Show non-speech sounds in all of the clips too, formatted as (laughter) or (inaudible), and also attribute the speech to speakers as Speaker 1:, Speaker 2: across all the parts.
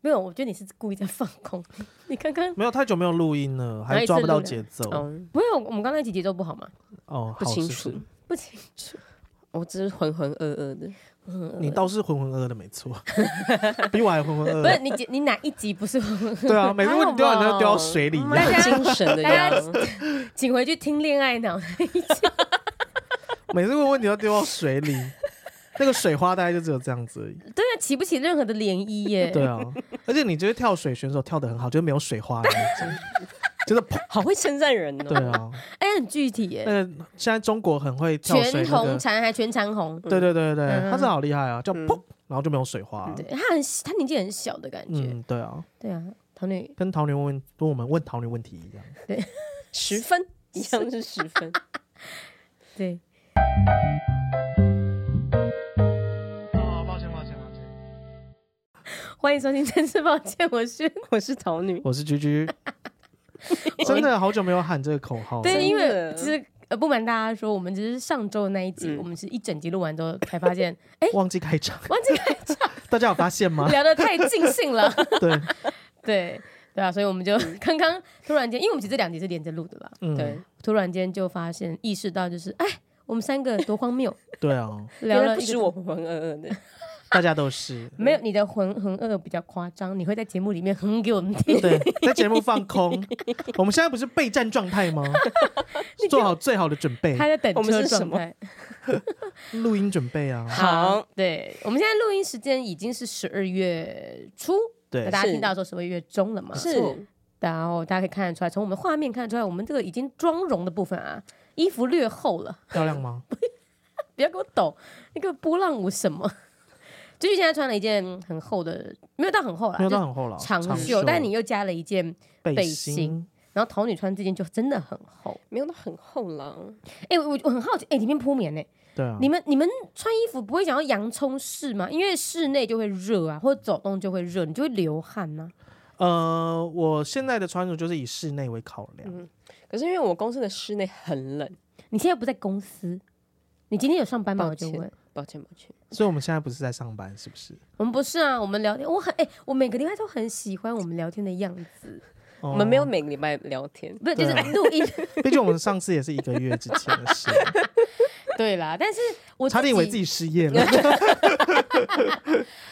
Speaker 1: 没有，我觉得你是故意在放空。 (laughs) 你刚刚
Speaker 2: 没有太久没有录音了，
Speaker 3: 哪
Speaker 2: 还
Speaker 3: 一
Speaker 2: 抓
Speaker 3: 次
Speaker 2: 不到
Speaker 3: 录的
Speaker 2: 节奏
Speaker 3: 嗯，
Speaker 1: 不有，我们刚才一集节奏不好嘛？
Speaker 2: 哦，
Speaker 3: 不
Speaker 2: 好
Speaker 3: 清
Speaker 2: 是
Speaker 3: 楚
Speaker 2: 是，
Speaker 1: 不清楚。
Speaker 3: 我只是浑浑噩
Speaker 1: (laughs)
Speaker 3: 噩的。
Speaker 1: 嗯，
Speaker 2: 你倒是浑浑噩噩的，没
Speaker 3: (laughs)
Speaker 2: 错，比我还浑浑噩
Speaker 1: 不是
Speaker 2: 噩。
Speaker 1: 你你哪一集不是？
Speaker 2: 对啊，每次问你丢
Speaker 3: 还
Speaker 2: 好
Speaker 3: 好
Speaker 2: 像丢到
Speaker 3: 吧
Speaker 2: 水里一
Speaker 3: 蛮
Speaker 2: 样。
Speaker 3: 有精神的呀，
Speaker 1: 哎请回去听恋爱脑。
Speaker 2: (laughs) 每次问问题都丢到水里，那个水花大概就只有这样子而已。
Speaker 1: 对啊，起不起任何的涟漪耶？
Speaker 2: 对啊，而且你觉得跳水选手跳的很好，就是没有水花的那种，
Speaker 3: (laughs)
Speaker 2: 就是砰。
Speaker 3: 好会称赞人
Speaker 2: 对
Speaker 3: 哦。
Speaker 2: 啊，
Speaker 1: 哎，很具体
Speaker 2: 那
Speaker 1: 耶，
Speaker 2: 个现在中国很会跳水
Speaker 1: 全
Speaker 2: 那
Speaker 1: 红
Speaker 2: 个，
Speaker 1: 婵还全长红。
Speaker 2: 对对对对，
Speaker 1: 嗯
Speaker 2: 他真的好厉害啊，叫
Speaker 3: 嗯
Speaker 2: 砰，然后就没有水花。啊
Speaker 1: 对，他很他年纪很小的感觉。
Speaker 2: 嗯，对啊，
Speaker 1: 对啊，唐女
Speaker 2: 跟桃女问问跟我们问桃女问题一样。
Speaker 3: 十分一样是十
Speaker 1: (laughs)
Speaker 3: 分。
Speaker 1: 对。
Speaker 4: 哦，抱歉，抱歉，抱歉。
Speaker 1: 欢迎收听《真是抱歉》，我是
Speaker 3: 我是桃女，
Speaker 2: 我是
Speaker 1: (laughs)
Speaker 2: 居居，真的好久没有喊这个口号了。
Speaker 1: 对，因
Speaker 3: 哦真
Speaker 1: 为
Speaker 3: 的
Speaker 1: 其实呃不瞒大家说，我们只是上周的那一集，
Speaker 3: 嗯
Speaker 1: 我们是一整集录完之后才发现， (laughs) 哎，
Speaker 2: 忘记开场，
Speaker 1: 忘记开？
Speaker 2: 大家有发现吗 (laughs)
Speaker 1: 聊得太尽兴
Speaker 3: (laughs)
Speaker 1: 了。
Speaker 2: 对，
Speaker 1: 对对啊，所以我们就
Speaker 3: 嗯
Speaker 1: 刚刚突然间，因为我们其实这两集是连着录的啦，
Speaker 3: 对
Speaker 2: 嗯，，
Speaker 1: 突然间就发现意识到，就是哎，我们三个多荒
Speaker 3: (laughs)
Speaker 1: 谬，
Speaker 2: 对啊，
Speaker 1: 聊
Speaker 3: 原
Speaker 1: 了
Speaker 3: 来不
Speaker 1: 一个
Speaker 3: 止我浑浑噩噩的，
Speaker 2: 大家都是。
Speaker 1: 没有你的浑浑噩噩比较夸张，你会在节目里面哼给我们
Speaker 3: (laughs)
Speaker 1: 听。
Speaker 2: 对，在节目放空。我们现在不是备战状态吗？做好最好的准
Speaker 1: (laughs)
Speaker 2: 备，
Speaker 1: 他在等
Speaker 3: 我们
Speaker 1: 车
Speaker 3: 是什
Speaker 1: 状
Speaker 3: 么
Speaker 1: 态。
Speaker 2: 录音准备啊。
Speaker 3: 好，
Speaker 1: 对我们现在录音时间已经是十二月初，
Speaker 2: 对
Speaker 1: 大，家
Speaker 3: 是
Speaker 1: 听到说十二月中了嘛？
Speaker 2: 啊
Speaker 3: 是
Speaker 1: 然后大家可以看得出来，从我们画面看得出来，我们这个已经妆容的部分啊，衣服略厚了。
Speaker 2: 漂亮吗？
Speaker 1: 不要给我抖，那个波浪舞什么？ (laughs) 就是现在穿了一件很厚的，没有到很厚啦，
Speaker 2: 没有到
Speaker 1: 就
Speaker 2: 很厚了，
Speaker 1: 长
Speaker 2: 长
Speaker 1: 袖，但你又加了一件，
Speaker 2: 背
Speaker 1: 背心，然后桃女穿这件就真的很厚。
Speaker 3: 没有到很厚啦。
Speaker 1: 哎、我我很好奇，哎、里面铺棉呢、
Speaker 2: 对啊，
Speaker 1: 你们你们穿衣服不会想要洋葱式吗？因为室内就会热啊，或者走动就会热，你就会流汗呐、
Speaker 2: 呃，我现在的穿着就是以室内为考量。
Speaker 1: 嗯
Speaker 3: 可是因为我公司的室内很冷，
Speaker 1: 你现在不在公司，你今天有上班吗？
Speaker 3: 抱
Speaker 1: 我就
Speaker 3: 歉
Speaker 1: 问。
Speaker 3: 抱歉抱歉，
Speaker 2: 所以我们现在不是在上班，是不是？
Speaker 1: 我们不是啊，我们聊天，我很哎、我每个礼拜都很喜欢我们聊天的样子，
Speaker 2: 我
Speaker 3: 我们没有，每个礼拜聊天，
Speaker 1: 不是就是
Speaker 2: 对啊
Speaker 1: 录音。
Speaker 2: 哦毕竟我们上次也是一个月之前的事，
Speaker 1: (laughs) 对啦，但是我
Speaker 2: 差点以为自己失业
Speaker 1: (laughs)
Speaker 2: 了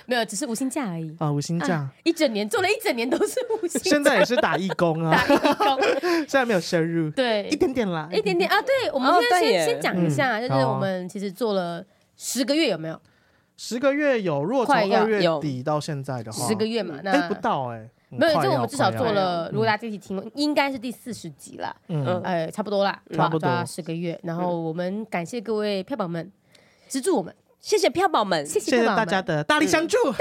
Speaker 1: 没有，只是无薪假而已。
Speaker 2: 啊，无薪假
Speaker 1: 啊。一整年做了一整年都是无薪
Speaker 2: 现在也是打义工啊，
Speaker 1: 工，
Speaker 2: 现在没有收入，
Speaker 1: (laughs) 对
Speaker 2: (laughs) 一，点点啦，
Speaker 1: 一点点啊。对，我们
Speaker 3: 哦
Speaker 1: 现在
Speaker 3: 对
Speaker 1: 先
Speaker 3: 耶
Speaker 1: 先讲一下，
Speaker 2: 嗯
Speaker 1: 就是
Speaker 2: 好啊哦
Speaker 1: 我们其实做了十个月，有没有？
Speaker 2: 十个月有，如果从
Speaker 1: 快要
Speaker 2: 二月
Speaker 3: 有
Speaker 2: 底到现在的话，
Speaker 1: 十个月嘛，
Speaker 2: 哎
Speaker 1: 那
Speaker 2: 不到哎，嗯
Speaker 1: 没有，
Speaker 2: 快
Speaker 1: 就我
Speaker 2: 要
Speaker 1: 们至少
Speaker 2: 快
Speaker 1: 做
Speaker 2: 要
Speaker 1: 了。如果
Speaker 2: 嗯
Speaker 1: 大家一起听，应该是第四十集啦，
Speaker 2: 嗯，
Speaker 1: 哎，差不多啦，
Speaker 2: 差不多
Speaker 1: 抓抓十个月。然后我们感谢各位票宝们资助我们，
Speaker 3: 谢谢票宝们，
Speaker 1: 谢
Speaker 2: 谢谢
Speaker 1: 票宝
Speaker 2: 大
Speaker 1: 们
Speaker 2: 家的大力相助，
Speaker 1: 嗯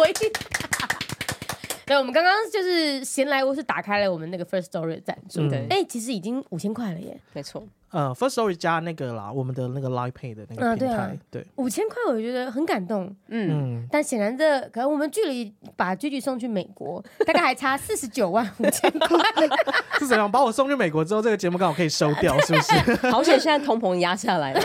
Speaker 1: 我一定。 (laughs) 对，我们刚刚就是闲来无事打开了我们那个 First Story 的赞助，
Speaker 2: 嗯
Speaker 1: 哎，其实已经五千块了耶，
Speaker 3: 没错，
Speaker 2: (laughs) 呃，First Story 加那个啦，我们的那个 Line Pay 的那
Speaker 1: 啊
Speaker 2: 个
Speaker 1: 对
Speaker 2: 平
Speaker 1: 啊
Speaker 2: 台，对，
Speaker 1: 五千块我觉得很感动。
Speaker 3: 嗯，
Speaker 2: 嗯，
Speaker 1: 但显然这可能我们距离把居居送去美 (laughs) 国，大概还差四十九万五千块。
Speaker 2: 是怎样？把我送去美国之后，这个节目刚好可以收掉，是
Speaker 1: (laughs)
Speaker 2: 不是？
Speaker 3: 嗯好险现在通膨压
Speaker 2: (laughs)
Speaker 3: 下来了，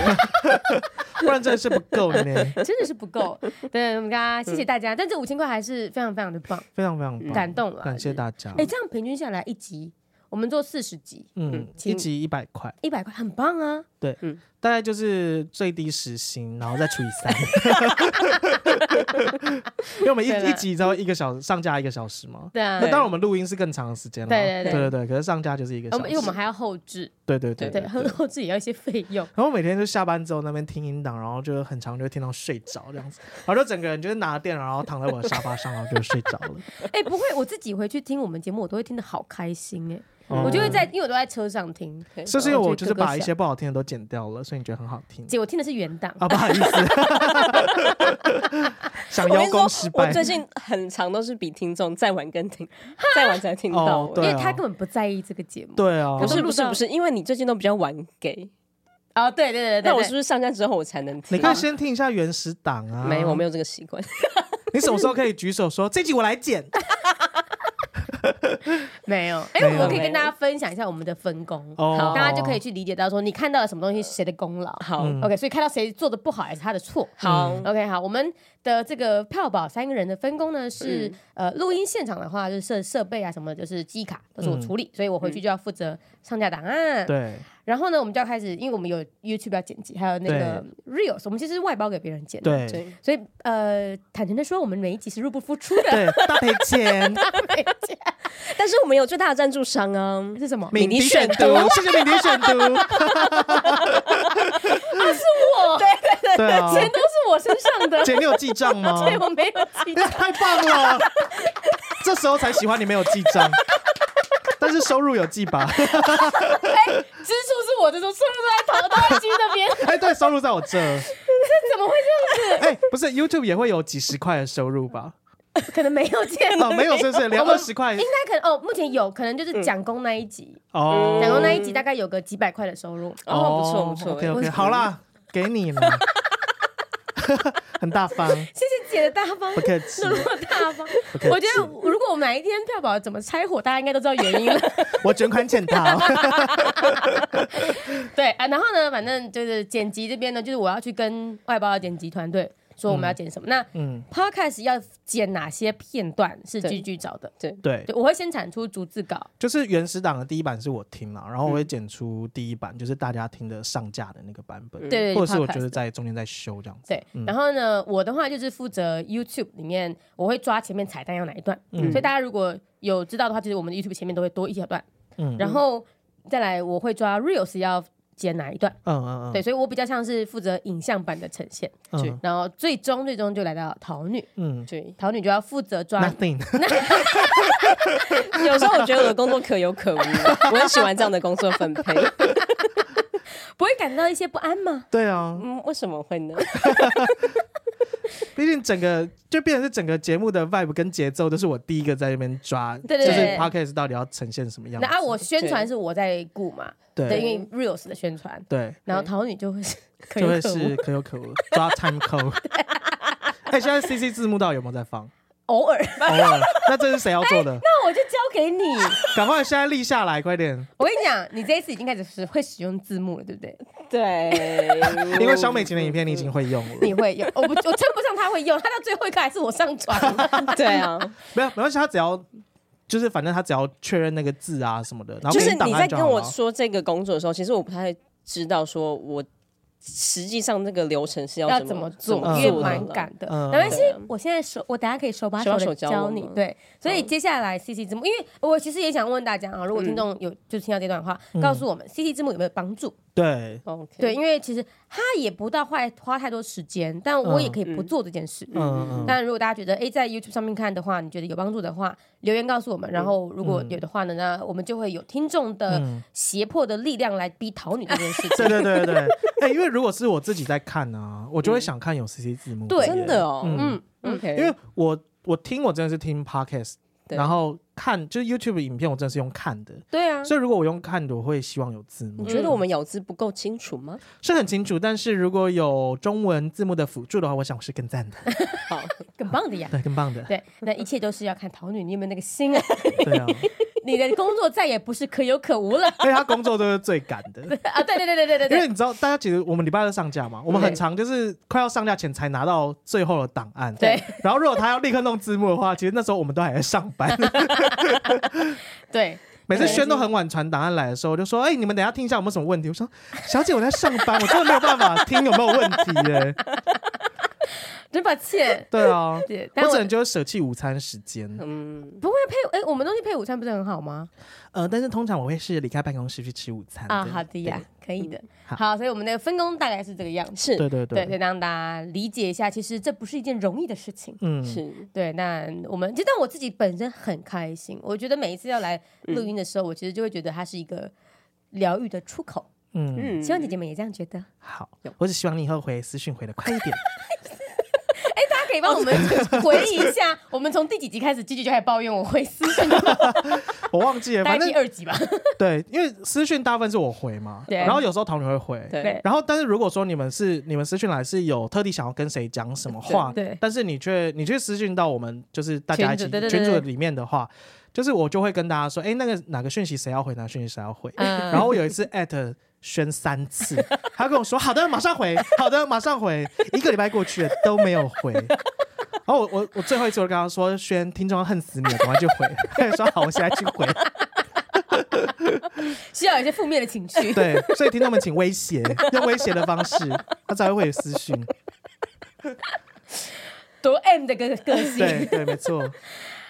Speaker 2: 不然真的是不够呢，
Speaker 1: (laughs) 真的是不够。对，我们大家谢谢大家，但这五千块还是非常非常的棒，
Speaker 2: 非常非常棒
Speaker 1: 感动了。
Speaker 2: 感谢大家
Speaker 1: 哎，。这样平均下来一集，我们做四十集，
Speaker 2: 嗯，一集一百块，
Speaker 1: 一百块，很棒啊！
Speaker 2: 大概就是最低时薪，然后再除以
Speaker 1: (laughs)
Speaker 2: 三，因为我们一
Speaker 1: 对了
Speaker 2: 一集只要一个小时上架一个小时嘛，
Speaker 1: 对啊
Speaker 2: 那当然，我们录音是更长的时间了。
Speaker 1: 对对对
Speaker 2: 对可是上架就是一个
Speaker 1: 我
Speaker 2: 小
Speaker 1: 们
Speaker 2: 时。
Speaker 1: 因为我们还要后置，
Speaker 2: 对对对
Speaker 1: 对，后置也要一些费用。
Speaker 2: 然后每天就下班之后那边听音档，然后就很长就会听到睡着这样子，然后就整个人就是拿着电脑，然后躺在我的沙发上，然后就睡着了。
Speaker 1: 哎，不会，我自己回去听我们节目，我都会听得好开心哎。
Speaker 2: 哦
Speaker 1: (laughs) 我就会在，因为我都在车上听，
Speaker 2: 是不是因为我就
Speaker 1: 然
Speaker 2: 是
Speaker 1: 后就咯咯
Speaker 2: 把一
Speaker 1: 响
Speaker 2: 些不好听的都剪掉了，所以你觉得很好听
Speaker 1: 姐，我听的是原档。
Speaker 2: 啊？不好
Speaker 1: (laughs)
Speaker 2: 意思， (laughs) 想
Speaker 3: 我跟
Speaker 2: 邀
Speaker 3: 你
Speaker 2: 功
Speaker 3: 说
Speaker 2: 失，败
Speaker 3: 我。最近很长都是比听众再晚更听，再晚才听到
Speaker 2: 哦
Speaker 3: 我。
Speaker 2: 对啊
Speaker 1: 因为他根本不在意这个节目。
Speaker 2: 对啊，
Speaker 3: 不
Speaker 1: 我都不
Speaker 3: 是不
Speaker 1: 知
Speaker 3: 是
Speaker 1: 道
Speaker 3: 不是，因为你最近都比较晚给，
Speaker 1: 哦，对对对对对，
Speaker 3: 那我是不是上架之后我才能
Speaker 2: 你嗯
Speaker 3: 听？
Speaker 2: 可以先听一下原始档啊。
Speaker 3: 没，我没
Speaker 2: 有。
Speaker 3: 有这个习惯。
Speaker 2: 你什么时候可以举手说这集我来剪？
Speaker 1: 没有。哎、
Speaker 2: 没有
Speaker 1: 我们可以跟大家分享一下我们的分工，
Speaker 2: 哦
Speaker 1: 大家就可以去理解到说你看到了什么东西是谁的功劳。
Speaker 3: 好、
Speaker 2: 嗯
Speaker 1: 哦 OK，所以看到谁做的不好也是他的错。
Speaker 3: 好、
Speaker 1: OK，好，我们的这个票宝三个人的分工呢是、
Speaker 2: 嗯
Speaker 1: 呃，录音现场的话就是设设备啊什么的，就是机卡都是我处理，所以我回去就要负责上架档案。
Speaker 2: 嗯对，
Speaker 1: 然后呢，我们就要开始，因为我们有 YouTube 要剪辑，还有那个 Reels，我们其实是外包给别人剪的。
Speaker 2: 对，
Speaker 3: 对，
Speaker 1: 所以呃，坦诚的说，我们每一集是入不敷出的。
Speaker 2: 对，大赔
Speaker 1: (laughs)
Speaker 2: 钱。
Speaker 3: 但是我们有最大的赞助商啊，
Speaker 1: 是什么？
Speaker 2: 敏
Speaker 3: 迪
Speaker 2: 迪
Speaker 3: 选
Speaker 2: 选
Speaker 3: 读
Speaker 2: 读，谢谢敏迪选
Speaker 1: (laughs)
Speaker 2: 读。啊， (laughs) 是我，对对对，啊，
Speaker 1: 钱都是我身上
Speaker 2: (laughs)
Speaker 1: 的，
Speaker 2: 姐，你有记账
Speaker 1: (laughs)
Speaker 2: 吗？
Speaker 1: 所以我没有记
Speaker 2: 那太棒了！这时候才喜欢你没有记账，但是收入有记吧？ (laughs)
Speaker 1: 支出是我的，收入都在头都在记那
Speaker 2: (laughs)
Speaker 1: 边，
Speaker 2: 哎，对，收入在我这。
Speaker 1: 怎么会这
Speaker 2: 哎，不是 YouTube 也会有几十块的收入吧？
Speaker 1: 样？可能没有
Speaker 2: (laughs)
Speaker 1: 见，
Speaker 2: 哦，没有，是不是
Speaker 1: (laughs)
Speaker 2: 连
Speaker 1: 我们
Speaker 2: 二十块
Speaker 1: 应？该可能哦，目前有可能就是蒋公那一集，
Speaker 2: 哦，
Speaker 1: 蒋公那一集大概有个几百块的收
Speaker 2: (laughs)
Speaker 1: 入。
Speaker 3: 哦，不错不错
Speaker 2: OK
Speaker 3: 哎
Speaker 2: OK，好啦，给你了，很大
Speaker 1: (laughs)
Speaker 2: 方，
Speaker 1: 谢谢姐的大方
Speaker 2: 不。客气
Speaker 1: 那。么大方，
Speaker 2: 不客气
Speaker 1: 我觉得如果我哪一天票宝怎么拆伙，大家应该都知道原因了。
Speaker 2: 我卷款潜
Speaker 1: (laughs)
Speaker 2: 逃。
Speaker 1: 对啊，然后呢，反正就是剪辑这边呢，就是我要去跟外包的剪辑团队说我们要剪什么。那
Speaker 2: 嗯，
Speaker 1: podcast 要剪哪些片段是
Speaker 3: 对
Speaker 1: 句句找的？
Speaker 2: 对，
Speaker 1: 对，我会先产出逐字稿。
Speaker 2: 就是原始档的第一版是我听了，然后我
Speaker 1: 嗯
Speaker 2: 会剪出第一版，就是大家听的上架的那个版本，
Speaker 3: 嗯
Speaker 1: 对对，
Speaker 2: 或者是我
Speaker 1: podcast
Speaker 2: 觉得在中间在修这样子。
Speaker 1: 对，然后呢，我的话就是负责 YouTube 里面，我会抓前面彩蛋要哪一段，
Speaker 2: 嗯
Speaker 1: 所以大家如果有知道的话，就是我们的 YouTube 前面都会多一小段，
Speaker 2: 嗯
Speaker 1: 然后再来我会抓 Reels 要剪哪一段，
Speaker 2: 嗯嗯嗯，
Speaker 1: 对，所以我比较像是负责影像版的呈现，
Speaker 2: 嗯
Speaker 1: 然后最终最终就来到桃女，
Speaker 2: 嗯
Speaker 3: 对，
Speaker 1: 桃女就要负责抓
Speaker 2: ，nothing， (laughs)
Speaker 3: 有时候我觉得我的工作可有可无，我很喜欢这样的工作分配。 (laughs)
Speaker 1: 不会感到一些不安吗？
Speaker 2: 对啊，
Speaker 3: 嗯，为什么会
Speaker 2: (laughs)
Speaker 3: 呢？
Speaker 2: 毕竟整个就变成是整个节目的 vibe 跟节奏都是我第一个在那边抓，
Speaker 1: 对对
Speaker 2: 就是
Speaker 1: 对
Speaker 2: podcast 到底要呈现什么样
Speaker 1: 那
Speaker 2: 子，
Speaker 1: 啊，我宣传是我在顾嘛，对，
Speaker 2: 对
Speaker 1: 因为 Reels 的宣传，
Speaker 2: 对，
Speaker 1: 然后桃女就会是可
Speaker 2: 就
Speaker 1: 有
Speaker 2: 会
Speaker 1: 可
Speaker 2: 是
Speaker 1: 无，
Speaker 2: 可有可无，抓 time
Speaker 3: (laughs)
Speaker 2: code。哎，现在 CC 字幕到底有没有在放？
Speaker 1: 偶尔， (laughs)
Speaker 2: 偶尔，那这是谁要做
Speaker 3: 哎
Speaker 2: 的？
Speaker 1: 那我就交给你。
Speaker 2: 赶快现在立下来，快
Speaker 3: 哦
Speaker 2: 点！
Speaker 1: 我跟你讲，你这一次已经开始使会使用字幕了，对不对？
Speaker 3: 对，
Speaker 2: 因为小美琴的影片你已经会用了，
Speaker 1: 你会用，我不，我称不上他会用，他到最后一刻还是我上传。
Speaker 3: (laughs) 对啊，
Speaker 2: 没有没关系，他只要就是反正他只要确认那个字啊什么的， (laughs) 然后
Speaker 3: 就
Speaker 2: 给
Speaker 3: 是
Speaker 2: 档
Speaker 3: 你在
Speaker 2: 案就
Speaker 3: 跟
Speaker 2: 好
Speaker 3: 我
Speaker 2: 了。
Speaker 3: 说这个工作的时候，其实我不太知道说我实际上那个流程是
Speaker 1: 要
Speaker 3: 怎
Speaker 1: 怎么
Speaker 3: 么
Speaker 1: 做，
Speaker 2: 么
Speaker 1: 因
Speaker 2: 做
Speaker 1: 为
Speaker 2: 的
Speaker 1: 蛮
Speaker 3: 的
Speaker 1: 赶的。
Speaker 2: 嗯
Speaker 1: 没关系
Speaker 3: 对啊，
Speaker 1: 我现在手，我等下可以手把
Speaker 3: 手把
Speaker 1: 手
Speaker 3: 手
Speaker 1: 的
Speaker 3: 教我
Speaker 1: 教你
Speaker 3: 们。
Speaker 1: 对，所以
Speaker 3: 嗯
Speaker 1: 接下来 C C 字幕，因为我其实也想问大家啊，如果听众有就听到这段话，告诉我们 C C 字幕有没有帮助？
Speaker 2: 对，
Speaker 3: OK，
Speaker 1: 对，，因为其实他也不到花花太多时间，但我也可以不
Speaker 3: 嗯
Speaker 1: 做这件事。
Speaker 2: 嗯嗯
Speaker 1: 但如果大家觉得哎，在 YouTube 上面看的话，你觉得有帮助的话，留言告诉
Speaker 2: 嗯
Speaker 1: 我们。然后如果有的话呢，那我们就会有听众的
Speaker 2: 嗯，
Speaker 1: 胁迫的力量来逼桃女这件事
Speaker 2: (laughs)
Speaker 1: 情。
Speaker 2: 对对对对，
Speaker 3: (laughs)
Speaker 2: 哎，因为如果是我自己在看呢，我就会想看有 CC 字幕，
Speaker 1: 对
Speaker 3: 嗯真的，哦，
Speaker 1: 嗯，嗯，
Speaker 3: OK，
Speaker 2: 因为我我听我真的是听 podcast，
Speaker 3: 对
Speaker 2: 然后看就是 YouTube 影片，我真的是用看的，
Speaker 1: 对啊，
Speaker 2: 所以如果我用看的，我会希望有字幕
Speaker 3: 你，觉得我们咬字不够清楚吗？
Speaker 2: 是很清楚，但是如果有中文字幕的辅助的话，我想我是更
Speaker 1: (laughs)
Speaker 2: 赞的，
Speaker 3: 好，
Speaker 1: 更棒的呀。
Speaker 2: 对，更棒的，
Speaker 1: 对，那一切都是要看桃女你有没有那个心啊！ (laughs)
Speaker 2: 对啊，
Speaker 1: 你的工作再也不是可有可无了 (laughs)
Speaker 2: 因为他工作都是最赶的，
Speaker 1: 啊！ (laughs) 对对对对对对
Speaker 2: 因为
Speaker 1: 对
Speaker 2: 你知道，大家其实我们礼拜二上架嘛，我们很长就是快要上架前才拿到最后的档案。
Speaker 1: 对。
Speaker 2: 然后如果他要立刻弄字幕的话，其实那时候我们都还在上
Speaker 1: (laughs)
Speaker 2: 班。
Speaker 1: 对，
Speaker 2: 每次宣都很晚传档案来的时候，就说：“哎、你们等一下听一下有没有什么问题。”我说：“小姐，我在上班，我真的没有办法听有没有问题、耶。
Speaker 1: 真抱歉。
Speaker 2: 对啊，
Speaker 1: (laughs) 对，但
Speaker 2: 我
Speaker 1: 我
Speaker 2: 只能就舍弃午餐时间。
Speaker 3: 嗯，
Speaker 1: 不会配哎，我们东西配午餐不是很好吗？
Speaker 2: 呃，但是通常我会是离开办公室去吃午餐
Speaker 1: 啊，好的呀，可以的。
Speaker 2: 嗯好
Speaker 1: 好，所以我们那个分工大概是这个样子。
Speaker 3: 是
Speaker 2: 对对对
Speaker 1: 对对，让大家理解一下，其实这不是一件容易的事情。
Speaker 2: 嗯，
Speaker 3: 是，
Speaker 1: 对，那我们就但我自己本身很开心，我觉得每一次要来
Speaker 2: 嗯
Speaker 1: 录音的时候，我其实就会觉得它是一个疗愈的出口。
Speaker 2: 嗯，
Speaker 3: 嗯，
Speaker 1: 希望姐姐们也这样觉得。
Speaker 2: 好，我只希望你以后回私讯回的快一点。
Speaker 1: (laughs) 哎，大家可以帮我们 (laughs) 回忆一下，我们从第几集开始，季季就开始抱怨我会私信，
Speaker 2: 我忘记了，
Speaker 1: 大
Speaker 2: 反
Speaker 1: 概
Speaker 2: 正
Speaker 1: 第二集吧。
Speaker 2: 对，因为私讯大部分是我回嘛，
Speaker 1: 对
Speaker 2: 然后有时候唐女会回，
Speaker 3: 对
Speaker 1: 对，
Speaker 2: 然后但是如果说你们是你们私讯来是有特地想要跟谁讲什么话，
Speaker 1: 对对
Speaker 2: 但是你却你却私讯到我们就是大家一起
Speaker 1: 群组对对对
Speaker 2: 群组里面的话，就是我就会跟大家说，哎、那个哪个讯息谁要回，哪个讯息谁要回。
Speaker 1: 嗯
Speaker 2: 然后我有一次 at 轩三次，
Speaker 1: (laughs)
Speaker 2: 他跟我说好的，马上回，好的，马上回。一个礼拜过去了都没有回。然后我我我最后一次我就跟他说，轩，听众恨死你了，赶快去回。 (laughs) 他就说好，我现在去回。
Speaker 1: 需要有一些负面的情绪。
Speaker 2: 对，所以听众们请威胁，用威胁的方式，他才会有私讯。
Speaker 1: 多 M 的个个性。
Speaker 2: 对嗯对，没错。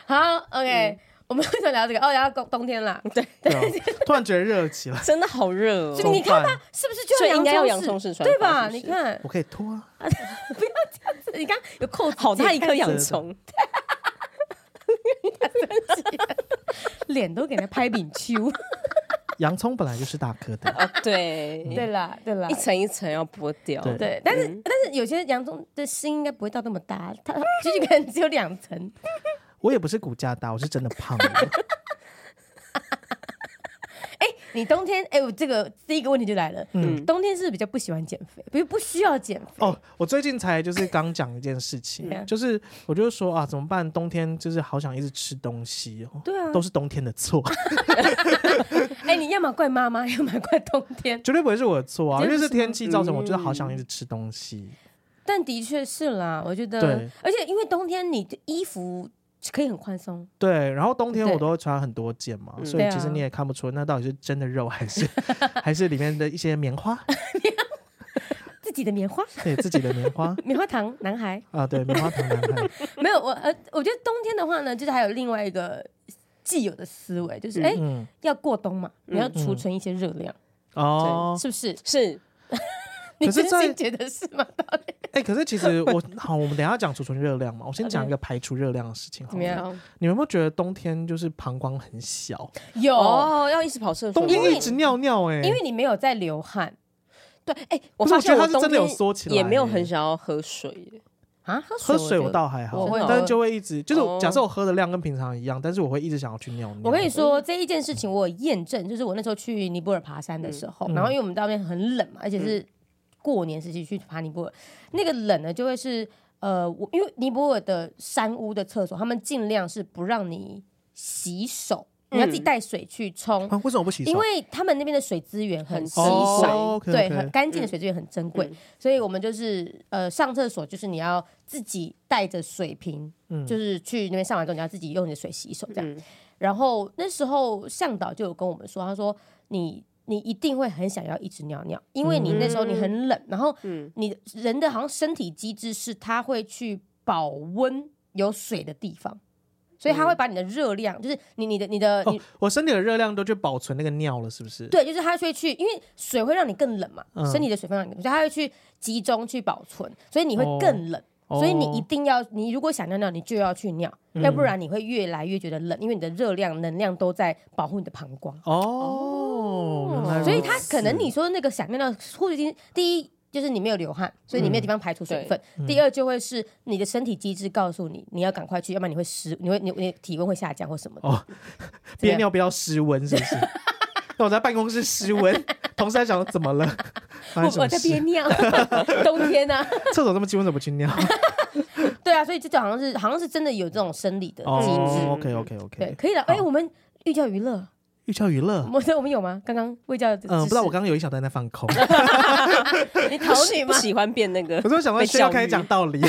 Speaker 1: 好，OK，我们为什么聊这个？哦，聊到冬冬天啦。 (laughs) 对，
Speaker 2: 对啊，突然觉得热起来，
Speaker 3: 真的好热
Speaker 1: 所
Speaker 3: 哦
Speaker 1: 以。你看
Speaker 2: 怎
Speaker 1: 吧
Speaker 2: 么办，
Speaker 1: 是不是就
Speaker 3: 所以应该要洋葱
Speaker 1: 式
Speaker 3: 式穿
Speaker 1: 对
Speaker 3: 法
Speaker 1: 吧？
Speaker 3: 是不
Speaker 1: 你
Speaker 3: 是
Speaker 1: 看，
Speaker 2: 我可以脱啊。
Speaker 1: (laughs) 你刚有扣
Speaker 3: 好大一颗
Speaker 1: 洋，
Speaker 3: 洋葱， (laughs)
Speaker 1: 脸都给人家拍饼丘。
Speaker 2: 洋葱本来就是大颗的，
Speaker 3: 哦，对，
Speaker 1: 对啦，对啦
Speaker 3: 一。层嗯一层要剥掉。
Speaker 2: 对
Speaker 1: 对，但是但是有些洋葱的心应该不会到那么大，它其实可能只有两层。
Speaker 2: 我也不是骨架大，我是真的 (laughs) 胖了。
Speaker 1: 你冬天，哎，我这个第一个问题就来了，
Speaker 2: 嗯
Speaker 1: 冬天是不是比较不喜欢减肥，不是不需要减肥。
Speaker 2: 哦，我最近才就是刚讲一件事情，
Speaker 1: 嗯
Speaker 2: 就是我就说啊，怎么办？冬天就是好想一直吃东西哦。
Speaker 1: 对啊
Speaker 2: 都是冬天的错， (laughs)
Speaker 1: 哎，你要么怪妈妈， (laughs) 要么怪冬天，
Speaker 2: 绝对不会是我的错啊，
Speaker 1: (laughs)
Speaker 2: 因
Speaker 1: 真的
Speaker 2: 为
Speaker 1: 是嗯
Speaker 2: 是天气造成，我就是好想一直吃东西。
Speaker 1: 但的确是啦，我觉得
Speaker 2: 对，
Speaker 1: 而且因为冬天你的衣服可以很宽松，
Speaker 2: 对，然后冬天
Speaker 1: 对
Speaker 2: 我都会穿很多件嘛，
Speaker 3: 嗯
Speaker 2: 所以其
Speaker 1: 对
Speaker 2: 实
Speaker 1: 啊
Speaker 2: 你也看不出那到底是真的肉还是 (laughs) 还是里面的一些棉花，
Speaker 1: 自己的棉花， (laughs)
Speaker 2: 对自己的棉花
Speaker 1: 棉花糖男孩
Speaker 2: 啊，对棉花糖男孩，
Speaker 1: (laughs) 没有我呃，我觉得冬天的话呢，就是还有另外一个既有的思维，就是
Speaker 3: 嗯
Speaker 1: 哎、
Speaker 2: 嗯，
Speaker 1: 要过冬嘛，你要
Speaker 2: 嗯
Speaker 1: 储存一些热量，
Speaker 2: 哦，
Speaker 1: 是不是？
Speaker 3: 是
Speaker 1: 你
Speaker 2: 可是
Speaker 1: 真
Speaker 2: 在
Speaker 1: 心觉得是吗？ (laughs)
Speaker 2: 哎、可是其实我好，我们等一下讲储存热量嘛，我先讲一个排除热量的事情好了。
Speaker 1: 怎么
Speaker 3: 啊
Speaker 1: 样？
Speaker 2: 你们有没有觉得冬天就是膀胱很小，
Speaker 1: 有，
Speaker 3: 哦，要一直跑厕所
Speaker 2: 冬
Speaker 3: 吗。
Speaker 2: 天一直尿尿、哎，
Speaker 1: 因为你没有在流汗
Speaker 3: 对，哎，我
Speaker 2: 不是
Speaker 3: 发
Speaker 2: 我觉
Speaker 3: 现
Speaker 2: 得它是
Speaker 3: 冬
Speaker 2: 真的有
Speaker 3: 天
Speaker 2: 缩起来
Speaker 3: 也没有
Speaker 2: 耶
Speaker 3: 很想要喝水耶。
Speaker 1: 啊，喝水
Speaker 2: 喝水我
Speaker 1: 就。
Speaker 2: 倒还好，
Speaker 1: 我会
Speaker 2: 但
Speaker 1: 喝
Speaker 2: 是就会一直就是
Speaker 3: 哦
Speaker 2: 假设我喝的量跟平常一样，但是我会一直想要去尿尿。
Speaker 1: 我跟你说这一件事情，我有验证，就是我那时候去尼泊尔爬山的时候，
Speaker 2: 嗯
Speaker 1: 然后因为我们那边很冷嘛，而且是过年时期去爬尼泊尔，那个冷呢就会是呃，我因为尼泊尔的山屋的厕所，他们尽量是不让你洗手，你要自己带水去冲，
Speaker 2: 啊，为什么不洗手？
Speaker 1: 因为他们那边的水资源很稀
Speaker 3: 哦
Speaker 1: 少。
Speaker 2: ，OK，
Speaker 1: 对，很干净的
Speaker 3: 嗯
Speaker 1: 水资源很珍贵，
Speaker 3: 嗯
Speaker 1: 所以我们就是呃上厕所就是你要自己带着水瓶，
Speaker 2: 嗯
Speaker 1: 就是去那边上完之后你要自己用你的水洗手这样。
Speaker 3: 嗯
Speaker 1: 然后那时候向导就有跟我们说，他说你你一定会很想要一直尿尿，因为你那时候你很冷，然后
Speaker 3: 嗯，
Speaker 1: 你人的好像身体机制是它会去保温有水的地方。所以它会
Speaker 3: 嗯
Speaker 1: 把你的热量，就是你你的你的你
Speaker 2: 哦，我身体的热量都去保存那个尿了，是不是？
Speaker 1: 对，就是它会去，因为水会让你更冷嘛，
Speaker 2: 嗯
Speaker 1: 身体的水分让你更冷，所以它会去集中去保存，所以你会更冷。
Speaker 2: 哦，
Speaker 1: 所以你一定要，你如果想尿尿，你就要去尿，
Speaker 2: 嗯
Speaker 1: 要不然你会越来越觉得冷，因为你的热量、能量都在保护你的膀胱。
Speaker 2: 哦，原来
Speaker 1: 所以
Speaker 2: 如
Speaker 1: 它
Speaker 2: 此
Speaker 1: 可能你说那个想尿尿，或者已经第一就是你没有流汗，所以你没有地方排除水
Speaker 3: 嗯
Speaker 1: 分；第二就会是你的身体机制告诉你，你要赶快去，要不然你会失，你会你你体温会下降或什么的。
Speaker 2: 哦憋尿憋到失温，是
Speaker 1: (laughs)
Speaker 2: 不是？那我在办公室失温，同事在想怎么了？
Speaker 3: 嗯
Speaker 2: 发生什
Speaker 1: 我我
Speaker 2: 么
Speaker 1: 在
Speaker 2: 事 (laughs)
Speaker 1: 憋？
Speaker 3: (laughs)
Speaker 1: 尿，冬天啊。
Speaker 2: 厕所这么挤，为什么不
Speaker 1: (laughs)
Speaker 2: 去尿？
Speaker 1: 对啊，所以这就好像是好像是真的有这种生理的机制。
Speaker 2: 哦，OK OK
Speaker 1: 对，
Speaker 2: OK，
Speaker 1: 可以了。哎、
Speaker 2: 好
Speaker 1: 我们寓教于乐，
Speaker 2: 寓教于乐。
Speaker 1: 我我们有吗？刚刚寓教，
Speaker 2: 嗯，不知道我刚刚有一小段在放
Speaker 1: (laughs)
Speaker 2: 空，可
Speaker 1: 你讨
Speaker 3: 喜
Speaker 1: 女
Speaker 3: 不
Speaker 1: 吗？
Speaker 3: 喜欢变那个？
Speaker 2: 是我想到
Speaker 3: 被
Speaker 2: 需要
Speaker 3: 教
Speaker 2: 开始
Speaker 3: 育
Speaker 2: 讲道理。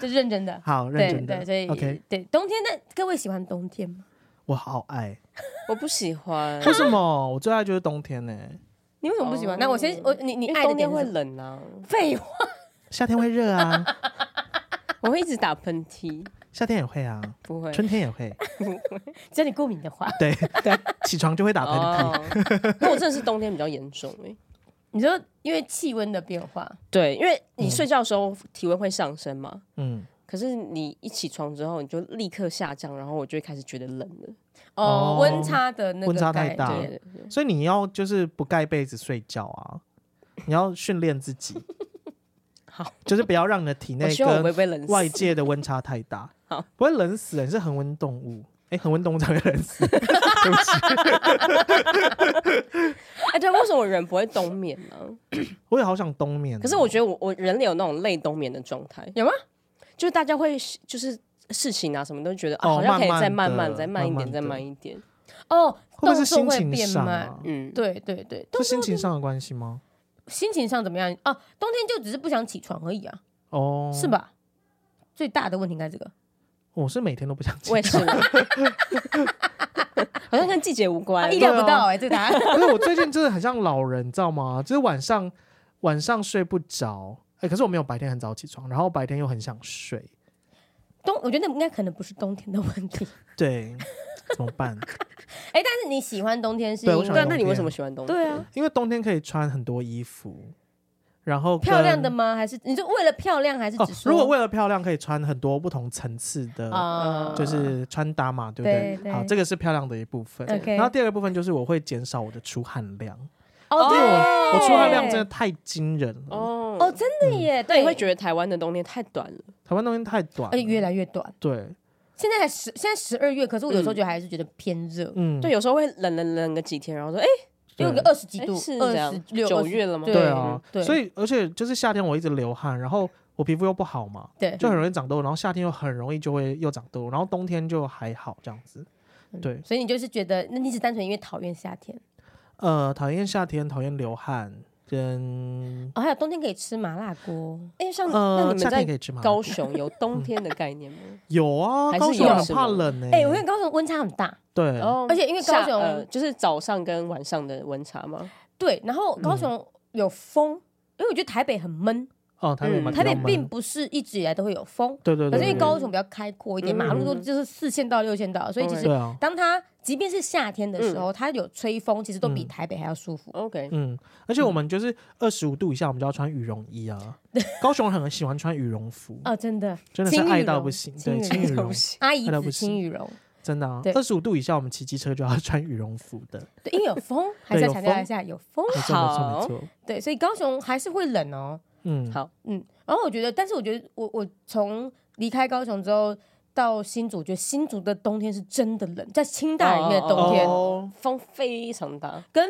Speaker 1: 就是认真的。
Speaker 2: 好，认
Speaker 1: 对
Speaker 2: 真
Speaker 1: 对，
Speaker 2: 的。
Speaker 1: 所以
Speaker 2: OK，
Speaker 1: 对冬天，那各位喜欢冬天吗？
Speaker 2: 我好爱。
Speaker 3: 我不喜欢，
Speaker 1: 嗯
Speaker 2: 为什么？我最爱就是冬天呢、
Speaker 1: 你为什么不喜欢？
Speaker 3: 哦
Speaker 1: 那我先我你你
Speaker 3: 因为
Speaker 1: 爱的
Speaker 3: 冬
Speaker 1: 点
Speaker 3: 天
Speaker 1: 会
Speaker 3: 会冷啊，
Speaker 1: 废话，
Speaker 2: 夏天会
Speaker 1: (laughs)
Speaker 2: 热啊，
Speaker 3: 我会一直打喷嚏，
Speaker 2: 夏天也会啊，
Speaker 3: 不会
Speaker 2: 春天也会。
Speaker 1: 只要你过敏的话， (laughs)
Speaker 2: 对对， (laughs) 起床就会打喷嚏。
Speaker 3: 哦。 (laughs) 那我真的是冬天比较严重哎、
Speaker 1: 你说因为气温的变化，
Speaker 3: 对，因为你睡觉的时候体温会上升嘛，
Speaker 2: 嗯，
Speaker 3: 可是你一起床之后你就立刻下降，然后我就会开始觉得冷了。
Speaker 1: 哦
Speaker 2: 哦，
Speaker 1: 温差的那个
Speaker 2: 温差太大
Speaker 1: 概
Speaker 3: 对
Speaker 1: 念
Speaker 3: 对对，
Speaker 2: 所以你要就是不盖被子睡觉啊，你要训练自己。
Speaker 3: (laughs) 好，
Speaker 2: 就是不要让你的体
Speaker 3: 我
Speaker 2: 内
Speaker 3: 希望我不会
Speaker 2: 跟
Speaker 3: 被冷死。
Speaker 2: 外界的温差太大
Speaker 3: 好，
Speaker 2: 不会冷死人，欸是恒温动物。哎、恒温动物才会冷死。 (laughs) 对不起，
Speaker 3: 哎，对，为什么我人不会冬眠呢？
Speaker 2: 我也好想冬眠哦。
Speaker 3: 可是我觉得我我人类有那种类冬眠的状态，
Speaker 1: 有吗？
Speaker 3: 就是大家会就是事情啊什么都觉得、啊、
Speaker 2: 哦
Speaker 3: 好像可以再
Speaker 2: 慢慢
Speaker 3: 慢慢
Speaker 2: 地
Speaker 3: 再慢一点，再
Speaker 2: 慢慢地
Speaker 3: 慢一点。
Speaker 1: 哦，
Speaker 2: 会不会
Speaker 1: 动
Speaker 2: 是
Speaker 1: 作
Speaker 2: 心
Speaker 1: 会
Speaker 2: 情
Speaker 1: 变
Speaker 2: 上
Speaker 1: 慢
Speaker 2: 啊？
Speaker 3: 嗯，
Speaker 1: 对对对，
Speaker 2: 是
Speaker 1: 动
Speaker 2: 心情上的关系吗？
Speaker 1: 心情上怎么样啊？冬天就只是不想起床而已啊，
Speaker 2: 哦，
Speaker 1: 是？吧？最大的问题应该这个，
Speaker 2: 我是每天都不想起
Speaker 3: 我也是， (laughs) 好像跟季节无
Speaker 1: 啊
Speaker 3: 关。
Speaker 1: 意料不到哎、这个答案
Speaker 2: 可是我最近真的很像老人，你知道吗？就是晚上晚上睡不着，哎、可是我没有白天很早起床，然后白天又很想睡，
Speaker 1: (laughs) 冬，我觉得那应该可能不是冬天的问题。 (laughs)
Speaker 2: 对，怎么办？ (laughs)
Speaker 1: 哎、但是你喜欢冬天是
Speaker 2: 对
Speaker 1: 因
Speaker 2: 我
Speaker 1: 为
Speaker 2: 想
Speaker 3: 对啊，那你为什么喜欢冬天？
Speaker 1: 对啊，
Speaker 2: 因为冬天可以穿很多衣服，然后跟
Speaker 1: 漂亮的吗？还是你说为了漂亮，还是
Speaker 2: 哦
Speaker 1: 只，说、
Speaker 2: 如果为了漂亮，可以穿很多不同层次的。
Speaker 1: 啊、
Speaker 2: 就是穿搭嘛，对不
Speaker 1: 对
Speaker 2: 对？
Speaker 1: 对
Speaker 2: 好，这个是漂亮的一部分。
Speaker 1: OK
Speaker 2: 然后第二个部分就是我会减少我的出汗量，
Speaker 1: 哦，
Speaker 2: 因为
Speaker 1: 对，
Speaker 2: 我我出汗量
Speaker 1: 对
Speaker 2: 真的嗯太惊人了。
Speaker 3: 哦
Speaker 1: 哦，真的耶，
Speaker 3: 那
Speaker 1: 对，
Speaker 3: 你会觉得台湾的冬天太短了，
Speaker 2: 台湾冬天太短
Speaker 1: 而且
Speaker 2: 了，
Speaker 1: 越来越短。
Speaker 2: 对，
Speaker 1: 现在才十，现在十二月，可是我
Speaker 3: 嗯
Speaker 1: 有时候觉得还是觉得偏热，
Speaker 2: 嗯，
Speaker 3: 对，有时候会冷冷冷个几天，然后说哎，
Speaker 1: 有个
Speaker 2: 对
Speaker 1: 二十几
Speaker 3: 哎
Speaker 1: 度，
Speaker 3: 是这
Speaker 1: 二
Speaker 3: 样
Speaker 1: 十六
Speaker 3: 九月了吗
Speaker 2: 对啊，
Speaker 1: 对
Speaker 2: 所以而且就是夏天我一直流汗，然后我皮肤又不好嘛，
Speaker 1: 对
Speaker 2: 就很容易长痘，然后夏天又很容易就会又长痘，然后冬天就还好这样子。对，
Speaker 1: 所以你就是觉得，那你只单纯因为讨厌夏天
Speaker 2: 呃，讨厌夏天，讨厌流汗，跟
Speaker 1: 哦，还有冬天可以吃麻辣锅，
Speaker 3: 哎，像那
Speaker 2: 呃
Speaker 3: 你
Speaker 2: 夏
Speaker 3: 们
Speaker 2: 天可
Speaker 3: 在
Speaker 2: 以吃吗？
Speaker 3: 高雄有冬天的概念吗？
Speaker 2: 有啊，
Speaker 3: 还是
Speaker 2: 高雄
Speaker 1: 有
Speaker 2: 很
Speaker 3: 是
Speaker 2: 怕
Speaker 3: 吗
Speaker 2: 冷呢。
Speaker 1: 哎、我跟高雄温差很大，
Speaker 2: (laughs) 对，
Speaker 3: 哦
Speaker 1: 而且因为高
Speaker 3: 下
Speaker 1: 雄
Speaker 3: 呃就是早上跟晚上的温差吗？
Speaker 1: 对，然后高雄有风，因为我觉得台北很闷，
Speaker 2: 哦，台北
Speaker 3: 嗯
Speaker 2: 蛮
Speaker 1: 台北
Speaker 2: 比较
Speaker 1: 并
Speaker 2: 闷
Speaker 1: 不是一直以来都会有风，
Speaker 2: 对对
Speaker 1: 可
Speaker 2: 对，
Speaker 1: 是因为
Speaker 2: 对
Speaker 1: 高雄比较开阔一点，
Speaker 3: 嗯
Speaker 1: 马路都就是四线道六线道，所以其
Speaker 2: 对
Speaker 1: 实
Speaker 2: 对啊，
Speaker 1: 当它即便是夏天的时候，它有吹风，其实都比
Speaker 2: 嗯
Speaker 1: 台北还要舒服。
Speaker 3: OK，
Speaker 2: 嗯，而且我们就是二十五度以下，我们就要穿羽绒衣
Speaker 1: (laughs)
Speaker 2: 啊。高雄人很喜欢穿羽绒服，
Speaker 1: 啊，真的，
Speaker 2: 真的是
Speaker 1: 轻羽
Speaker 2: 爱到
Speaker 1: 绒
Speaker 2: 不行，
Speaker 1: 轻
Speaker 2: 对，
Speaker 1: 羽
Speaker 2: 轻羽
Speaker 1: 绒
Speaker 2: 绒。
Speaker 1: 阿姨
Speaker 2: 爱到不
Speaker 1: 子轻
Speaker 2: 行
Speaker 1: 羽绒，
Speaker 2: 真的
Speaker 1: (laughs)
Speaker 2: 啊
Speaker 1: 对，
Speaker 2: 二十五度以下，我们骑机车就要穿羽绒服的。
Speaker 1: 对，因为有风，还是
Speaker 2: 对
Speaker 1: 要
Speaker 2: 有
Speaker 1: 强调
Speaker 2: 风
Speaker 1: 一下有风，
Speaker 2: 没错，没错，
Speaker 3: 好
Speaker 2: 没错。
Speaker 1: 对，所以高雄还是会冷哦，
Speaker 2: 嗯，
Speaker 3: 好
Speaker 1: 嗯，然后我觉得，但是我觉得我我从离开高雄之后到新竹，我觉得新竹的冬天是真的冷，在清大里面的冬天。
Speaker 2: 哦
Speaker 3: (laughs) 风非常大，
Speaker 1: 跟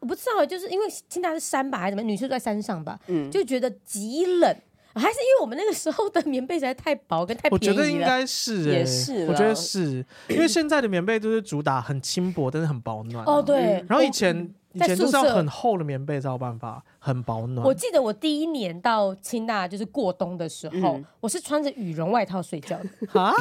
Speaker 1: 我不知道，就是因为清大是山吧，还是怎么样？女生住在山上吧，
Speaker 3: 嗯，
Speaker 1: 就觉得极冷，还是因为我们那个时候的棉被实在太薄跟太
Speaker 2: 我觉
Speaker 1: 便
Speaker 2: 得
Speaker 1: 宜
Speaker 2: 应
Speaker 1: 了。
Speaker 2: 该是、欸，
Speaker 3: 也是
Speaker 2: 我觉得
Speaker 3: 啦
Speaker 2: 是因为现在的棉被都是主打很轻薄，但是很保暖、啊
Speaker 1: 哦，，对
Speaker 3: 嗯，
Speaker 2: 然后以前以
Speaker 1: 在
Speaker 2: 前就是
Speaker 1: 宿
Speaker 2: 要
Speaker 1: 舍
Speaker 2: 很厚的棉被才有办法很保暖。
Speaker 1: 我记得我第一年到清大就是过冬的时候，
Speaker 3: 嗯
Speaker 1: 我是穿着羽绒外套睡觉的。
Speaker 2: 啊，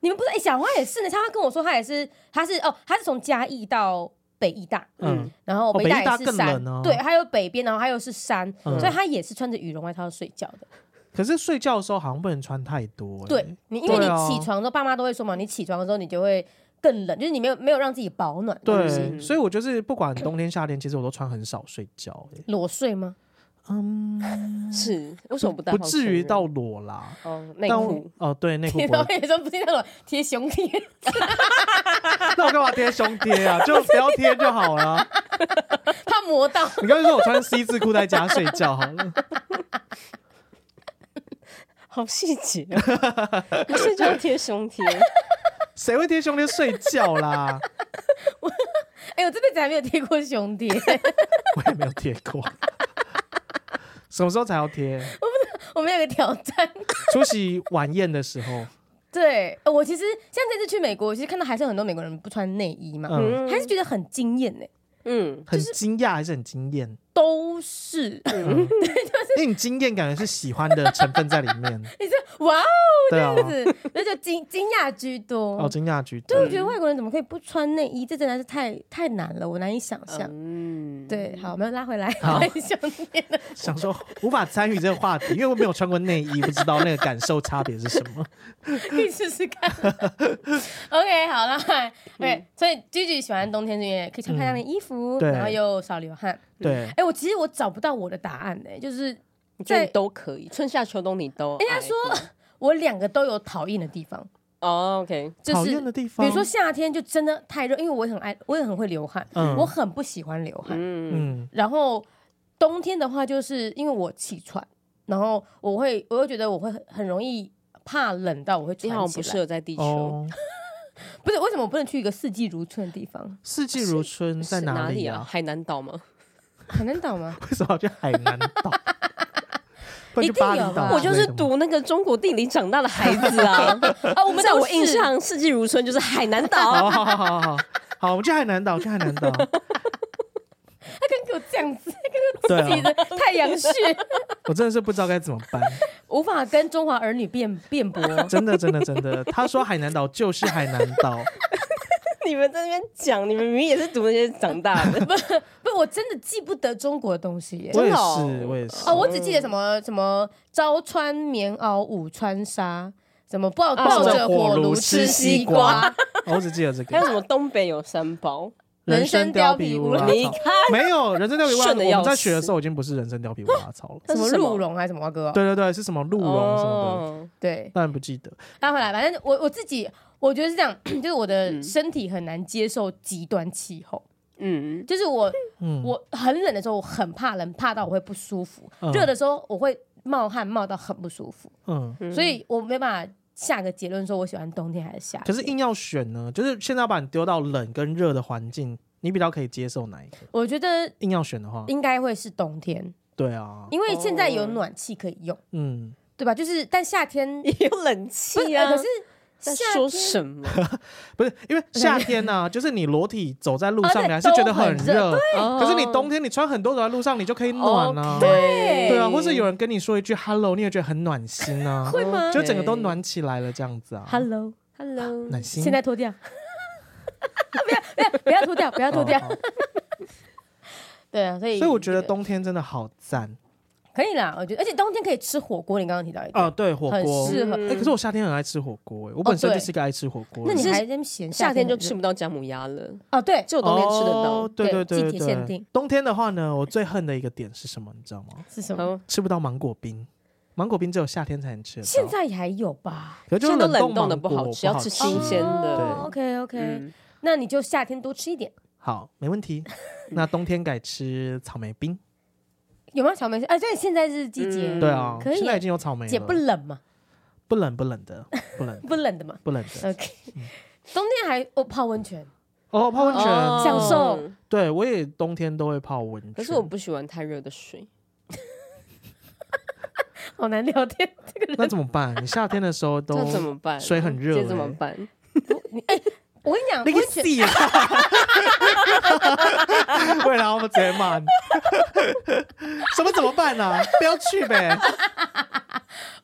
Speaker 1: 你们不是？哎、小花也是呢，她跟我说她也是，她是哦，她是从嘉义到北医大，
Speaker 2: 嗯，
Speaker 1: 然后
Speaker 2: 哦
Speaker 1: 北大
Speaker 2: 北医大
Speaker 1: 也是
Speaker 2: 更
Speaker 1: 山，
Speaker 2: 冷啊
Speaker 1: 对，还有北边，然后还有是山，
Speaker 2: 嗯
Speaker 1: 所以她也是穿着羽绒外套睡觉的。
Speaker 2: 可是睡觉的时候好像不能穿太多、
Speaker 1: (laughs)
Speaker 2: 欸。
Speaker 1: 对，你，因为你
Speaker 2: 对啊
Speaker 1: 起床的时候，爸妈都会说嘛，你起床的时候你就会更冷，就是你没有没有让自己保暖。
Speaker 2: 对，
Speaker 3: 嗯
Speaker 2: 所以我就是不管冬天夏天，其实我都穿很少睡觉、欸，嗯
Speaker 1: 裸睡吗？嗯
Speaker 3: 是为什么不大
Speaker 2: 不
Speaker 3: 号
Speaker 2: 至
Speaker 3: 承
Speaker 2: 于
Speaker 3: 认
Speaker 2: 到裸啦。
Speaker 3: 哦内
Speaker 2: 但
Speaker 3: 裤？
Speaker 2: 哦，对，内裤
Speaker 1: 贴
Speaker 2: 不
Speaker 1: 到
Speaker 2: 会。
Speaker 1: 也说不是那种贴胸贴，
Speaker 2: 那我干嘛贴胸贴啊？就不要贴就好了。
Speaker 1: 怕磨到。 (laughs)
Speaker 2: 你刚才说我穿 C 字裤在家睡觉好了。
Speaker 3: 好细节哦，
Speaker 2: (laughs)
Speaker 3: 不是就要贴胸贴？
Speaker 2: 谁会贴胸贴睡觉啦？
Speaker 1: 哎、我这辈子还没有贴过胸贴， (laughs)
Speaker 2: 我也没有贴过。 (laughs) 什么时候才要贴？
Speaker 1: 我们有个挑战。 (laughs)
Speaker 2: 出席晚宴的时候，
Speaker 1: 对，呃我其实像这次去美国，我其实看到还是很多美国人不穿内衣嘛，
Speaker 2: (laughs) 嗯，
Speaker 1: 还是觉得很惊艳呢，
Speaker 3: 嗯，
Speaker 2: 很惊讶还是很惊艳？
Speaker 1: 都是。 (laughs)
Speaker 2: 嗯，因为你惊艳感觉是喜欢的成分在里
Speaker 1: (laughs)
Speaker 2: 面，
Speaker 1: 你说哇哦，
Speaker 2: 对啊
Speaker 1: 这，样子，那就惊惊讶居多。
Speaker 2: 哦，惊讶居多
Speaker 1: 对，。我觉得外国人怎么可以不穿内衣？这真的是太太难了，我难以想象。
Speaker 3: 嗯，
Speaker 1: 对，好，我们拉回来，
Speaker 2: 好
Speaker 1: 关于胸贴的。
Speaker 2: 想说无法参与这个话题，因为我没有穿过内衣，不知道那个感受差别是什
Speaker 1: (laughs)
Speaker 2: 么。
Speaker 1: 可以试试
Speaker 2: (laughs)
Speaker 1: 看。OK，好啦
Speaker 2: 嗯
Speaker 1: OK，、所以 Gigi 喜欢冬天这边可以穿漂亮的衣服，
Speaker 2: 嗯对
Speaker 1: 然后又少流汗。
Speaker 2: 对
Speaker 1: 哎、，我其实我找不到我的答案呢、就是
Speaker 3: 我觉得
Speaker 1: 在
Speaker 3: 你都可以，春夏秋冬你都爱。
Speaker 1: 应该说我两个都有讨厌的地方，
Speaker 3: 哦，OK，
Speaker 1: 就
Speaker 2: 讨
Speaker 1: 是
Speaker 2: 厌的地
Speaker 1: 比
Speaker 2: 方，
Speaker 1: 如说夏天就真的太热，因为我也很爱，我也很会流汗，
Speaker 2: 嗯
Speaker 1: 我很不喜欢流汗。
Speaker 3: 嗯，
Speaker 2: 嗯，
Speaker 1: 然后冬天的话，就是因为我气喘，然后我会，我会觉得我会很很容易怕冷到我会
Speaker 3: 你
Speaker 1: 喘
Speaker 3: 好像
Speaker 1: 起
Speaker 3: 不
Speaker 1: 来。
Speaker 3: 适合在地球，
Speaker 2: 哦，
Speaker 1: 不是为什么我不能去一个四季如春的地方？
Speaker 2: 四季如春在
Speaker 3: 是
Speaker 2: 哪
Speaker 3: 里
Speaker 2: 里啊？ (laughs)
Speaker 3: 啊？海南岛吗？
Speaker 1: 海南岛吗？ (laughs)
Speaker 2: 为什么要去海南岛？不然
Speaker 1: 一
Speaker 2: 就
Speaker 1: 定
Speaker 2: 巴厘
Speaker 1: 有吧
Speaker 2: 岛之类的嘛，
Speaker 3: 我就是读那个中国地理长大的孩子啊。
Speaker 1: (laughs)
Speaker 3: (laughs)
Speaker 1: 啊，我们
Speaker 3: 在
Speaker 1: 都
Speaker 3: 我
Speaker 1: 是
Speaker 3: 印象，《四季如春》就是海南 (laughs) 岛。
Speaker 2: 好好好好好好，我们去海南岛，去海南岛，
Speaker 1: 他跟给我这样子，
Speaker 2: 对
Speaker 1: 自己的
Speaker 2: 啊，
Speaker 1: 太阳穴
Speaker 2: 我真的是不知道该怎么办，
Speaker 1: 无法跟中华儿女辩辩驳。
Speaker 2: 真的真的真的，他说海南岛就是海南岛，
Speaker 3: 你们在那边讲，你们明明也是读那些长大的。
Speaker 1: 不，我真的记不得中国的东西耶。
Speaker 2: 我也
Speaker 3: 真的哦
Speaker 2: 是我也是
Speaker 1: 哦，，我只记得什么什么朝穿棉袄午穿纱，什么抱
Speaker 3: 啊
Speaker 1: 抱
Speaker 3: 什么
Speaker 1: 着火炉吃西瓜，
Speaker 2: 我只记得这
Speaker 3: (laughs) 还有
Speaker 2: 个
Speaker 3: 什么东北有三宝？
Speaker 1: 人
Speaker 2: 生
Speaker 1: 参
Speaker 2: 貂
Speaker 1: 貂
Speaker 2: 皮
Speaker 1: 皮
Speaker 2: 乌
Speaker 1: 乌
Speaker 2: 拉
Speaker 1: 拉
Speaker 3: 你
Speaker 2: 草，
Speaker 3: 看，
Speaker 2: 没有人参貂皮乌拉草，
Speaker 3: 顺
Speaker 2: 我
Speaker 3: 得
Speaker 2: 们
Speaker 3: 要
Speaker 2: 在学的
Speaker 3: 死
Speaker 2: 时候已经不是人参貂皮乌拉草了，
Speaker 1: 什么
Speaker 3: 这是什么
Speaker 1: 鹿茸还是什么啊哥？
Speaker 2: 对对对，是什么鹿茸什么的，
Speaker 3: 哦
Speaker 1: 对，
Speaker 2: 当然不记得，
Speaker 1: 拉回来，反正我我自己。我觉得是这样， (clears throat) 就是我的身体很难接受极端气候，
Speaker 3: 嗯，
Speaker 1: 就是我
Speaker 2: 嗯，
Speaker 1: 我很冷的时候，我很怕冷，怕到我会不舒服；
Speaker 2: 嗯
Speaker 1: 热的时候，我会冒汗，冒到很不舒服。
Speaker 2: 嗯。
Speaker 1: 所以我没办法下个结论说我喜欢冬天还是夏天。
Speaker 2: 可是硬要选呢，就是现在要把你丢到冷跟热的环境，你比较可以接受哪一个？
Speaker 1: 我觉得
Speaker 2: 硬要选的话，
Speaker 1: 应该会是冬天，
Speaker 2: 对啊，
Speaker 1: 因为现在有
Speaker 3: 哦
Speaker 1: 暖气可以用，
Speaker 2: 嗯，
Speaker 1: 对吧？就是但夏天
Speaker 3: 也有冷
Speaker 1: 不
Speaker 3: 气
Speaker 1: 是、
Speaker 3: 啊。
Speaker 1: 呃可是
Speaker 3: 在
Speaker 1: 夏
Speaker 3: 说什么？
Speaker 2: 不是因为夏天
Speaker 1: (laughs)
Speaker 2: 呢、就是你裸体走在路上，
Speaker 1: 啊
Speaker 2: 你还是觉得很
Speaker 1: 对哦都
Speaker 2: 热
Speaker 1: 很。
Speaker 2: 可是你冬天你穿很多走在路上，你就可以暖啊。
Speaker 3: 对
Speaker 2: 对啊，或是有人跟你说一句 “hello”，你也觉得很暖心啊，
Speaker 1: 会吗
Speaker 2: 就整个都暖起来了这样子啊。
Speaker 1: ？Hello (laughs) Hello，
Speaker 2: 暖心
Speaker 1: 现在脱掉，不要不要不要脱掉，不要脱掉。
Speaker 2: 哦好
Speaker 1: 对啊，所以
Speaker 2: 所以我觉得
Speaker 1: 这个
Speaker 2: 冬天真的好赞
Speaker 1: 可以啦，我觉得而且冬天可以吃火锅，你刚刚提到一点，
Speaker 2: 啊！对，火
Speaker 1: 很
Speaker 2: 锅。
Speaker 1: 适合。
Speaker 2: 哎，可是我夏天很爱吃火锅，哎我本
Speaker 1: 哦
Speaker 2: 身就
Speaker 1: 对
Speaker 2: 是一个爱吃火锅
Speaker 1: 那
Speaker 2: 的
Speaker 1: 你
Speaker 2: 人。
Speaker 1: 还在那边嫌
Speaker 3: 夏天就吃
Speaker 1: 很
Speaker 3: 不到姜母鸭了，
Speaker 1: 热哦？对，
Speaker 3: 只有冬天吃得
Speaker 2: 哦
Speaker 3: 到。
Speaker 2: 对
Speaker 1: 对
Speaker 2: 对对
Speaker 1: 季节
Speaker 2: 对
Speaker 1: 限
Speaker 2: 对
Speaker 1: 定。
Speaker 2: 冬天的话呢，我最恨的一个点是什么？你知道吗？
Speaker 1: 是什么？
Speaker 3: 好，
Speaker 2: 吃不到芒果冰，芒果冰只有夏天才能吃得到。
Speaker 1: 现在还有吧？
Speaker 2: 可是就是
Speaker 3: 现在都
Speaker 2: 冷
Speaker 3: 冷冻的
Speaker 2: 芒
Speaker 3: 不好
Speaker 2: 果
Speaker 3: 吃要吃新鲜的
Speaker 1: 哦 OK OK，
Speaker 3: 嗯，
Speaker 1: 那你就夏天多吃一点。
Speaker 2: 好，没问
Speaker 3: (laughs)
Speaker 2: 题。那冬天改吃草莓冰，
Speaker 1: 有没有草莓？哎，对，现在是季节，
Speaker 3: 嗯
Speaker 2: 对啊，
Speaker 1: 可以
Speaker 2: 现在已经有草莓
Speaker 1: 姐
Speaker 2: 了，
Speaker 1: 不冷嘛，
Speaker 2: 不冷不冷的，不
Speaker 3: (laughs)
Speaker 2: 冷
Speaker 1: 不冷的嘛。
Speaker 2: 不冷的。
Speaker 1: OK，冬天还哦泡温泉，
Speaker 2: 哦，泡温泉，
Speaker 3: 哦
Speaker 1: 享受
Speaker 2: 对我也冬天都会泡温泉。
Speaker 3: 可是我 (laughs) 不喜欢太热的水，
Speaker 1: 好难聊天。
Speaker 2: 那怎么办？你夏天的时
Speaker 3: (laughs)
Speaker 2: 候都
Speaker 3: 那怎么办？
Speaker 2: 水很热
Speaker 3: 这怎么
Speaker 2: 欸
Speaker 3: 办？
Speaker 1: 我跟你讲，
Speaker 2: 那个
Speaker 1: 温泉
Speaker 2: 戏啊！ (laughs) 未来我们直接骂你， (laughs) 什么怎么办呢、啊？不要去呗。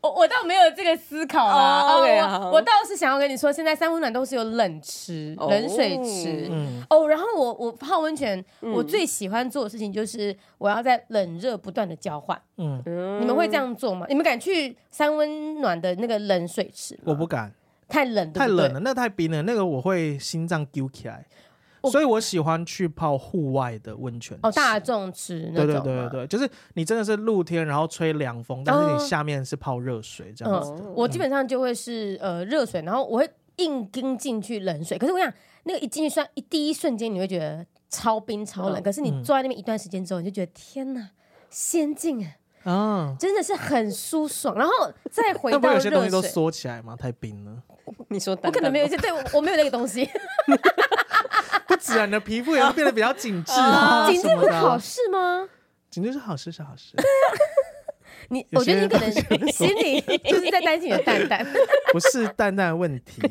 Speaker 1: 我我倒没有这个思考啦。
Speaker 3: 哦
Speaker 1: 哦
Speaker 3: OK，好
Speaker 1: 我我倒是想要跟你说，现在三温暖都是有冷池、
Speaker 3: 哦
Speaker 1: 冷水池。
Speaker 2: 嗯，
Speaker 1: 哦，然后我我泡温泉，
Speaker 3: 嗯
Speaker 1: 我最喜欢做的事情就是我要在冷热不断的交换。
Speaker 2: 嗯，
Speaker 3: 嗯
Speaker 1: 你们会这样做吗？你们敢去三温暖的那个冷水池吗？
Speaker 2: 我不敢，
Speaker 1: 太冷，
Speaker 2: 太
Speaker 1: 对不对
Speaker 2: 冷了，那个太冰了，那个我会心脏揪起来。
Speaker 1: 我
Speaker 2: 所以我喜欢去泡户外的温泉
Speaker 1: 哦，大
Speaker 2: 池
Speaker 1: 众池那
Speaker 2: 对
Speaker 1: 种
Speaker 2: 对
Speaker 1: 吗。
Speaker 2: 对对对，就是你真的是露天，然后吹凉风，但
Speaker 1: 哦
Speaker 2: 是你下面是泡热水这样子。
Speaker 1: 嗯，我基本上就会是呃热水，然后我会硬跟进去冷水。可是我想，那个一进去算一第一瞬间，你会觉得超冰超冷。
Speaker 3: 嗯
Speaker 1: 可是你坐在那边一段时间之后，你就觉得天哪，仙境啊，
Speaker 2: 啊，
Speaker 1: 真的是很舒爽。然后
Speaker 2: (laughs)
Speaker 1: 再回
Speaker 2: 那不
Speaker 1: 到
Speaker 2: 会有些东西
Speaker 1: 热
Speaker 2: 都
Speaker 1: 水，
Speaker 2: 缩起来吗？太冰了，
Speaker 3: 你说
Speaker 1: 我
Speaker 3: 蛋
Speaker 1: 可能
Speaker 3: 蛋
Speaker 1: 没有一
Speaker 3: 吗
Speaker 1: 些对我我没有那个东西，
Speaker 2: 不自然的皮肤也会变得比较紧致
Speaker 1: (laughs)
Speaker 2: (laughs) 啊，
Speaker 1: 紧
Speaker 2: 什
Speaker 1: 致
Speaker 2: 么
Speaker 1: 不是
Speaker 2: 的
Speaker 1: 好
Speaker 2: 啊。
Speaker 1: 事吗？
Speaker 2: 紧致是好事，是好事，
Speaker 1: 你
Speaker 2: 有
Speaker 1: 我觉得
Speaker 2: 些
Speaker 1: 你可能
Speaker 2: 东西会
Speaker 1: 心里就是在担心你的蛋
Speaker 2: (laughs)
Speaker 1: 蛋。
Speaker 2: 不是蛋蛋的问
Speaker 1: (laughs)
Speaker 2: 题。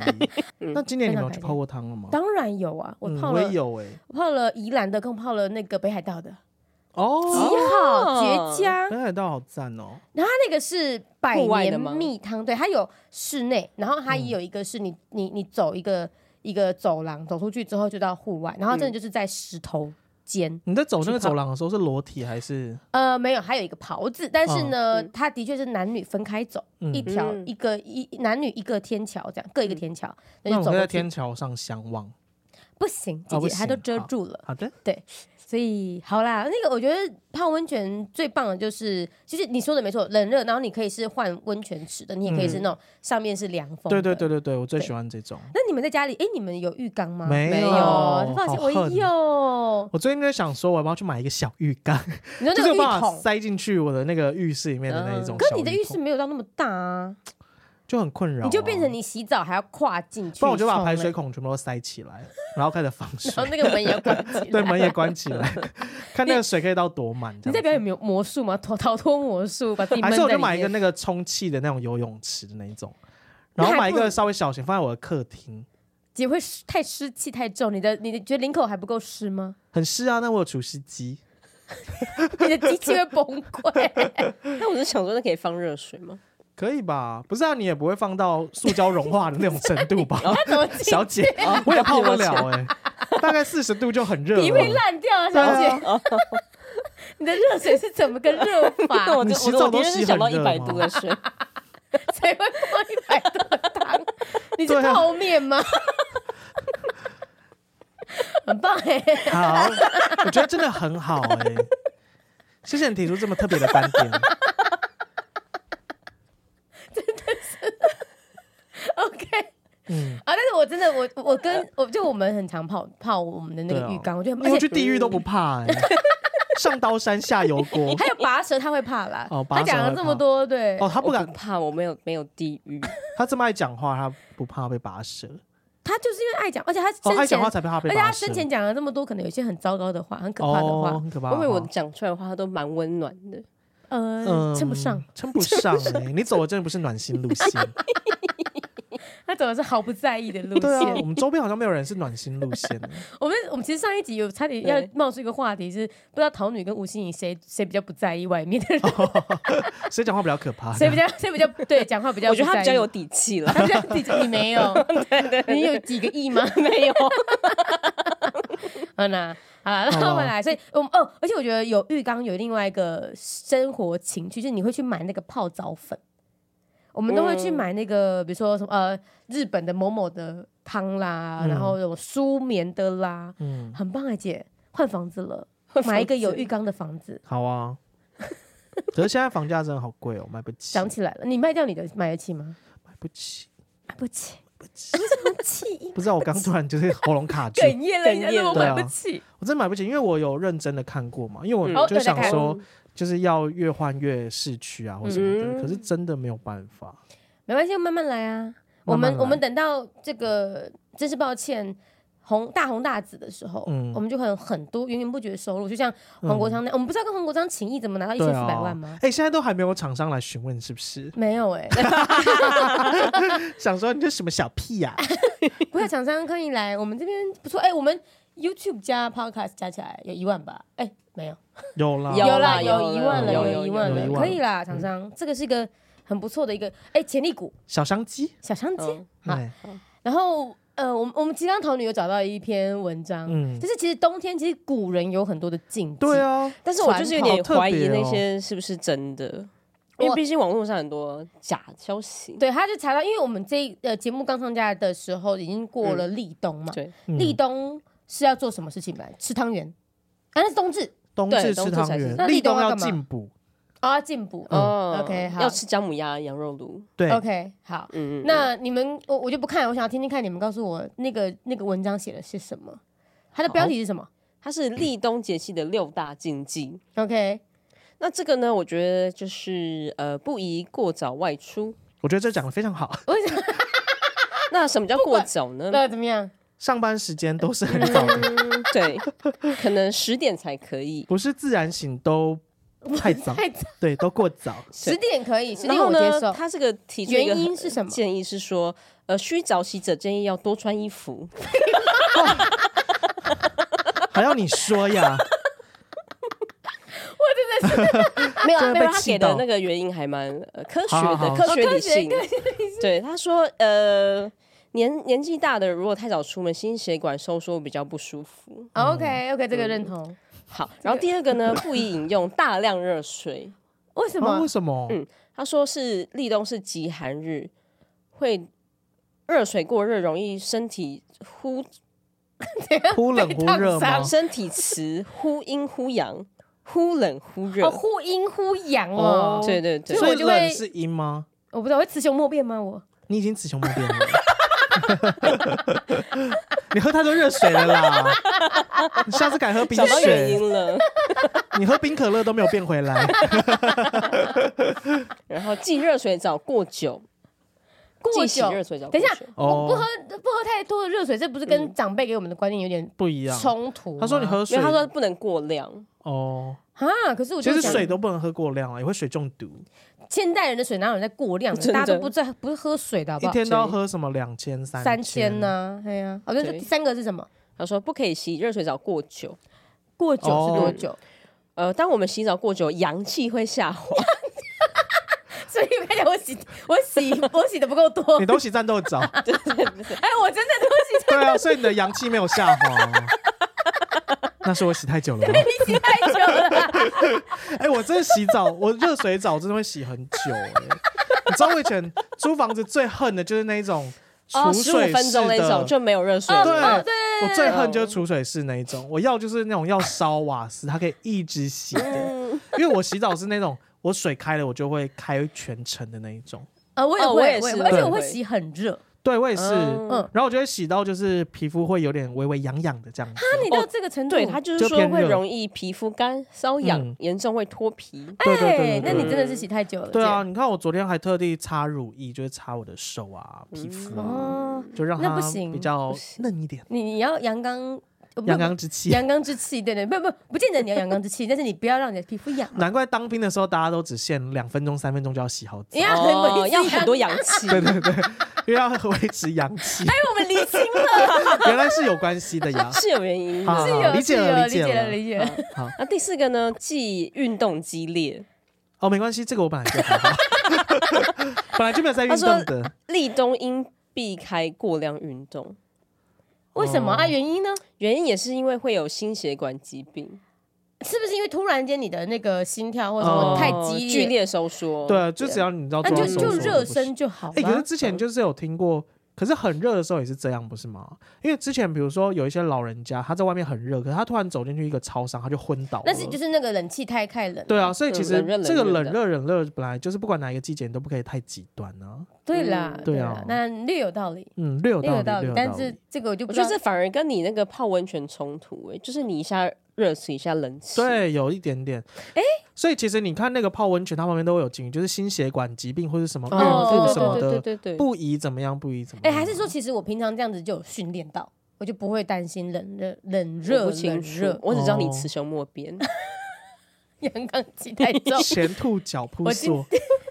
Speaker 2: 那今年你们有去
Speaker 1: 非常
Speaker 2: 泡过汤了吗？
Speaker 1: 嗯当然有啊，我
Speaker 2: 嗯
Speaker 1: 泡
Speaker 2: 我
Speaker 1: 了、
Speaker 2: 也有哎。
Speaker 1: 我泡了宜兰的，跟我泡了那个北海道的，极
Speaker 2: 哦，
Speaker 1: 好
Speaker 3: 哦
Speaker 1: 绝佳。
Speaker 2: 北海道好赞哦。
Speaker 1: 然后它那个是百
Speaker 3: 户外的
Speaker 1: 年
Speaker 3: 吗
Speaker 1: 蜜汤，对，它有室内，然后它也有一个是你、
Speaker 2: 嗯
Speaker 1: 你你走一个一个走廊，走出去之后就到户外，然后真的就是在石头间，
Speaker 2: 你在走那个走廊的时候是裸体还是？
Speaker 1: 呃，没有，还有一个袍子，但是呢，它的确是男女分开走，
Speaker 2: 哦嗯
Speaker 1: 一条、
Speaker 3: 嗯
Speaker 1: 一个一男女一个天桥这样，各一个天桥，那
Speaker 2: 那
Speaker 1: 就
Speaker 2: 我
Speaker 1: 走
Speaker 2: 们可以
Speaker 1: 过
Speaker 2: 在
Speaker 1: 去
Speaker 2: 天桥上相望。
Speaker 1: 不行，
Speaker 2: 哦
Speaker 1: 姐
Speaker 2: 不
Speaker 1: 姐它都
Speaker 2: 行
Speaker 1: 遮
Speaker 2: 好
Speaker 1: 住了。
Speaker 2: 好的，
Speaker 1: 所以好啦，那个我觉得泡温泉最棒的就是，就是你说的没错，冷热，然后你可以是换温泉池的，你也可以是那种上面是凉风、
Speaker 2: 嗯对对对。对对，我最
Speaker 1: 对
Speaker 2: 喜欢这种。
Speaker 1: 那你们在家里，哎，你们有浴缸吗？
Speaker 2: 没
Speaker 3: 有
Speaker 1: 放心，
Speaker 2: 好
Speaker 1: 我
Speaker 2: 恨
Speaker 1: 有。
Speaker 2: 我最近在想说，我要不要去买一个小浴缸，
Speaker 1: 你说
Speaker 2: (laughs) 就
Speaker 1: 哦那
Speaker 2: 是
Speaker 1: 个
Speaker 2: 有
Speaker 1: 浴
Speaker 2: 办法
Speaker 1: 桶，嗯
Speaker 2: 塞进去我的那个浴室里面的那一种
Speaker 1: 可
Speaker 2: 小
Speaker 1: 你的浴
Speaker 2: 浴
Speaker 1: 室
Speaker 2: 桶。
Speaker 1: 没有到那么大啊。
Speaker 2: 就很困扰啊、
Speaker 1: 你就变成你洗澡还要跨进去，
Speaker 2: 不然我就把排水
Speaker 1: 孔，
Speaker 2: 孔全部都塞起来，然后开始放水 (laughs)
Speaker 1: 然，后那个门也要关起来。
Speaker 2: 对，门也关
Speaker 1: (laughs)
Speaker 2: 起来， (laughs) 看那个水可以到多满。这
Speaker 1: 你
Speaker 2: 样子
Speaker 1: 在表演魔魔术吗？逃逃脱魔术，把自己闷
Speaker 2: 还
Speaker 1: 在
Speaker 2: 是我
Speaker 1: 里
Speaker 2: 就买一个
Speaker 1: 面。
Speaker 2: 那个充气的那种游泳池的那一种，
Speaker 1: 那
Speaker 2: 然后
Speaker 1: 还
Speaker 2: 买一
Speaker 1: 不
Speaker 2: 个
Speaker 1: 如
Speaker 2: 稍微小型放在我的客厅，
Speaker 1: 姐会湿太湿气太重，你的你的觉得领口还不够湿吗？
Speaker 2: 很湿啊。那我有除湿机，
Speaker 1: 你的机器会崩
Speaker 2: (laughs)
Speaker 1: 溃。
Speaker 3: 那我就想说，那可以放热水吗？
Speaker 2: 可以吧？不是啊，你也不会放到塑胶融化的那种程度
Speaker 1: (laughs)
Speaker 2: 吧？
Speaker 1: 怎么进
Speaker 2: 小姐，啊我也 (laughs) 泡不了哎、大概四十度就很热
Speaker 1: 你会
Speaker 2: 了。
Speaker 1: 烂掉啊，小姐！ (laughs) 你的热水是怎么个热法？
Speaker 3: 那我
Speaker 2: 你
Speaker 3: 就
Speaker 2: 洗
Speaker 3: 我
Speaker 2: 澡
Speaker 3: 就我
Speaker 2: 都
Speaker 3: 第一
Speaker 2: 洗
Speaker 3: 是想
Speaker 2: 很
Speaker 3: 到一
Speaker 2: 热
Speaker 3: 百
Speaker 2: 吗
Speaker 3: 度的水，
Speaker 1: (laughs) 才会泡一百度的
Speaker 2: (laughs)
Speaker 1: 汤？你是
Speaker 2: 对啊啊
Speaker 1: 泡面吗？ (laughs) 很棒哎、
Speaker 2: 好， (laughs) 我觉得真的很好哎、谢谢你提出这么特别的观
Speaker 1: (laughs)
Speaker 2: 点。
Speaker 1: OK。
Speaker 2: 嗯，
Speaker 1: 啊！但是我真的，我我跟我就我们很常泡泡我们的那
Speaker 2: 对
Speaker 1: 个
Speaker 2: 啊
Speaker 1: 浴缸，我觉得
Speaker 2: 因为
Speaker 1: 而
Speaker 2: 去
Speaker 1: 且嗯
Speaker 2: 地狱都不怕哎、 (laughs) 上刀山下油
Speaker 1: (laughs)
Speaker 2: 锅。
Speaker 1: 还有拔舌，他会怕啦。
Speaker 2: 哦拔
Speaker 1: 他
Speaker 2: 舌
Speaker 1: 讲了
Speaker 2: 会
Speaker 1: 这
Speaker 2: 怕
Speaker 1: 么多，对，
Speaker 2: 哦，他不
Speaker 3: 我
Speaker 2: 敢，哦
Speaker 3: 怕，我没有没有地狱，
Speaker 2: 他这么爱讲话，他不怕被拔舌。
Speaker 1: 他就是因为爱讲，而且他
Speaker 2: 哦，
Speaker 1: 生
Speaker 2: 爱
Speaker 1: 前，
Speaker 2: 讲话才怕被
Speaker 1: 而
Speaker 2: 拔
Speaker 1: 且他
Speaker 2: 舌。
Speaker 1: 生前讲了这么多，可能有一些很糟糕的话，很可怕的
Speaker 2: 哦、
Speaker 1: 话，
Speaker 2: 很可怕
Speaker 3: 因
Speaker 2: 的话。
Speaker 3: 为我讲出来的话，它都蛮温暖的。
Speaker 1: 呃，称不上。，
Speaker 2: 称不上哎、你走的真的不是暖心路
Speaker 1: (laughs)
Speaker 2: 线。
Speaker 1: 他走的是毫不在意的路
Speaker 2: 对啊，
Speaker 1: 线
Speaker 2: 我。们周边好像没有人是暖心路线的。
Speaker 1: 我们我们其实上一集有差点要
Speaker 3: 对
Speaker 1: 冒出一个话题，是不知道桃女跟吴欣颖谁谁比较不在意外面的人，
Speaker 2: 谁讲话比较可怕？
Speaker 1: 谁比较谁比较对讲话比较
Speaker 3: 我
Speaker 1: 不在意，
Speaker 3: 觉得他比较有底气了，
Speaker 1: 他比较自己你没有，你有几个亿吗？
Speaker 3: 没有？
Speaker 1: 嗯呐，好啦，
Speaker 2: 好
Speaker 1: 然
Speaker 2: 吧
Speaker 1: 后回来，所以我们哦，而且我觉得有浴缸有另外一个生活情趣，就是你会去买那个泡澡粉，我们都会去
Speaker 3: 嗯
Speaker 1: 买那个，比如说什么呃日本的某某的汤啦，
Speaker 2: 嗯
Speaker 1: 然后那种舒眠的啦，
Speaker 2: 嗯，
Speaker 1: 很棒啊，姐，换房子了，买一个有浴缸的房子，(laughs)
Speaker 2: 好啊。可是现在房价真的好贵哦，买不起，
Speaker 1: 想起来了，你卖掉你的买得起吗？
Speaker 2: 买不起。
Speaker 1: 买啊不起，为什么 (laughs) 气
Speaker 2: 不知道我刚突然就是喉咙卡
Speaker 1: (laughs)
Speaker 2: 住，
Speaker 1: 哽咽了，啊
Speaker 3: 哽
Speaker 1: 人家
Speaker 3: 咽
Speaker 1: 说我
Speaker 2: 了
Speaker 1: 买不起，
Speaker 2: 我真的买不起，因为我有认真的看过嘛，因为
Speaker 3: 嗯
Speaker 2: 我
Speaker 1: 哦
Speaker 2: 就
Speaker 1: 对
Speaker 2: 想
Speaker 1: 大概
Speaker 2: 说，就是要越换越市区啊，或什么的。
Speaker 3: 嗯
Speaker 2: 可是真的没有办法，
Speaker 1: 没关系，慢慢来啊。我
Speaker 2: 慢
Speaker 1: 们
Speaker 2: 慢来
Speaker 1: 我们等到这个真是抱歉红大红大紫的时候，
Speaker 2: 嗯
Speaker 1: 我们就会有很多源源不绝的收入。就像黄国昌那，我们不知道跟黄国昌情谊怎么拿到一千
Speaker 2: 对
Speaker 1: 四百
Speaker 2: 啊。
Speaker 1: 万吗？
Speaker 2: 哎，现在都还没有厂商来询问，是不是？
Speaker 1: 没有 (laughs) 哎、
Speaker 2: 想说你这什么小屁
Speaker 1: (laughs)
Speaker 2: 呀？
Speaker 1: 不要厂商可以来，我们这边不错哎、我们 YouTube 加 Podcast 加起来有一万吧？哎、没有，
Speaker 2: 有啦，
Speaker 3: 有
Speaker 1: 啦，
Speaker 3: 啦
Speaker 1: 有一万了，
Speaker 2: 有
Speaker 1: 有一万
Speaker 2: 有有有
Speaker 1: 了，
Speaker 2: 嗯有
Speaker 1: 可以啦，厂商，这个是一个很不错的一个哎、潜力股
Speaker 2: 小商机。哎
Speaker 1: 小商机。
Speaker 3: 嗯
Speaker 1: 好
Speaker 2: 对
Speaker 1: 然后呃，我们我们其他桃女有找到一篇文章，
Speaker 2: 嗯
Speaker 1: 就是其实冬天其实古人有很多的禁忌，
Speaker 2: 对，啊，
Speaker 3: 但是我就是有
Speaker 2: 好
Speaker 3: 点
Speaker 2: 特别
Speaker 3: 怀疑那
Speaker 2: 哦
Speaker 3: 些是不是真的，
Speaker 1: 我
Speaker 3: 因为毕竟网络上很多假消息。
Speaker 1: 对，他就查到，因为我们这一呃节目刚上架的时候已经过了立冬嘛，
Speaker 3: 对，
Speaker 2: 嗯
Speaker 1: 立冬是要做什么事情吧？吃汤圆啊，那是冬至
Speaker 2: 冬
Speaker 3: 对
Speaker 2: 至
Speaker 3: 冬
Speaker 2: 吃
Speaker 3: 至
Speaker 2: 汤
Speaker 3: 才是
Speaker 2: 圆，
Speaker 1: 那
Speaker 2: 立
Speaker 1: 立冬
Speaker 2: 冬
Speaker 1: 要
Speaker 2: 要
Speaker 1: 干嘛
Speaker 2: 进补。
Speaker 1: 啊，要进补。
Speaker 2: 嗯
Speaker 3: 哦
Speaker 1: OK，好
Speaker 3: 要吃姜母鸭、羊肉炉。
Speaker 2: 对，
Speaker 1: OK，好，
Speaker 3: 嗯，
Speaker 1: 那你们我我就不看，我想要听听看你们告诉我那个那个文章写的是什么，它的标题是什么
Speaker 3: 它是立冬节气的六大禁忌。
Speaker 1: ？OK，
Speaker 3: 那这个呢，我觉得就是呃，不宜过早外出。
Speaker 2: 我觉得这讲的非常好，
Speaker 1: 为什么？
Speaker 3: 那什么叫过早呢？
Speaker 1: 那怎么样？
Speaker 2: 上班时间都是很早的，
Speaker 3: 嗯对，可能十点才可以。
Speaker 2: 不是自然醒都太早，
Speaker 1: 太早
Speaker 2: 对，都过早。
Speaker 1: 十点可以，十
Speaker 3: 然
Speaker 1: 点
Speaker 3: 后
Speaker 1: 我接
Speaker 3: 呢
Speaker 1: 受，。
Speaker 3: 他这个提出一个
Speaker 1: 原因是什么？
Speaker 3: 建议是说，呃，需早起者建议要多穿衣服。
Speaker 2: 还要你说
Speaker 1: (laughs)
Speaker 2: 呀？
Speaker 3: 没有啊，
Speaker 2: 真的
Speaker 3: 没有
Speaker 2: 被
Speaker 3: 啊，他
Speaker 2: 气
Speaker 3: 给的
Speaker 2: 到
Speaker 3: 那个原因还蛮呃科学
Speaker 2: 好好
Speaker 3: 的，
Speaker 2: 好
Speaker 3: 科学
Speaker 1: 哦科
Speaker 3: 理
Speaker 1: 学 (laughs)
Speaker 3: 性
Speaker 1: 科。
Speaker 3: 对，他说呃。年年纪大的，如果太早出门，心血管收缩比较不舒服。
Speaker 1: OK OK，这个认同。
Speaker 3: 好，然后第二个呢，不宜饮用大量热水。
Speaker 1: 为什
Speaker 2: 啊
Speaker 1: 么
Speaker 2: 为？什么？
Speaker 3: 嗯他说是立冬是极寒日，会热水过热容易身体忽
Speaker 2: 忽冷忽热吗
Speaker 1: 哦？
Speaker 3: 身体迟，忽阴忽阳，忽冷忽热。
Speaker 1: 哦，忽阴忽阳哦
Speaker 2: 哦。
Speaker 3: 对对对，
Speaker 1: 所
Speaker 2: 所
Speaker 1: 以我
Speaker 2: 以
Speaker 1: 就会
Speaker 2: 冷是阴吗？
Speaker 1: 我不知道会雌雄莫辨吗？我
Speaker 2: 你已经雌雄莫辨了。
Speaker 1: (laughs)
Speaker 2: 你喝太多热水了啦！你下次改喝冰
Speaker 3: 找到原
Speaker 2: 水，
Speaker 3: 因了。 (laughs)
Speaker 2: 你喝冰可乐都没有
Speaker 1: (laughs)
Speaker 2: 变回来。
Speaker 3: 然后忌热水澡过久，
Speaker 1: 过
Speaker 3: 忌洗
Speaker 1: 久，
Speaker 3: 热水澡过
Speaker 1: 等一
Speaker 3: 久。
Speaker 1: 下
Speaker 2: 哦
Speaker 1: 不不喝不喝太多的热水，这不是跟长辈给我们的观念有点
Speaker 2: 不一样。
Speaker 1: 冲啊突吗？
Speaker 2: 他说你喝
Speaker 3: 因
Speaker 2: 水，
Speaker 3: 为他说不能过量，
Speaker 2: 哦，
Speaker 1: 啊，可是我
Speaker 2: 其
Speaker 1: 就
Speaker 2: 实
Speaker 1: 想
Speaker 2: 水都不能喝过量啊了，也会水中毒。
Speaker 1: 现代人的水哪有人在过量的？
Speaker 3: 真的
Speaker 1: 大家都不在不是喝水的好不
Speaker 2: 一
Speaker 1: 好？
Speaker 2: 天都要喝什么两千、三
Speaker 1: 三
Speaker 2: 千
Speaker 1: 千？呢？哎呀，好像是
Speaker 3: 对
Speaker 1: 第三个是什么？
Speaker 3: 他说不可以洗热水澡过久。
Speaker 1: 过久是多久？
Speaker 3: 呃，当我们洗澡过久，阳气会下
Speaker 2: (laughs)
Speaker 3: 滑。
Speaker 1: 所以我看起来我洗我洗我洗的不够 (laughs) 多，
Speaker 2: 你都洗战斗澡，
Speaker 1: 哎，我真的都洗 (laughs)
Speaker 2: 对啊，所以你的阳气没有下
Speaker 3: (laughs)
Speaker 2: 滑。那是我洗太久了吗。
Speaker 1: 你洗太久了。
Speaker 2: (laughs) 哎、我真的洗澡，我热水澡真的会洗很久、欸。你知道我以前租房子最恨的就是那一种储
Speaker 3: 哦，十五
Speaker 2: 水
Speaker 3: 分
Speaker 2: 式
Speaker 3: 钟那
Speaker 2: 的，
Speaker 3: 种就没有热水
Speaker 2: 对啊
Speaker 3: 了。
Speaker 1: 哦对
Speaker 2: 我最恨就是储水式那一种。我要就是那种要烧瓦斯，它可以一直洗的，
Speaker 3: 嗯，
Speaker 2: 因为我洗澡是那种我水开了我就会开全程的那一种。
Speaker 1: 啊，我也
Speaker 3: 哦我也
Speaker 1: 会，我也
Speaker 3: 是
Speaker 1: 会，而且
Speaker 2: 对
Speaker 1: 我会洗很热。
Speaker 2: 对，我也是。
Speaker 3: 嗯
Speaker 1: 嗯，
Speaker 2: 然后我就会洗到就是皮肤会有点微微痒痒的这样子。
Speaker 1: 那你到这个程度，
Speaker 3: 对，他就是
Speaker 2: 就
Speaker 3: 说
Speaker 2: 变
Speaker 3: 会
Speaker 2: 热
Speaker 3: 容易皮肤干、瘙痒
Speaker 2: 嗯，
Speaker 3: 严重会脱皮。
Speaker 2: 对对
Speaker 1: 哎
Speaker 2: 对对，
Speaker 1: 那
Speaker 2: 对
Speaker 1: 你真的是洗太久了。
Speaker 2: 对啊，，你看我昨天还特地擦乳液，就是擦我的手啊、皮肤啊，
Speaker 1: 哦，
Speaker 2: 就让
Speaker 1: 那
Speaker 2: 它
Speaker 1: 不行
Speaker 2: 比较嫩一点。
Speaker 1: 你你要阳刚，呃不
Speaker 2: 阳刚之
Speaker 1: (laughs)
Speaker 2: 气。
Speaker 1: 阳刚之气，对对，不不不见得你要阳刚之气，但是 (laughs) 你不要让你的皮肤痒。
Speaker 2: 难怪当兵的时候大家都只限两分钟、三分钟就要洗好澡，
Speaker 1: 哎你要很
Speaker 3: 哦，
Speaker 1: 维持
Speaker 3: 要很多阳
Speaker 2: (laughs)
Speaker 3: 气。
Speaker 2: 对对对，因为要维持阳
Speaker 1: (laughs)
Speaker 2: 气。(laughs)
Speaker 1: 哎，我们离清了，
Speaker 2: 原来是有关系的
Speaker 1: (laughs)
Speaker 2: 呀。
Speaker 3: 是有原因
Speaker 2: 好
Speaker 3: 的。
Speaker 2: 好
Speaker 1: 是
Speaker 2: 好
Speaker 1: 有
Speaker 2: 理解
Speaker 1: 是有
Speaker 2: 了，
Speaker 1: 理解了，
Speaker 2: 了。
Speaker 1: 理解了。
Speaker 3: 那第四个呢，忌运动激烈。
Speaker 2: 哦，没关系，这个我本来就还好， (laughs) 本来就没有在运
Speaker 3: 他说
Speaker 2: 动的。
Speaker 3: 立冬应避开过量运动，
Speaker 1: 为什么啊？原因呢？
Speaker 3: 原因也是因为会有心血管疾病，
Speaker 1: 是不是因为突然间你的那个心跳或者什么
Speaker 2: 哦
Speaker 1: 太
Speaker 3: 呃
Speaker 1: 激
Speaker 3: 剧
Speaker 1: 烈，
Speaker 3: 烈收缩。
Speaker 2: 对，啊就只要你知道
Speaker 1: 那
Speaker 2: 做到
Speaker 1: 就
Speaker 2: 收
Speaker 1: 就
Speaker 2: 缩
Speaker 1: 热
Speaker 2: 就不行
Speaker 1: 身就好
Speaker 2: 哎、可是
Speaker 1: 了。
Speaker 2: 之前就是有听过，可是很热的时候也是这样，不是吗？因为之前比如说有一些老人家，他在外面很热，可是他突然走进去一个超商，他就昏倒了。
Speaker 1: 那是就是那个冷气太太冷了。
Speaker 2: 对啊，所以
Speaker 3: 嗯
Speaker 2: 其实
Speaker 3: 冷热冷
Speaker 2: 这个
Speaker 3: 热
Speaker 2: 冷
Speaker 3: 的
Speaker 2: 热冷热本来就是不管哪一个季节你都不可以太极端啊。
Speaker 1: 对啦，
Speaker 3: 嗯
Speaker 1: 对
Speaker 2: 对啊
Speaker 1: 啦，那略有道理，
Speaker 2: 嗯，略有
Speaker 1: 略
Speaker 2: 道
Speaker 1: 有
Speaker 2: 理，
Speaker 1: 道
Speaker 2: 略有
Speaker 1: 但
Speaker 2: 道
Speaker 1: 是
Speaker 2: 理。
Speaker 1: 这个我就不
Speaker 3: 我
Speaker 1: 知
Speaker 3: 觉
Speaker 1: 道
Speaker 3: 得这反而跟你那个泡温泉冲突、欸，就是你一下热死一下冷气。
Speaker 2: 对，有一点点。哎、所以其实你看那个泡温泉，它旁边都有警语，就是心血管疾病或者什么
Speaker 3: 哦，
Speaker 2: 孕
Speaker 1: 哦
Speaker 2: 妇
Speaker 3: 对
Speaker 2: 嗯什么
Speaker 3: 对对对
Speaker 2: 的，
Speaker 3: 对对对，
Speaker 2: 不宜怎么样，不宜怎么
Speaker 1: 哎，
Speaker 2: 样。
Speaker 1: 还是说其实我平常这样子就有训练到，我就不会担心冷热冷热
Speaker 3: 我不
Speaker 1: 冷
Speaker 3: 清楚
Speaker 1: 热，
Speaker 3: 我只知道你
Speaker 2: 哦，
Speaker 3: 雌雄莫辨。 (laughs)
Speaker 1: 阳刚气太重
Speaker 2: (laughs) 前吐脚扑
Speaker 1: 我今 (laughs)
Speaker 2: 朔？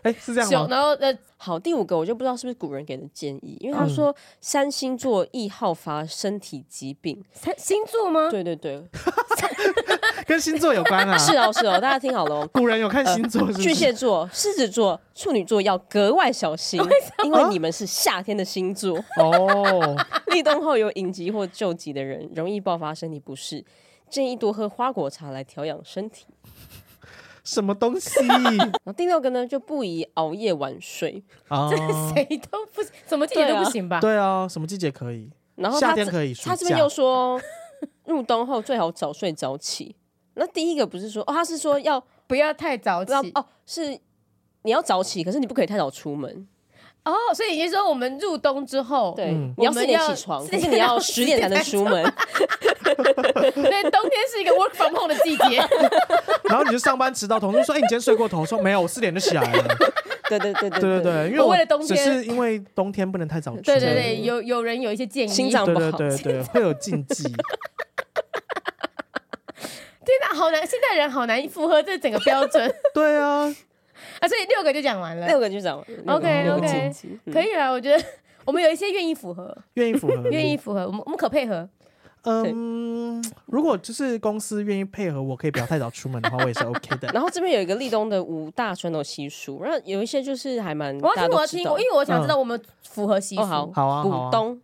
Speaker 2: 哎、是这样
Speaker 1: 胸
Speaker 2: 吗？
Speaker 1: 然后呃
Speaker 3: 好，第五个我就不知道是不是古人给的建议，因为他
Speaker 2: 嗯
Speaker 3: 说三星座易好发身体疾病。
Speaker 1: 才星座
Speaker 2: 嗯
Speaker 1: 吗？
Speaker 3: 对啊对对，
Speaker 2: 跟星座有关啊。
Speaker 3: 是哦是哦，大家听好了哦。
Speaker 2: 古人有看星座是 (laughs) 不是？
Speaker 3: (laughs) 巨蟹座、狮子座、处女座要格外小心，因为你们是夏天的星
Speaker 2: (laughs)
Speaker 3: 座，
Speaker 2: 哦，
Speaker 3: 立冬后有隐疾或旧疾的人容易爆发身体不适，建议多喝花果茶来调养身体。
Speaker 2: 什么东西
Speaker 3: 然后第六个呢，就不宜熬夜晚睡。
Speaker 2: 啊？
Speaker 1: (laughs) 谁都不行，什么季节
Speaker 3: 对
Speaker 1: 都
Speaker 3: 啊
Speaker 1: 不行吧？
Speaker 2: 对啊，什么季节可以？
Speaker 3: 然后
Speaker 2: 夏
Speaker 3: 他
Speaker 2: 天
Speaker 3: 这
Speaker 2: 可以睡
Speaker 3: 他这边
Speaker 2: 觉
Speaker 3: 又说，入冬后最好早睡早起。那第一个不是说哦，他是说要
Speaker 1: 不要太早
Speaker 3: 不要
Speaker 1: 起
Speaker 3: 哦，是你要早起，可是你不可以太早出门。
Speaker 1: 哦。所以你是说我们入冬之后， (laughs)
Speaker 3: 对，
Speaker 2: 嗯
Speaker 3: 你要
Speaker 1: 我们
Speaker 3: 四点
Speaker 1: 要
Speaker 3: 起床，
Speaker 1: 四
Speaker 3: 可是
Speaker 1: 点
Speaker 3: 你
Speaker 1: 到
Speaker 3: 要
Speaker 1: 十
Speaker 3: 十点才能
Speaker 1: 点才
Speaker 3: 出门。
Speaker 1: 对，冬天是一个 work from home 的季节，
Speaker 2: (laughs) 然后你就上班迟到，同事说：“哎、你今天睡过头。”我说：“没有，我四点就起来了。
Speaker 3: 对对对”对
Speaker 2: 对对对，因为
Speaker 1: 我为了冬
Speaker 2: 只
Speaker 1: 天
Speaker 2: 是因为冬天不能太早出。
Speaker 1: 对对对，有有人有一些建议，
Speaker 3: 心脏
Speaker 2: 对
Speaker 3: 不
Speaker 2: 对
Speaker 3: 好
Speaker 2: 对对，会有禁忌。
Speaker 1: 天哪，好难，现代人好难符合这整个标
Speaker 3: (laughs)
Speaker 1: 准
Speaker 2: 对啊，
Speaker 1: 啊，所以六个就讲完了
Speaker 3: 六，个就这样。
Speaker 1: OK，
Speaker 3: 六个
Speaker 1: OK
Speaker 3: 禁忌嗯
Speaker 1: 可以啊了，我觉得。我们有一些愿意符合，
Speaker 2: 愿意符合，
Speaker 1: 愿意。符合，我们我们可配合。
Speaker 2: 嗯，如果就是公司愿意配合，我可以不要太早出门的话，我也是 OK 的。
Speaker 3: 然后这边有一个立冬的五大传统习俗，然后有一些就是还蛮
Speaker 1: 我要
Speaker 3: 大家
Speaker 1: 听，我
Speaker 3: 都
Speaker 1: 要
Speaker 3: 知
Speaker 1: 听，
Speaker 3: 道
Speaker 1: 我因。为我想知道我们符合习俗。
Speaker 3: 哦好
Speaker 2: 好啊，好
Speaker 3: 补
Speaker 2: 啊。
Speaker 3: 冬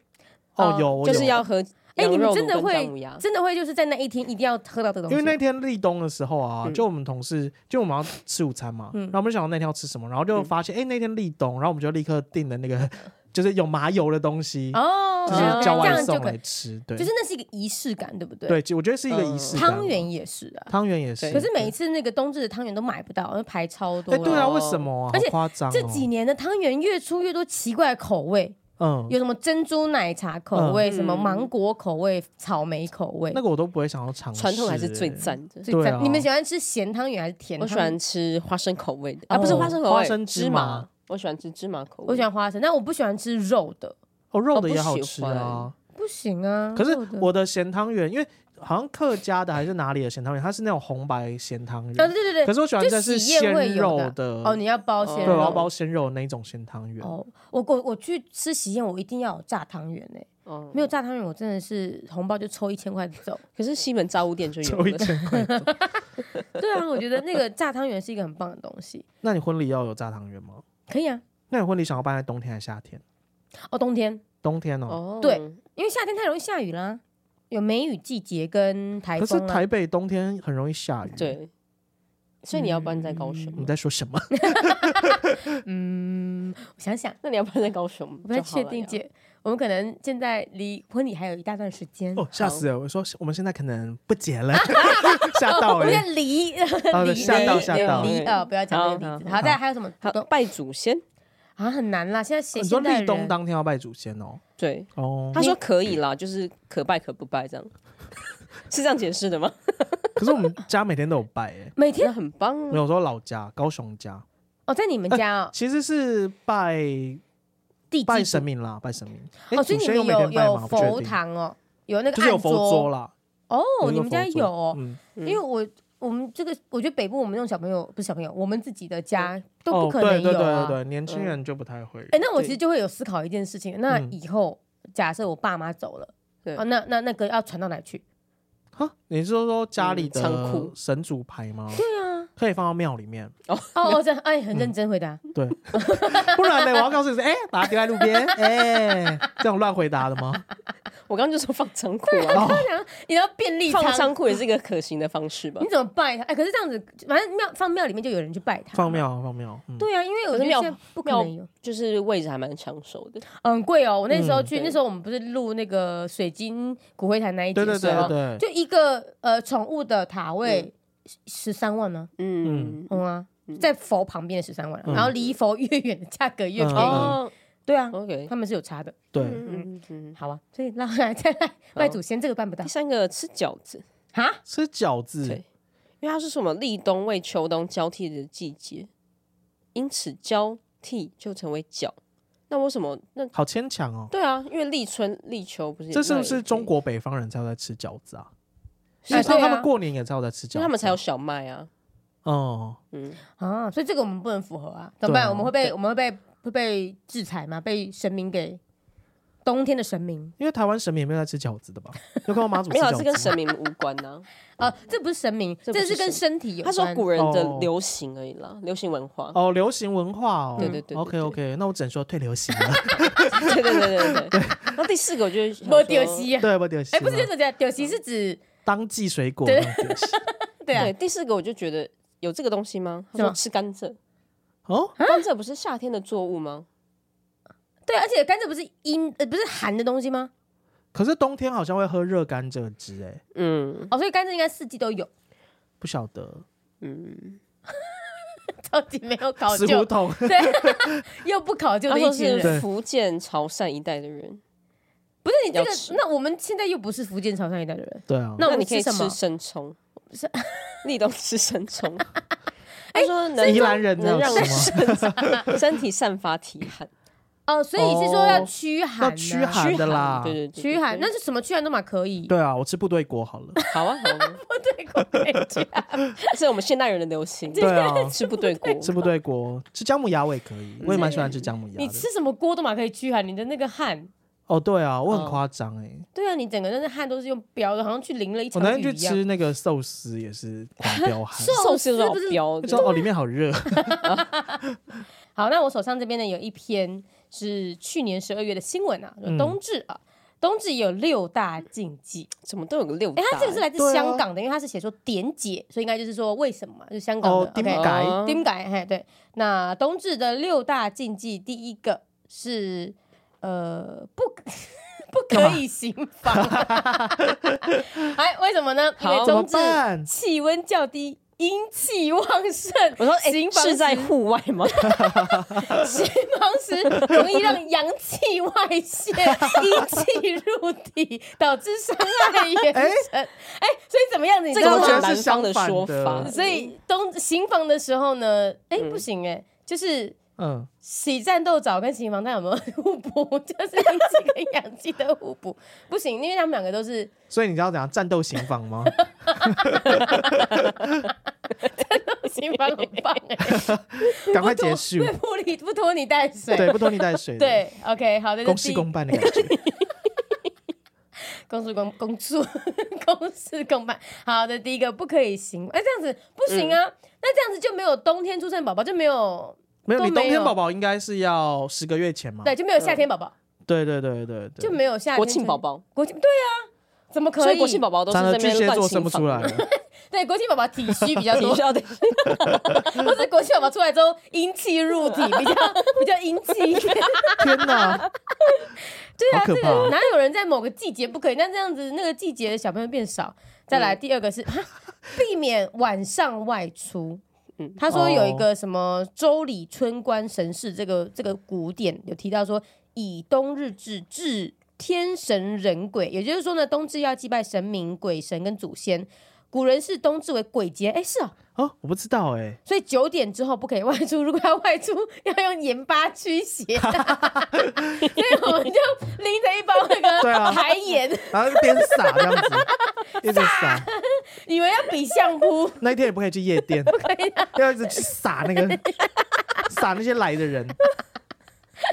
Speaker 2: 哦，有我有
Speaker 3: 就是要喝
Speaker 1: 哎，
Speaker 3: 羊
Speaker 1: 你们
Speaker 3: 肉
Speaker 1: 真
Speaker 3: 卤
Speaker 1: 的
Speaker 3: 跟
Speaker 1: 会
Speaker 3: 姜母鸭，
Speaker 1: 真的会就是在那一天一定要喝到这个东西
Speaker 2: 因
Speaker 1: 吗，
Speaker 2: 为那天立冬的时候啊，
Speaker 3: 嗯
Speaker 2: 就我们同事，就我们要吃午餐嘛，
Speaker 1: 嗯
Speaker 2: 然后我们就想到那天要吃什么，然后就发现，哎、那天立冬，然后我们就立刻订了那个 (laughs) 就是有麻油的东西，
Speaker 1: 嗯哦，
Speaker 2: 就是叫
Speaker 1: 这
Speaker 2: 外
Speaker 1: 样就
Speaker 2: 送
Speaker 1: 可
Speaker 2: 来
Speaker 1: 以，
Speaker 2: 吃，对，
Speaker 1: 就是那是一个仪式感，对不对？
Speaker 2: 对，其我觉得是一个仪式感。
Speaker 1: 汤圆也是啊，
Speaker 2: 汤圆也是，
Speaker 3: 对
Speaker 1: 可是每一次那个冬至的汤圆都买不到，要排超多
Speaker 2: 哎、
Speaker 1: 的。
Speaker 2: 对啊，
Speaker 3: 哦
Speaker 2: 为什么啊？
Speaker 1: 而且
Speaker 2: 好夸张、哦，
Speaker 1: 这几年的汤圆越出越多奇怪的口味，
Speaker 2: 嗯，
Speaker 1: 有什么珍珠奶茶口味，
Speaker 3: 嗯
Speaker 1: 什么芒果口味、草莓口味
Speaker 2: 那。个我都不会想要尝试、
Speaker 3: 传统还是最
Speaker 2: 哎
Speaker 3: 赞的。
Speaker 1: 最赞
Speaker 2: 对啊
Speaker 1: 你们喜欢吃咸汤圆还是甜
Speaker 3: 我
Speaker 1: 汤
Speaker 3: 喜
Speaker 1: 圆？
Speaker 3: 欢吃花生口味的啊，不是
Speaker 2: 哦
Speaker 3: 花生口味，
Speaker 2: 花生芝
Speaker 3: 麻
Speaker 2: 麻。
Speaker 3: 我喜欢吃芝麻口味，
Speaker 1: 我喜欢花生，但我不喜欢吃肉的，
Speaker 2: 哦，肉
Speaker 3: 哦
Speaker 2: 的
Speaker 3: 不
Speaker 2: 也好
Speaker 3: 喜
Speaker 2: 吃啊。
Speaker 1: 不行啊。
Speaker 2: 可是
Speaker 1: 肉的
Speaker 2: 我的咸汤圆，因为好像客家的还是哪里的咸汤圆，它是那种红白咸汤
Speaker 1: 啊，
Speaker 2: 圆。
Speaker 1: 对对
Speaker 2: 可
Speaker 1: 对，
Speaker 2: 是我喜欢吃的是
Speaker 1: 就喜宴会
Speaker 2: 鲜
Speaker 1: 有的
Speaker 2: 肉的，
Speaker 1: 哦，你要包
Speaker 3: 哦
Speaker 1: 鲜
Speaker 2: 对，
Speaker 1: 肉，
Speaker 2: 我要包鲜肉的那一种咸汤 (laughs) 圆。
Speaker 1: 哦，我我我去吃喜宴，我一定要有炸汤圆哎，
Speaker 3: 嗯，
Speaker 1: 没有炸汤圆，我真的是红包就抽一千块
Speaker 2: (laughs)
Speaker 1: 走。
Speaker 3: 可是西门炸物店就有
Speaker 2: 抽一
Speaker 3: 了，
Speaker 2: 千
Speaker 1: (laughs)
Speaker 2: 块走。
Speaker 1: 对啊，我觉得那个炸汤圆是一个很棒的东西，
Speaker 2: 那你婚礼要有炸汤圆吗？
Speaker 1: 可以啊。
Speaker 2: 那你婚礼想要办在冬天还是夏天？
Speaker 1: 哦，冬天，
Speaker 2: 冬天哦。
Speaker 3: 哦，
Speaker 1: 对，因为夏天太容易下雨啦，有梅雨季节跟台
Speaker 2: 可是
Speaker 1: 风啊。
Speaker 2: 台北冬天很容易下雨。，
Speaker 3: 对，所以你要搬在高雄吗，
Speaker 2: 你在
Speaker 1: (laughs)
Speaker 2: 说什么？
Speaker 1: 嗯，我想想，
Speaker 3: 那你要搬在高雄就好
Speaker 1: 我不
Speaker 3: 了呀，
Speaker 1: 太确定姐，我们可能现在离婚礼还有一大段时间。
Speaker 2: 哦，吓死了！我说我们现在可能不结了， (laughs) 吓
Speaker 1: 哦
Speaker 2: 到
Speaker 1: 我们
Speaker 2: 哎、
Speaker 1: 现在离
Speaker 2: 哦
Speaker 1: 离
Speaker 2: 吓到
Speaker 1: 离
Speaker 2: 吓到
Speaker 1: 离呃，不要讲那个
Speaker 3: 好
Speaker 1: 例子。
Speaker 3: 好
Speaker 1: 好，再来还有什么
Speaker 3: 好
Speaker 1: 都
Speaker 3: 拜祖先，
Speaker 1: 啊很难啦，现在写
Speaker 2: 你说
Speaker 1: 现代
Speaker 2: 立冬
Speaker 1: 人
Speaker 2: 当天要拜祖先哦，
Speaker 3: 对，
Speaker 2: 哦，
Speaker 3: 他说可以啦，就是可拜可不拜这样， (laughs) 是这样解释的吗？
Speaker 2: 可是我们家每天都有拜
Speaker 1: (laughs)
Speaker 2: 哎、
Speaker 1: 每天
Speaker 3: 那很棒
Speaker 2: 没
Speaker 3: 啊，
Speaker 2: 有我说老家高雄家
Speaker 1: 哦，在你们家哦
Speaker 2: 其实是拜
Speaker 1: 地基哦
Speaker 2: 拜神明啦，拜神明。哎
Speaker 1: 哦，所以你
Speaker 2: 祖先
Speaker 1: 们
Speaker 2: 有每天
Speaker 1: 有
Speaker 2: 拜
Speaker 1: 有
Speaker 2: 吗？我不确
Speaker 1: 佛
Speaker 2: 定，
Speaker 1: 堂哦，有那个
Speaker 2: 就是有
Speaker 1: 案
Speaker 2: 佛桌啦。
Speaker 1: 哦
Speaker 2: 有，一个
Speaker 1: 你们家
Speaker 2: 佛桌
Speaker 1: 有哦，
Speaker 2: 嗯，
Speaker 1: 因为我我们这个，我觉得北部我们那种小朋友不是小朋友，我们自己的家都不可
Speaker 2: 哦
Speaker 1: 能
Speaker 2: 对
Speaker 1: 有
Speaker 2: 对对
Speaker 1: 啊
Speaker 2: 对。对，年
Speaker 3: 嗯
Speaker 2: 轻人就不太会。
Speaker 1: 哎，那我
Speaker 3: 对
Speaker 1: 其实就会有思考一件事情，那
Speaker 2: 嗯
Speaker 1: 以后假设我爸妈走了，
Speaker 3: 对
Speaker 1: 啊，那那那个要传到哪里去？
Speaker 2: 哈，你是说家里
Speaker 3: 嗯仓库
Speaker 2: 的神主牌吗？
Speaker 1: 对啊，
Speaker 2: 可以放到庙里
Speaker 3: (laughs)
Speaker 2: 面，
Speaker 1: 哦哦，这样哎，很认真回答。
Speaker 2: 对， (laughs) 不然呢？我要告诉你是，哎，把它丢在路
Speaker 3: (laughs)
Speaker 2: 边，哎，这种乱回答的吗？
Speaker 3: 我刚刚就说放仓库啊，
Speaker 2: 哦，
Speaker 1: 你要便利
Speaker 3: 放
Speaker 1: 仓，
Speaker 3: 仓库也是一个可行的方式吧
Speaker 1: 你？怎么拜他？哎，可是这样子，反正庙放庙里面就有人去拜他。
Speaker 2: 放。庙放庙，嗯，
Speaker 1: 对啊，因为我
Speaker 3: 可
Speaker 1: 觉
Speaker 3: 是
Speaker 1: 得
Speaker 3: 庙
Speaker 1: 现在不可能有，
Speaker 3: 就是位置还蛮抢手的，
Speaker 1: 很贵哦。我那时候去，
Speaker 3: 嗯对
Speaker 1: 那时候我们不是录那个水晶骨灰坛那一集
Speaker 2: 对
Speaker 1: 的
Speaker 2: 对
Speaker 1: 时
Speaker 2: 对
Speaker 3: 哦
Speaker 1: 候，
Speaker 2: 对对，
Speaker 1: 就一个呃宠物的塔位十三万呢、
Speaker 3: 嗯，
Speaker 1: 嗯啊，在佛旁边的十三万啊、
Speaker 2: 嗯
Speaker 1: 然后离佛越远的价格越便宜。
Speaker 2: 嗯
Speaker 3: 哦
Speaker 1: 对啊，
Speaker 3: ，OK，
Speaker 1: 他们是有差的。
Speaker 2: 对，
Speaker 3: 嗯嗯嗯，
Speaker 1: 好啊，所以拉回来再来拜祖先，这个办不到
Speaker 3: 第三个吃饺子，
Speaker 1: 哈，
Speaker 2: 吃饺子
Speaker 3: 对，因为它是什么立冬为秋冬交替的季节，因此交替就成为饺。那为什么？那
Speaker 2: 好牵强哦。
Speaker 3: 对啊，因为立春立秋不是也
Speaker 2: 这是不是中？
Speaker 3: 那
Speaker 2: 国北方人才有在吃饺子啊？
Speaker 3: 是
Speaker 2: 哎
Speaker 1: 哎
Speaker 2: 他
Speaker 1: 对啊
Speaker 2: 他们过年也才有在吃
Speaker 3: 也
Speaker 2: 饺
Speaker 3: 可以
Speaker 2: 子
Speaker 3: 因
Speaker 2: 啊，
Speaker 3: 为他们才有小麦啊。
Speaker 2: 哦，
Speaker 3: 嗯，
Speaker 1: 啊，所以这个我们不能符合啊，怎么
Speaker 2: 对
Speaker 1: 办？
Speaker 2: 啊
Speaker 1: 我们会被我们会被会被制裁吗？被神明给冬天的神明
Speaker 2: 因为台湾神明也没有在吃饺子
Speaker 3: (laughs)
Speaker 2: 的吧？有看过妈祖吃
Speaker 3: 没有
Speaker 2: 饺
Speaker 3: 啊，
Speaker 2: 子吗？
Speaker 3: 这跟神明无关 (laughs) 呐、
Speaker 1: 啊，这不是神明，
Speaker 3: 这
Speaker 1: 这
Speaker 3: 不
Speaker 1: 是
Speaker 3: 是
Speaker 1: 跟身体有
Speaker 3: 他
Speaker 1: 关。
Speaker 3: 说古人
Speaker 2: 哦
Speaker 3: 的流行而已啦，流行文化。
Speaker 2: 哦，流行文化哦，
Speaker 3: 对对对对
Speaker 2: OK
Speaker 3: 对
Speaker 2: OK，那我只能说退流行了，
Speaker 3: (laughs) 对对对对对。那第四个我就是想说
Speaker 1: 没丢，西啊，
Speaker 2: 对不丢
Speaker 1: 哎、
Speaker 2: 行
Speaker 1: 不
Speaker 2: 了。
Speaker 1: 是就是这样，丢西是指
Speaker 2: 当季水果
Speaker 1: 对
Speaker 2: 那种
Speaker 1: (laughs)
Speaker 2: 丢西
Speaker 1: 对啊
Speaker 3: 对，第四个我就觉得有这个东西吗？他
Speaker 1: 什
Speaker 3: 说
Speaker 1: 么
Speaker 3: 吃甘蔗，
Speaker 2: 哦，
Speaker 3: 甘蔗不是夏天的作物吗？
Speaker 1: 对，而且甘蔗不是阴呃不是寒的东西吗？
Speaker 2: 可是冬天好像会喝热甘蔗汁，哎，
Speaker 3: 嗯
Speaker 1: 哦，所以甘蔗应该四季都有，
Speaker 2: 不晓得
Speaker 3: 嗯，
Speaker 1: 超级没有考
Speaker 2: 死胡
Speaker 1: 究， (laughs)
Speaker 2: 同
Speaker 1: 又不考究
Speaker 3: 他
Speaker 1: 的一
Speaker 3: 说
Speaker 1: 群人。
Speaker 2: 对
Speaker 3: 是福建潮汕一带的人，
Speaker 1: 不是你这
Speaker 3: 要
Speaker 1: 个
Speaker 3: 吃，
Speaker 1: 那我们现在又不是福建潮汕一带的人，
Speaker 2: 对啊，
Speaker 1: 那我
Speaker 3: 你
Speaker 1: 们
Speaker 3: 可以
Speaker 1: 吃什么
Speaker 3: 吃？生葱， (laughs) 立冬吃
Speaker 1: (laughs)
Speaker 3: 生葱。
Speaker 1: 哎
Speaker 3: 他说
Speaker 2: 宜
Speaker 3: 能
Speaker 2: 兰人
Speaker 3: 能
Speaker 2: 那
Speaker 3: 让
Speaker 2: 有什么？
Speaker 3: (laughs) 身体散发体汗，
Speaker 1: 哦，所以是说要
Speaker 2: 哦
Speaker 1: 驱寒、
Speaker 2: 要
Speaker 1: 啊，
Speaker 2: 驱 (laughs) 寒
Speaker 3: 驱
Speaker 2: 的啦
Speaker 3: 对对对，
Speaker 1: 驱寒，
Speaker 3: 对
Speaker 1: 那是什么驱寒都嘛可以。
Speaker 2: 对啊，我吃部队锅
Speaker 1: (laughs)
Speaker 2: 好了，
Speaker 3: (laughs) 好啊好啊，
Speaker 1: 不 (laughs) 对，我可以驱寒。
Speaker 3: 这是我们现代人的流行，
Speaker 2: 对啊，
Speaker 3: 吃部队锅，
Speaker 2: (laughs) 吃部队锅，吃姜母鸭我也可以，我也蛮喜欢吃姜母鸭
Speaker 1: 嗯你
Speaker 2: 的。
Speaker 1: 吃什么锅都嘛可以驱寒，你的那个汗，
Speaker 2: 哦，对啊，我
Speaker 3: 哦
Speaker 2: 很夸张哎，
Speaker 1: 对啊，你整个那个汗都是用飙的，好像去淋了一
Speaker 2: 我
Speaker 1: 场
Speaker 2: 那
Speaker 1: 雨
Speaker 2: 天去
Speaker 1: 一样。
Speaker 2: 吃那个寿司也是狂
Speaker 1: (laughs)
Speaker 2: 飙汗，
Speaker 3: 寿
Speaker 1: 寿司
Speaker 3: 司都
Speaker 1: 不
Speaker 3: 要
Speaker 1: 是
Speaker 3: 标
Speaker 2: 就
Speaker 3: 的
Speaker 2: 说，哦里面好
Speaker 1: (laughs)
Speaker 2: 热，
Speaker 1: 好，那我手上这边呢有一篇是去年十二月的新闻啊，
Speaker 2: 嗯
Speaker 1: 冬至啊，冬至也有六大禁忌。
Speaker 3: 怎么都有个六大
Speaker 1: 哎、，它这个是来自
Speaker 2: 对啊
Speaker 1: 香港的，因为它是写说点解，所以应该就是说为什么嘛，就是香港的。
Speaker 2: 哦，丁
Speaker 1: OK
Speaker 2: 改
Speaker 3: 哦
Speaker 1: 丁改，嘿，对。那冬至的六大禁忌，第一个是呃不 (laughs) 不可以行房。 (laughs) 哎，为什么呢？因
Speaker 3: 好
Speaker 1: 为
Speaker 2: 怎么
Speaker 1: 冬至
Speaker 2: 办
Speaker 1: 气温较低，阴气旺盛。(laughs)
Speaker 3: 我说哎
Speaker 1: 行，房
Speaker 3: 是在
Speaker 1: 时
Speaker 3: 户外吗？
Speaker 1: 行房时容易让阳气外
Speaker 3: (laughs)
Speaker 1: 泄，阴气入体，导致伤
Speaker 3: (laughs)
Speaker 1: 害原神。哎、所以怎么 (laughs) 样？你知
Speaker 3: 这个
Speaker 1: 道
Speaker 3: 我
Speaker 1: 吗
Speaker 3: 觉
Speaker 2: 觉
Speaker 3: 得
Speaker 2: 得
Speaker 3: 是
Speaker 2: 是相
Speaker 3: 南方的
Speaker 2: 反
Speaker 3: 说法
Speaker 2: 的，
Speaker 3: 嗯
Speaker 1: 所以东行房的时候呢，哎、不行哎、就是
Speaker 2: 嗯，
Speaker 1: 洗战斗澡跟洗防弹有没有互补？就是阴气跟阳气的互补， (laughs) 不行，因为他们两个都是
Speaker 2: 所以你知道怎样战斗刑
Speaker 1: (laughs)
Speaker 2: 房吗？
Speaker 1: 新房很棒哎、
Speaker 2: 赶 (laughs) 快结
Speaker 1: (laughs)
Speaker 2: 束，
Speaker 1: 不拖泥不拖泥带水。
Speaker 2: 对，不拖泥带水，
Speaker 1: 对，，OK，好的，
Speaker 2: 公
Speaker 1: 这是
Speaker 2: 事
Speaker 1: 第
Speaker 2: 公办的感觉。
Speaker 1: 公事 (laughs) 公公处公事公办。好的，第一个不可以行，哎、这样子不行
Speaker 3: 嗯
Speaker 1: 啊，那这样子就没有冬天出生宝宝，就没有
Speaker 2: 没有，
Speaker 1: 都
Speaker 2: 你冬
Speaker 1: 没有
Speaker 2: 天宝宝应该是要十个月前嘛？
Speaker 1: 对，就没有夏天宝宝，
Speaker 2: 对对对对嗯对，
Speaker 1: 就没有夏天
Speaker 3: 国庆宝，宝，
Speaker 1: 国庆对啊，怎么可以？
Speaker 3: 所以国庆宝宝都是
Speaker 2: 长得
Speaker 3: 在那
Speaker 2: 巨
Speaker 3: 边
Speaker 2: 蟹
Speaker 3: 乱
Speaker 2: 座
Speaker 3: 请
Speaker 2: 生不出来了，
Speaker 1: 对国庆宝宝体虚比较
Speaker 3: (laughs) 你 (laughs)
Speaker 1: 多
Speaker 3: 需，要的
Speaker 1: 或是国庆宝宝出来之后阴气入体，比较比较阴气一点。
Speaker 2: 天哪！
Speaker 1: 对啊，
Speaker 2: 好可
Speaker 1: 这
Speaker 2: 怕
Speaker 1: 个哪有人在某个季节不可以？那这样子那个季节的小朋友变少。再
Speaker 2: 嗯
Speaker 1: 来第二个是避免晚上外出。
Speaker 3: 嗯
Speaker 1: 他说有一个什么周礼春官神事这个这个古典有提到说，以冬日至至天神人鬼，也就是说呢，冬至要祭拜神明、鬼神跟祖先。古人视冬至为鬼节，哎，是哦，
Speaker 2: 哦，我不知道哎，
Speaker 1: 所以九点之后不可以外出， (laughs) 如果要外出，要用盐巴驱邪， (laughs) 所以我们就拎着一包那
Speaker 2: 对
Speaker 1: 个
Speaker 2: 啊
Speaker 1: 海盐，
Speaker 2: 然后边撒这样子，一直撒。
Speaker 1: 以为要比相扑， (laughs)
Speaker 2: 那一天也不可以去夜店，不可以，要一直去撒那个撒那些来的人，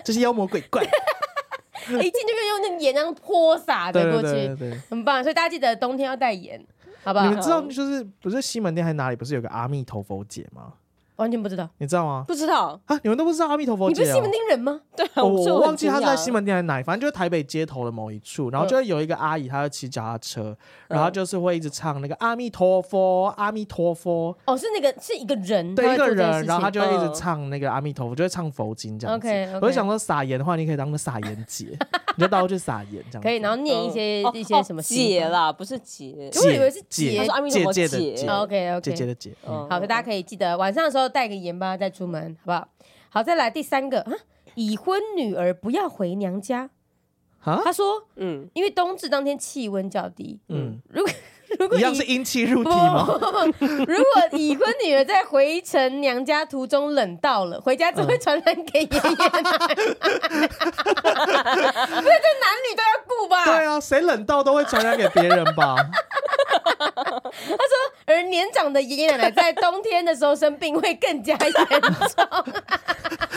Speaker 2: 这些妖魔鬼怪。
Speaker 1: 一进去就用那个盐这样泼洒
Speaker 2: 对
Speaker 1: 的过
Speaker 2: 对对
Speaker 1: 去，
Speaker 2: 对对，
Speaker 1: 很棒。所以大家记得冬天要带盐，好不
Speaker 2: 你
Speaker 1: 好
Speaker 2: 们？知道就是不是西门店还是哪里不是有个阿弥陀佛节吗？
Speaker 1: 完 (laughs) 全不知道，
Speaker 2: 你知道吗？
Speaker 3: 不知道，
Speaker 2: 啊，你们都不知道阿弥陀佛
Speaker 1: 你不
Speaker 2: 节
Speaker 1: 是
Speaker 2: 哦
Speaker 1: 西门町人吗？
Speaker 3: 对啊，
Speaker 2: 哦
Speaker 3: 我就
Speaker 2: 我
Speaker 3: 很
Speaker 2: 忘记他
Speaker 3: 惊
Speaker 2: 在
Speaker 3: 讶
Speaker 2: 西门店还是哪里，反正就是台北街头的某一处，
Speaker 1: 嗯
Speaker 2: 然后就会有一个阿姨，她就骑脚踏车，然后就是会一直唱那个阿弥陀佛，阿弥陀佛，
Speaker 1: 哦，是那个是一个人，
Speaker 2: 对
Speaker 1: 他
Speaker 2: 一个
Speaker 1: 嗯会做这件
Speaker 2: 人，
Speaker 1: 事
Speaker 2: 然后她就
Speaker 1: 情
Speaker 2: 会一直
Speaker 3: 嗯
Speaker 2: 唱那个阿弥陀佛，就会唱佛经这样子。
Speaker 1: OK，OK
Speaker 2: 我就想说撒盐的话，你可以当个撒盐节， (laughs) 你就到处去撒盐这样子。
Speaker 1: 可以，然后念一些
Speaker 3: 哦
Speaker 1: 一些什么
Speaker 3: 哦
Speaker 1: 经
Speaker 3: 解
Speaker 1: 文。
Speaker 3: 啦，不是解，
Speaker 1: 我以为是
Speaker 2: 姐
Speaker 1: 姐他
Speaker 3: 说阿弥陀
Speaker 2: 姐姐
Speaker 3: 佛姐
Speaker 2: 的姐，
Speaker 1: OK
Speaker 2: 姐
Speaker 1: OK，
Speaker 2: 姐的姐。嗯
Speaker 1: 好，所以大家可以记得晚上的时候带个盐巴再出门，好不好？好，再来第三个啊，已婚女儿不要回娘家。
Speaker 2: 啊，
Speaker 1: 他说，
Speaker 3: 嗯，
Speaker 1: 因为冬至当天气温较低，
Speaker 2: 嗯，
Speaker 1: 如果如果
Speaker 2: 一样
Speaker 1: 已
Speaker 2: 是阴气入
Speaker 1: 不 (laughs)
Speaker 2: 体吗？
Speaker 1: 如果已婚女儿在回程娘家途中冷到了，回家只
Speaker 2: 嗯
Speaker 1: 会传染给爷爷奶奶。不 (laughs) 是，这男女都要顾吧？
Speaker 2: 对啊，谁冷到都会传染给别人吧？ (laughs)
Speaker 1: 而年长的爷爷奶奶在冬天的时候生病会更加严重。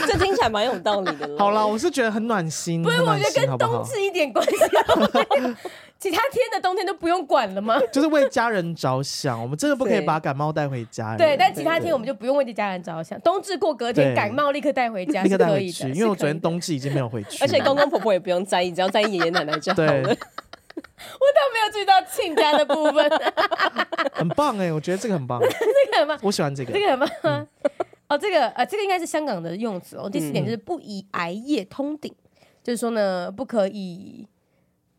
Speaker 3: 这听起来蛮有道理的啦。
Speaker 2: 好啦，我是觉得很暖心，
Speaker 1: 不是，
Speaker 2: 很
Speaker 1: 我
Speaker 2: 暖
Speaker 1: 觉得
Speaker 2: 心好
Speaker 1: 跟
Speaker 2: 不
Speaker 1: 冬
Speaker 2: 好？
Speaker 1: 至一点关系都没有。 (laughs) 其他天的冬天都不用管了吗？
Speaker 2: 就是为家人着想，我们真的不可以
Speaker 3: 对
Speaker 2: 把感冒带回家。
Speaker 1: 对，但
Speaker 2: 对
Speaker 1: 其他天我们就不用为家人着想。冬至过隔天
Speaker 2: 对
Speaker 1: 感冒立刻带回家
Speaker 2: (laughs) 立刻
Speaker 1: 是
Speaker 2: 带
Speaker 1: 可
Speaker 2: 回
Speaker 1: 以的，
Speaker 2: 去，因为我昨天
Speaker 1: 冬，
Speaker 2: 冬至已经没有回去了，
Speaker 3: 而且公公婆婆也不用在意，只要在意爷爷奶奶就好
Speaker 2: 对。
Speaker 3: 了
Speaker 1: (laughs) 我倒没有注意到亲家的部分， (laughs)
Speaker 2: 很棒哎，我觉得这个很棒，
Speaker 1: 这个很棒，
Speaker 2: 我喜欢这个
Speaker 1: 这。个很棒。
Speaker 2: 嗯
Speaker 1: 哦，这个呃，这个应该是香港的用词哦。第四点就是不以癌夜通顶，就是说呢，不可以。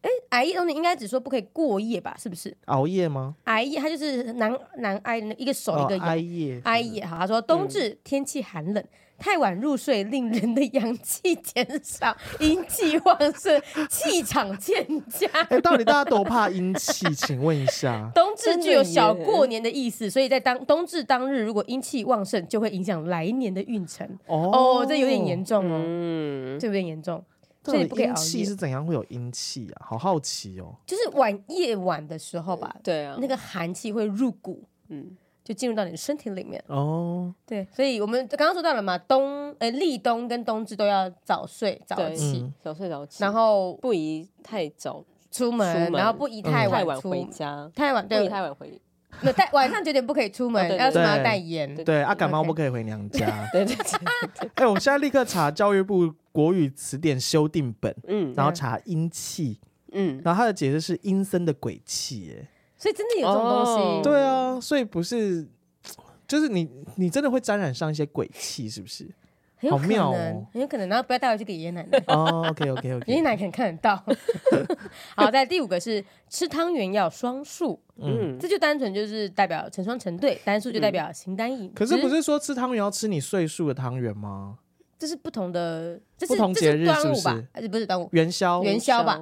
Speaker 1: 哎，癌夜通顶应该只说不可以过夜吧？是不是？
Speaker 2: 熬夜吗？
Speaker 1: 癌夜它就是南南哀的那一个手一
Speaker 2: 哦
Speaker 1: 个，
Speaker 2: 熬
Speaker 1: 阳
Speaker 2: 夜，
Speaker 1: 阿姨也好，她说冬
Speaker 2: 嗯
Speaker 1: 至天气寒冷，太晚入睡令人的阳气减少， (laughs) 阴气旺盛，气场欠佳。
Speaker 2: (laughs) 哎，到底大家多怕阴气？请问一下，
Speaker 1: 冬至具有
Speaker 3: 真的耶
Speaker 1: 小过年的意思，所以在当冬至当日，如果阴气旺盛，就会影响来年的运程。 (laughs) 哦，这有点严重哦，
Speaker 3: 嗯，
Speaker 1: 这有点严重。
Speaker 2: 到
Speaker 1: 所以
Speaker 2: 底
Speaker 1: 不可以
Speaker 2: 阴
Speaker 1: 熬
Speaker 2: 气
Speaker 1: 夜
Speaker 2: 是怎样会有阴气啊？好好奇哦。
Speaker 1: 就是晚夜晚的时候吧，
Speaker 3: 对啊
Speaker 1: 那，个寒气会入骨，
Speaker 3: 嗯，
Speaker 1: 就进入到你的身体里面。
Speaker 2: 哦，
Speaker 1: 对，所以我们刚刚说到了嘛，冬呃立冬跟冬至都要早睡早
Speaker 3: 对
Speaker 1: 起，
Speaker 2: 嗯
Speaker 3: 早睡早起，
Speaker 1: 然后
Speaker 3: 不宜太早，
Speaker 1: 出门，
Speaker 3: 出门
Speaker 1: 然后不宜太
Speaker 2: 嗯
Speaker 3: 太
Speaker 1: 晚
Speaker 3: 晚
Speaker 1: 出，
Speaker 3: 回家，
Speaker 1: 太晚
Speaker 3: 不
Speaker 1: 对
Speaker 3: 宜，太晚回。
Speaker 1: 那太晚上九点不可以出门
Speaker 3: 哦，对
Speaker 1: 要出门
Speaker 2: 对
Speaker 1: 要带盐。
Speaker 3: 对
Speaker 2: 对，啊，感冒
Speaker 1: OK
Speaker 2: 不可以回娘家。
Speaker 3: 对对对，
Speaker 2: 哎，我现在立刻查教育部国语词典修订本，
Speaker 3: 嗯
Speaker 2: 然后查阴气，
Speaker 3: 嗯，
Speaker 2: 然后它的解释是阴森的鬼气，哎。
Speaker 1: 所以真的有这种东西，
Speaker 3: 哦
Speaker 2: 对啊，所以不是，就是你你真的会沾染上一些鬼气，是
Speaker 1: (laughs)
Speaker 2: 不是？
Speaker 1: 很有可
Speaker 2: 好妙
Speaker 1: 能
Speaker 2: 哦，，
Speaker 1: 很有可能。然后不要带回去给爷爷奶奶
Speaker 2: 哦，OK OK
Speaker 1: 爷爷
Speaker 2: OK，
Speaker 1: 奶奶可能看得到。 (laughs) 好，在第五个是吃汤圆要双数，
Speaker 2: 嗯。
Speaker 3: 嗯，
Speaker 1: 这就单纯就是代表成双成对，单数就代表形单影。
Speaker 2: 可是不，是说吃汤圆要吃你岁数的汤圆吗？
Speaker 1: 这是不同的，这是
Speaker 2: 不同节日
Speaker 1: 这是端午
Speaker 2: 是不
Speaker 1: 吧
Speaker 2: 是？
Speaker 1: 还是不是端午？
Speaker 2: 元宵
Speaker 1: 元宵吧，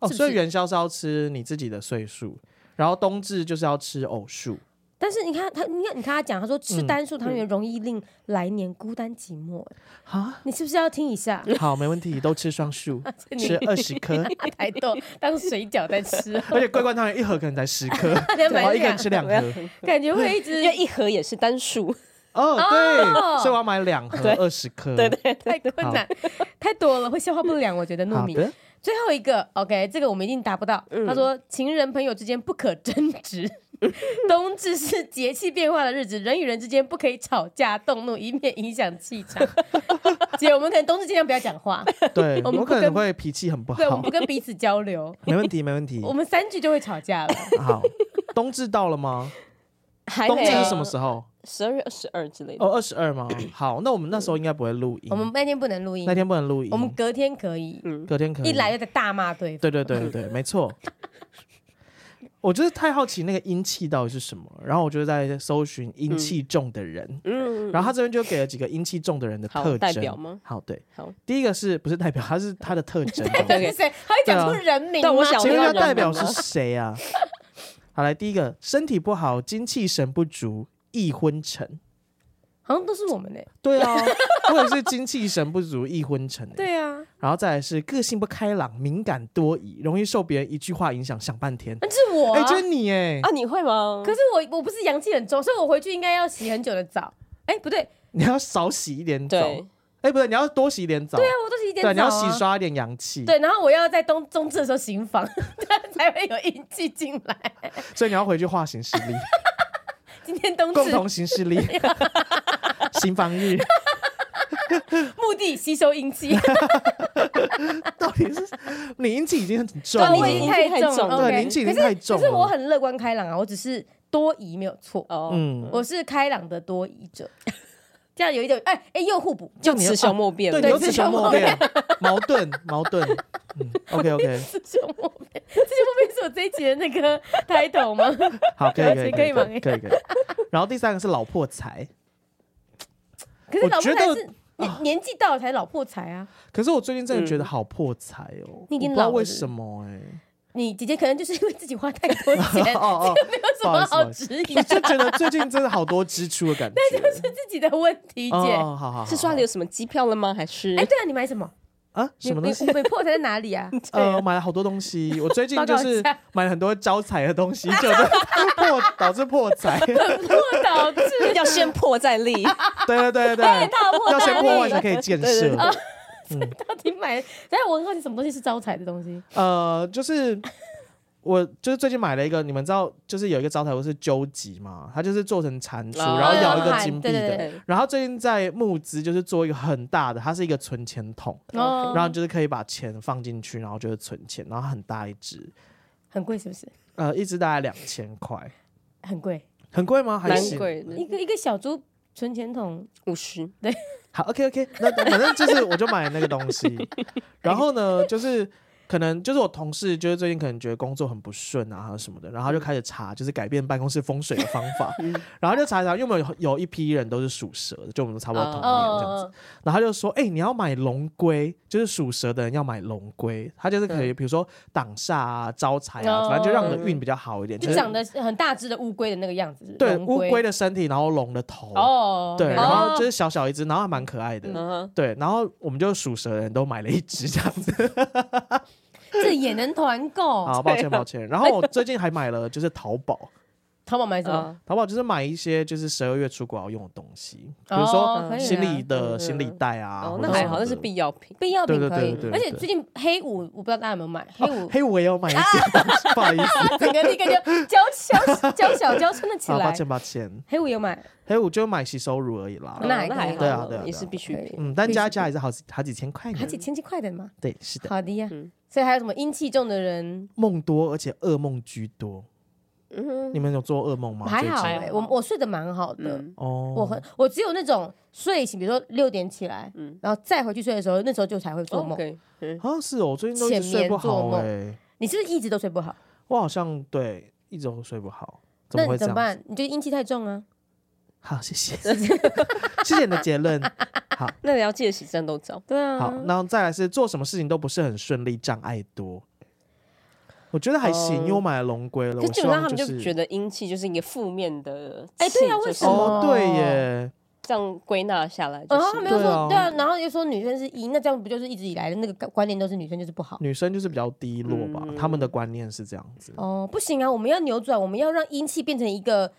Speaker 2: 哦，
Speaker 1: 是不
Speaker 2: 所以
Speaker 1: 是
Speaker 2: 元宵是要吃你自己的岁数，然后冬至就是要吃偶数。
Speaker 1: 但是你看他，你看你看他讲，他说
Speaker 2: 嗯
Speaker 1: 吃单数汤圆容易令来年孤单寂寞，
Speaker 2: 啊，
Speaker 1: 你是不是要听一下？
Speaker 2: 好，没问题，都吃
Speaker 1: (laughs)
Speaker 2: 双数， (laughs) 吃二十颗，
Speaker 1: 台豆当水饺在吃，
Speaker 2: 而且桂冠汤圆一盒可能才十
Speaker 1: (laughs)
Speaker 2: 颗，
Speaker 1: 对
Speaker 2: 然后一个
Speaker 1: 两
Speaker 2: 人吃两
Speaker 3: 我要
Speaker 2: 盒。
Speaker 1: 感觉会一
Speaker 3: (laughs) 因
Speaker 1: 直
Speaker 3: 为一盒也是单数，
Speaker 2: 哦，
Speaker 1: 哦
Speaker 2: 对，所以我要买两盒
Speaker 3: 对
Speaker 2: 二十颗。
Speaker 3: 对对，
Speaker 1: 太困难，太多了会消化不良，我觉得糯
Speaker 2: 好
Speaker 1: 米。
Speaker 2: 的，
Speaker 1: 最后一个，OK，这个我们一定达不到。
Speaker 3: 嗯
Speaker 1: 他说，情人朋友之间不可争执，冬至是节气变化的日子，人与人之间不可以吵架动怒，以免影响气场。姐，我们可能冬至尽量不要讲话，
Speaker 2: 对
Speaker 1: (laughs) 我们
Speaker 2: 我
Speaker 1: 不
Speaker 2: 可
Speaker 1: 跟
Speaker 2: 能会脾气很不
Speaker 1: 对，我们
Speaker 2: 好
Speaker 1: 不，跟彼此交流，
Speaker 2: 没问题，没问题。
Speaker 1: 我们三句就会吵架了。
Speaker 2: 好，冬至到了吗？
Speaker 3: 还
Speaker 2: 冬
Speaker 3: 没
Speaker 2: 至是什么时候？
Speaker 3: 十二月二十二之类的。
Speaker 2: 哦，二十二
Speaker 3: (clears throat)
Speaker 2: 吗？好，那我们那时候应该不会录音，
Speaker 1: 我们那天不能录音
Speaker 2: 那，天不能录音，
Speaker 1: 我们隔天可以，
Speaker 3: 嗯，
Speaker 2: 隔天可以。
Speaker 1: 一来就在大骂对方。
Speaker 2: 对对对对对，没错。 (laughs) 我就是太好奇那个阴气到底是什么，然后我就在搜寻阴气重的人，
Speaker 3: 嗯，
Speaker 2: 然后他这边就给了几个阴气重的人的
Speaker 3: 好
Speaker 2: 特征
Speaker 3: 代表吗？
Speaker 2: 好，对，
Speaker 3: 好，
Speaker 2: 第一个是不是代表？他是他的特
Speaker 3: (laughs)
Speaker 2: 征哦。
Speaker 3: 对
Speaker 1: 是谁？ (laughs) 他会讲出人名吗？
Speaker 3: 但我想
Speaker 2: 请问
Speaker 3: 我要
Speaker 2: 要
Speaker 3: 人
Speaker 2: 代表 (laughs)
Speaker 3: 名
Speaker 2: 是
Speaker 3: 吗
Speaker 2: 谁啊？好，来第一个，身体不好，精气神不足，易昏沉。
Speaker 1: 好像都是我们欸嘞。
Speaker 2: 对啊， (laughs) 或者是精气神不足，易昏沉、欸。，
Speaker 1: 对啊，
Speaker 2: 然后再来是个性不开朗，敏感多疑，容易受别人一句话影响，想半天。
Speaker 1: 那是我
Speaker 2: 哎、
Speaker 1: 啊。
Speaker 2: 就是你哎、
Speaker 3: 啊，你会吗？
Speaker 1: 可是我我不是阳气很重，所以我回去应该要洗很久的澡。哎，不对，
Speaker 2: 你要少洗一点澡。
Speaker 3: 对
Speaker 2: 哎、，不对，你要多洗一点澡。对
Speaker 1: 对啊，我都是一点
Speaker 2: 你要
Speaker 1: 早啊
Speaker 2: 洗。刷一点阳气。，
Speaker 1: 对，然后我要在冬冬至的时候行房， (laughs) 这样才会有阴气进来。
Speaker 2: 所以你要回去化
Speaker 1: (laughs)
Speaker 2: 形势力，
Speaker 1: 今天冬
Speaker 2: 共
Speaker 1: 至
Speaker 2: 同形势
Speaker 1: (laughs)
Speaker 2: 力，行房日。
Speaker 1: 目的吸收阴
Speaker 2: (laughs)
Speaker 1: 气，
Speaker 2: 到底是你阴啊气已经很重
Speaker 1: 对，
Speaker 2: 了，
Speaker 1: 我已经太
Speaker 3: 阴气
Speaker 1: 重
Speaker 3: 太重
Speaker 1: 了。
Speaker 3: 了
Speaker 1: OK
Speaker 2: 对，你阴气已
Speaker 1: 可
Speaker 2: 经
Speaker 1: 是
Speaker 2: 太重
Speaker 1: 可
Speaker 2: 了。
Speaker 1: 是我很乐观开朗啊，我只是多疑没有错，
Speaker 3: 哦，
Speaker 2: 嗯
Speaker 1: 我是开朗的多疑者， (laughs) 这样有一点哎哎又互补。
Speaker 3: 就
Speaker 2: 你
Speaker 3: 雌雄莫辩了。
Speaker 2: 对，
Speaker 1: 对
Speaker 2: 你又
Speaker 1: 自
Speaker 2: 自
Speaker 1: 相
Speaker 2: 相
Speaker 1: 矛
Speaker 2: 莫辩，矛盾，矛盾。嗯，OK
Speaker 1: (laughs)
Speaker 2: OK，
Speaker 1: 雌雄莫辩，雌雄莫辩是我这一集的那个 title 吗？
Speaker 2: 好，可以
Speaker 1: 了
Speaker 2: 可
Speaker 1: 解
Speaker 2: 以
Speaker 1: 可以吗
Speaker 2: 可以可以可以。然后第三个是老破财，
Speaker 1: (laughs) 可是
Speaker 2: 我
Speaker 1: 老
Speaker 2: 觉
Speaker 1: 婆才
Speaker 2: 得啊
Speaker 1: 是年年纪到了才老破财啊，
Speaker 2: 可是我最近真的觉得好破财哦，
Speaker 1: 你已经
Speaker 2: 我不知道
Speaker 1: 老了
Speaker 2: 为
Speaker 1: 是不是
Speaker 2: 什么哎，
Speaker 1: 你姐姐可能就是因为自己花太多
Speaker 2: (laughs)
Speaker 1: 钱，这
Speaker 2: 哦哦
Speaker 1: 个没有什
Speaker 2: 不好
Speaker 1: 么
Speaker 2: 意思
Speaker 1: 好
Speaker 2: 不好意
Speaker 1: 质
Speaker 2: 思
Speaker 1: 疑的，
Speaker 2: 我就觉得最近真的好多支出的感觉。那就是
Speaker 1: 是自己的问题，姐。
Speaker 2: 哦，好好，
Speaker 3: 是刷
Speaker 2: 好
Speaker 3: 的有什么机票了吗？还是
Speaker 1: 哎，对啊，你买什么？
Speaker 2: 啊什
Speaker 1: 你
Speaker 2: 么东
Speaker 1: 你
Speaker 2: 西？
Speaker 1: 你破财在哪里
Speaker 2: (laughs)
Speaker 1: 啊？
Speaker 2: 呃，我买了好多东西，我最近
Speaker 1: 报
Speaker 2: 就
Speaker 1: 告一
Speaker 2: 是
Speaker 1: 下
Speaker 2: 买了很多招财的东西，就破导致破财。
Speaker 1: 破导致
Speaker 3: (laughs) 要先破再立？
Speaker 2: 对对对对对，要先破坏才可以建
Speaker 3: 对
Speaker 2: 设
Speaker 3: 对。对
Speaker 1: 到底买？但是我很好奇，什么东西是招财的东西？
Speaker 2: 呃，就是我就是最近买了一个，你们知道，就是有一个招财物是究极嘛，它就是做成蟾蜍，
Speaker 3: 哦
Speaker 2: 然后咬一
Speaker 1: 哦
Speaker 2: 个
Speaker 1: 哦
Speaker 2: 金币
Speaker 1: 对对
Speaker 2: 的。
Speaker 3: 对
Speaker 2: 然后最近在募资，就是做一个很大的，它是一个存钱筒，
Speaker 3: 嗯
Speaker 1: 哦，
Speaker 2: 然后就是可以把钱放进去，然后就是存钱，然后很大一只，
Speaker 1: 很贵是不是？
Speaker 2: 呃，一只大概两千块，
Speaker 1: 很贵，
Speaker 2: 很贵吗？还
Speaker 3: 蛮
Speaker 2: 行。
Speaker 3: 贵
Speaker 1: 一
Speaker 3: 的，
Speaker 1: 个一个小猪存钱筒，
Speaker 3: 五十。
Speaker 2: 好，OK OK，那反正就是我就买那个东
Speaker 1: (laughs)
Speaker 2: 西，然后呢，就是可能就是我同事就是最近可能觉得工作很不顺啊还有什么的，然后他就开始查就是改变办公室风水的方
Speaker 1: (laughs)
Speaker 2: 法，
Speaker 1: 嗯
Speaker 2: 然后就查一查，因为我们有有一批人都是属蛇的，就我们差不多同年这样子，
Speaker 1: 哦，
Speaker 2: 然后他就说，哎、你要买龙龟，就是属蛇的人要买龙龟，他就是可以
Speaker 1: 嗯
Speaker 2: 比如说挡煞啊、招财
Speaker 1: 哦
Speaker 2: 啊，反正就让你的运比较好一点，
Speaker 1: 就长得很大只的乌龟的那个样子，
Speaker 2: 对
Speaker 1: 龙
Speaker 2: 乌龟的身体，然后龙的头。
Speaker 1: 哦，
Speaker 2: 对，
Speaker 1: OK
Speaker 2: 然后就是小小一只，然后还蛮可爱的。
Speaker 3: 嗯哼，
Speaker 2: 对，然后我们就属蛇的人都买了一只这样子，
Speaker 1: 这也能团购？
Speaker 2: (laughs) 好，抱歉抱歉。然后我最近还买了就是淘宝，
Speaker 1: 淘宝买什么？
Speaker 3: 啊，
Speaker 2: 淘宝就是买一些就是十二月出国要用的东西，比
Speaker 1: 哦
Speaker 2: 如说
Speaker 1: 可以啊
Speaker 2: 行李的
Speaker 3: 嗯
Speaker 2: 行李袋啊
Speaker 3: 哦，，
Speaker 2: 或
Speaker 3: 那
Speaker 2: 者
Speaker 3: 还
Speaker 2: 什
Speaker 3: 好，
Speaker 2: 么
Speaker 3: 那是
Speaker 2: 的
Speaker 3: 必要品。
Speaker 1: 必要品
Speaker 2: 对对
Speaker 1: 可以
Speaker 2: 对对，
Speaker 1: 而
Speaker 2: 对
Speaker 1: 且最近黑五我不知道大家有没有
Speaker 2: (laughs)
Speaker 1: 买黑五，
Speaker 2: 黑五我也有买一些东西，不好意思，
Speaker 1: 整个那个就娇小娇小娇撑了起
Speaker 2: 好，啊抱
Speaker 1: 来。
Speaker 2: 歉抱歉。
Speaker 1: 黑五有买，
Speaker 2: 黑五就买洗手乳而已啦
Speaker 3: 哦，
Speaker 1: 那还可以
Speaker 3: 还
Speaker 2: 对啊
Speaker 3: 好
Speaker 2: 对啊
Speaker 3: 也是必需品。
Speaker 2: 嗯，但加一加还是好几好几千块呢
Speaker 1: 还。几千几块的嘛。
Speaker 2: 对，是的，
Speaker 1: 好的呀
Speaker 3: 嗯，
Speaker 1: 所以还有什么阴气重的人？
Speaker 2: 梦多而且噩梦居多。
Speaker 3: 嗯
Speaker 2: 你们有做噩梦吗？
Speaker 1: 还
Speaker 2: 最
Speaker 1: 好
Speaker 2: 近
Speaker 1: 哎、
Speaker 3: 还好
Speaker 1: 我我睡得蛮好的。
Speaker 3: 嗯，
Speaker 2: 哦，
Speaker 1: 我很我只有那种睡醒，比如说六点起来，
Speaker 3: 嗯
Speaker 1: 然后再回去睡的时候，那时候就才会做
Speaker 2: 哦
Speaker 1: 梦。
Speaker 3: OK，嗯，
Speaker 2: 好像是哦，我最近都一直
Speaker 1: 浅
Speaker 2: 睡
Speaker 1: 眠
Speaker 2: 不
Speaker 1: 做
Speaker 2: 好
Speaker 1: 梦
Speaker 2: 哎。
Speaker 1: 你是不是一直都睡不好？
Speaker 2: 我好像对一直都睡不好，怎
Speaker 1: 那你
Speaker 2: 么会这
Speaker 1: 怎么
Speaker 2: 样？
Speaker 1: 办？你就阴气太重啊！
Speaker 2: 好，谢谢， (laughs) 谢谢你的结论。好
Speaker 3: 那你要记得洗战斗澡。
Speaker 1: 对啊，
Speaker 2: 好，然后再来是做什么事情都不是很顺利，障碍多。我觉得还行，
Speaker 3: 哦
Speaker 2: 因为我买了龙龟了。
Speaker 3: 可
Speaker 2: 我
Speaker 3: 基
Speaker 2: 希
Speaker 3: 本
Speaker 2: 望
Speaker 3: 上他们
Speaker 2: 就
Speaker 3: 就是觉得阴气就是一个负面的气，
Speaker 1: 哎对啊为
Speaker 3: 就是
Speaker 1: 什么
Speaker 2: 哦，对耶，
Speaker 3: 这样归纳下来，就
Speaker 1: 然
Speaker 3: 是
Speaker 1: 后他们又
Speaker 2: 对
Speaker 1: 说，
Speaker 2: 啊
Speaker 1: 对啊，然后又说女生是一，那这样不就是一直以来的那个观念都是女生就是不好？
Speaker 2: 女生就是比较低落吧，
Speaker 3: 嗯
Speaker 2: 他们的观念是这样子。
Speaker 1: 哦，不行啊，我们要扭转，我们要让阴气变成一个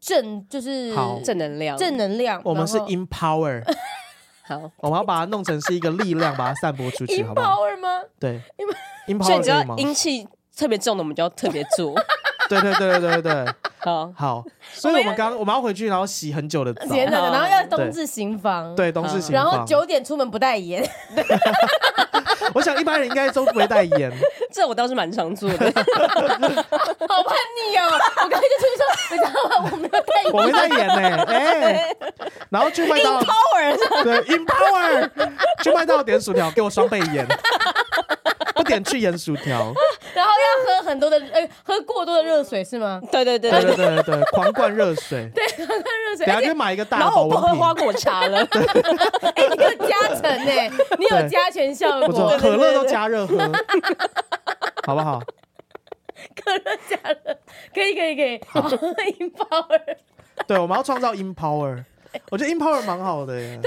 Speaker 1: 正，就是
Speaker 2: 好
Speaker 3: 正能量，
Speaker 1: 正能量。
Speaker 2: 我们是
Speaker 1: 然后
Speaker 2: empower，
Speaker 3: 好，
Speaker 2: 我们要把它弄成是一个力量，把它散播出去，好
Speaker 1: (laughs)
Speaker 2: 不好？
Speaker 1: empower 吗？
Speaker 2: 对
Speaker 3: 所以
Speaker 2: ，empower
Speaker 3: 只
Speaker 2: 可以
Speaker 3: 要
Speaker 2: 吗？
Speaker 3: 阴气特别重的，我们就要特别
Speaker 2: (laughs)
Speaker 3: 做
Speaker 2: 对对对对对对，
Speaker 3: 好。
Speaker 2: 好。所以我们刚我们要回去，然后洗很久的澡，
Speaker 1: 天哪！
Speaker 3: 好
Speaker 1: 然后要冬至行房，，
Speaker 2: 对，同事情
Speaker 1: 然后
Speaker 2: 况。
Speaker 1: 九点出门不带盐，
Speaker 2: 我想一般人应该都不会代言，
Speaker 3: 这我倒是蛮常做
Speaker 2: (laughs)
Speaker 3: 的，
Speaker 1: 好叛逆哦！我刚才就出去说，你知道吗？我没有带盐，
Speaker 2: 我没代言呢，哎，然后去麦当劳，对，empower，去麦当劳点薯条，给我双倍盐，不点去盐薯条，
Speaker 1: 然后要喝很多的，呃，喝过多的热水是吗？
Speaker 3: 对对对
Speaker 2: 对
Speaker 3: 对
Speaker 2: 对对对对，狂灌热水，
Speaker 1: 热水，
Speaker 2: 等
Speaker 1: 而
Speaker 2: 下
Speaker 1: 且
Speaker 2: 就买一个大
Speaker 3: 然
Speaker 2: 的
Speaker 3: 后
Speaker 2: 保
Speaker 3: 我不
Speaker 2: 温
Speaker 3: 喝
Speaker 2: 瓶，
Speaker 3: 花果茶了，
Speaker 1: 哎，你有加成哎，你有
Speaker 2: 对
Speaker 1: 加权效
Speaker 2: 不错
Speaker 1: 果，，
Speaker 2: 可乐都加热喝，好不好？
Speaker 1: 可乐加热，可以可以可以， (laughs) 好，empower。
Speaker 2: 对，我们要创造 empower，我觉得 empower 蛮好的耶。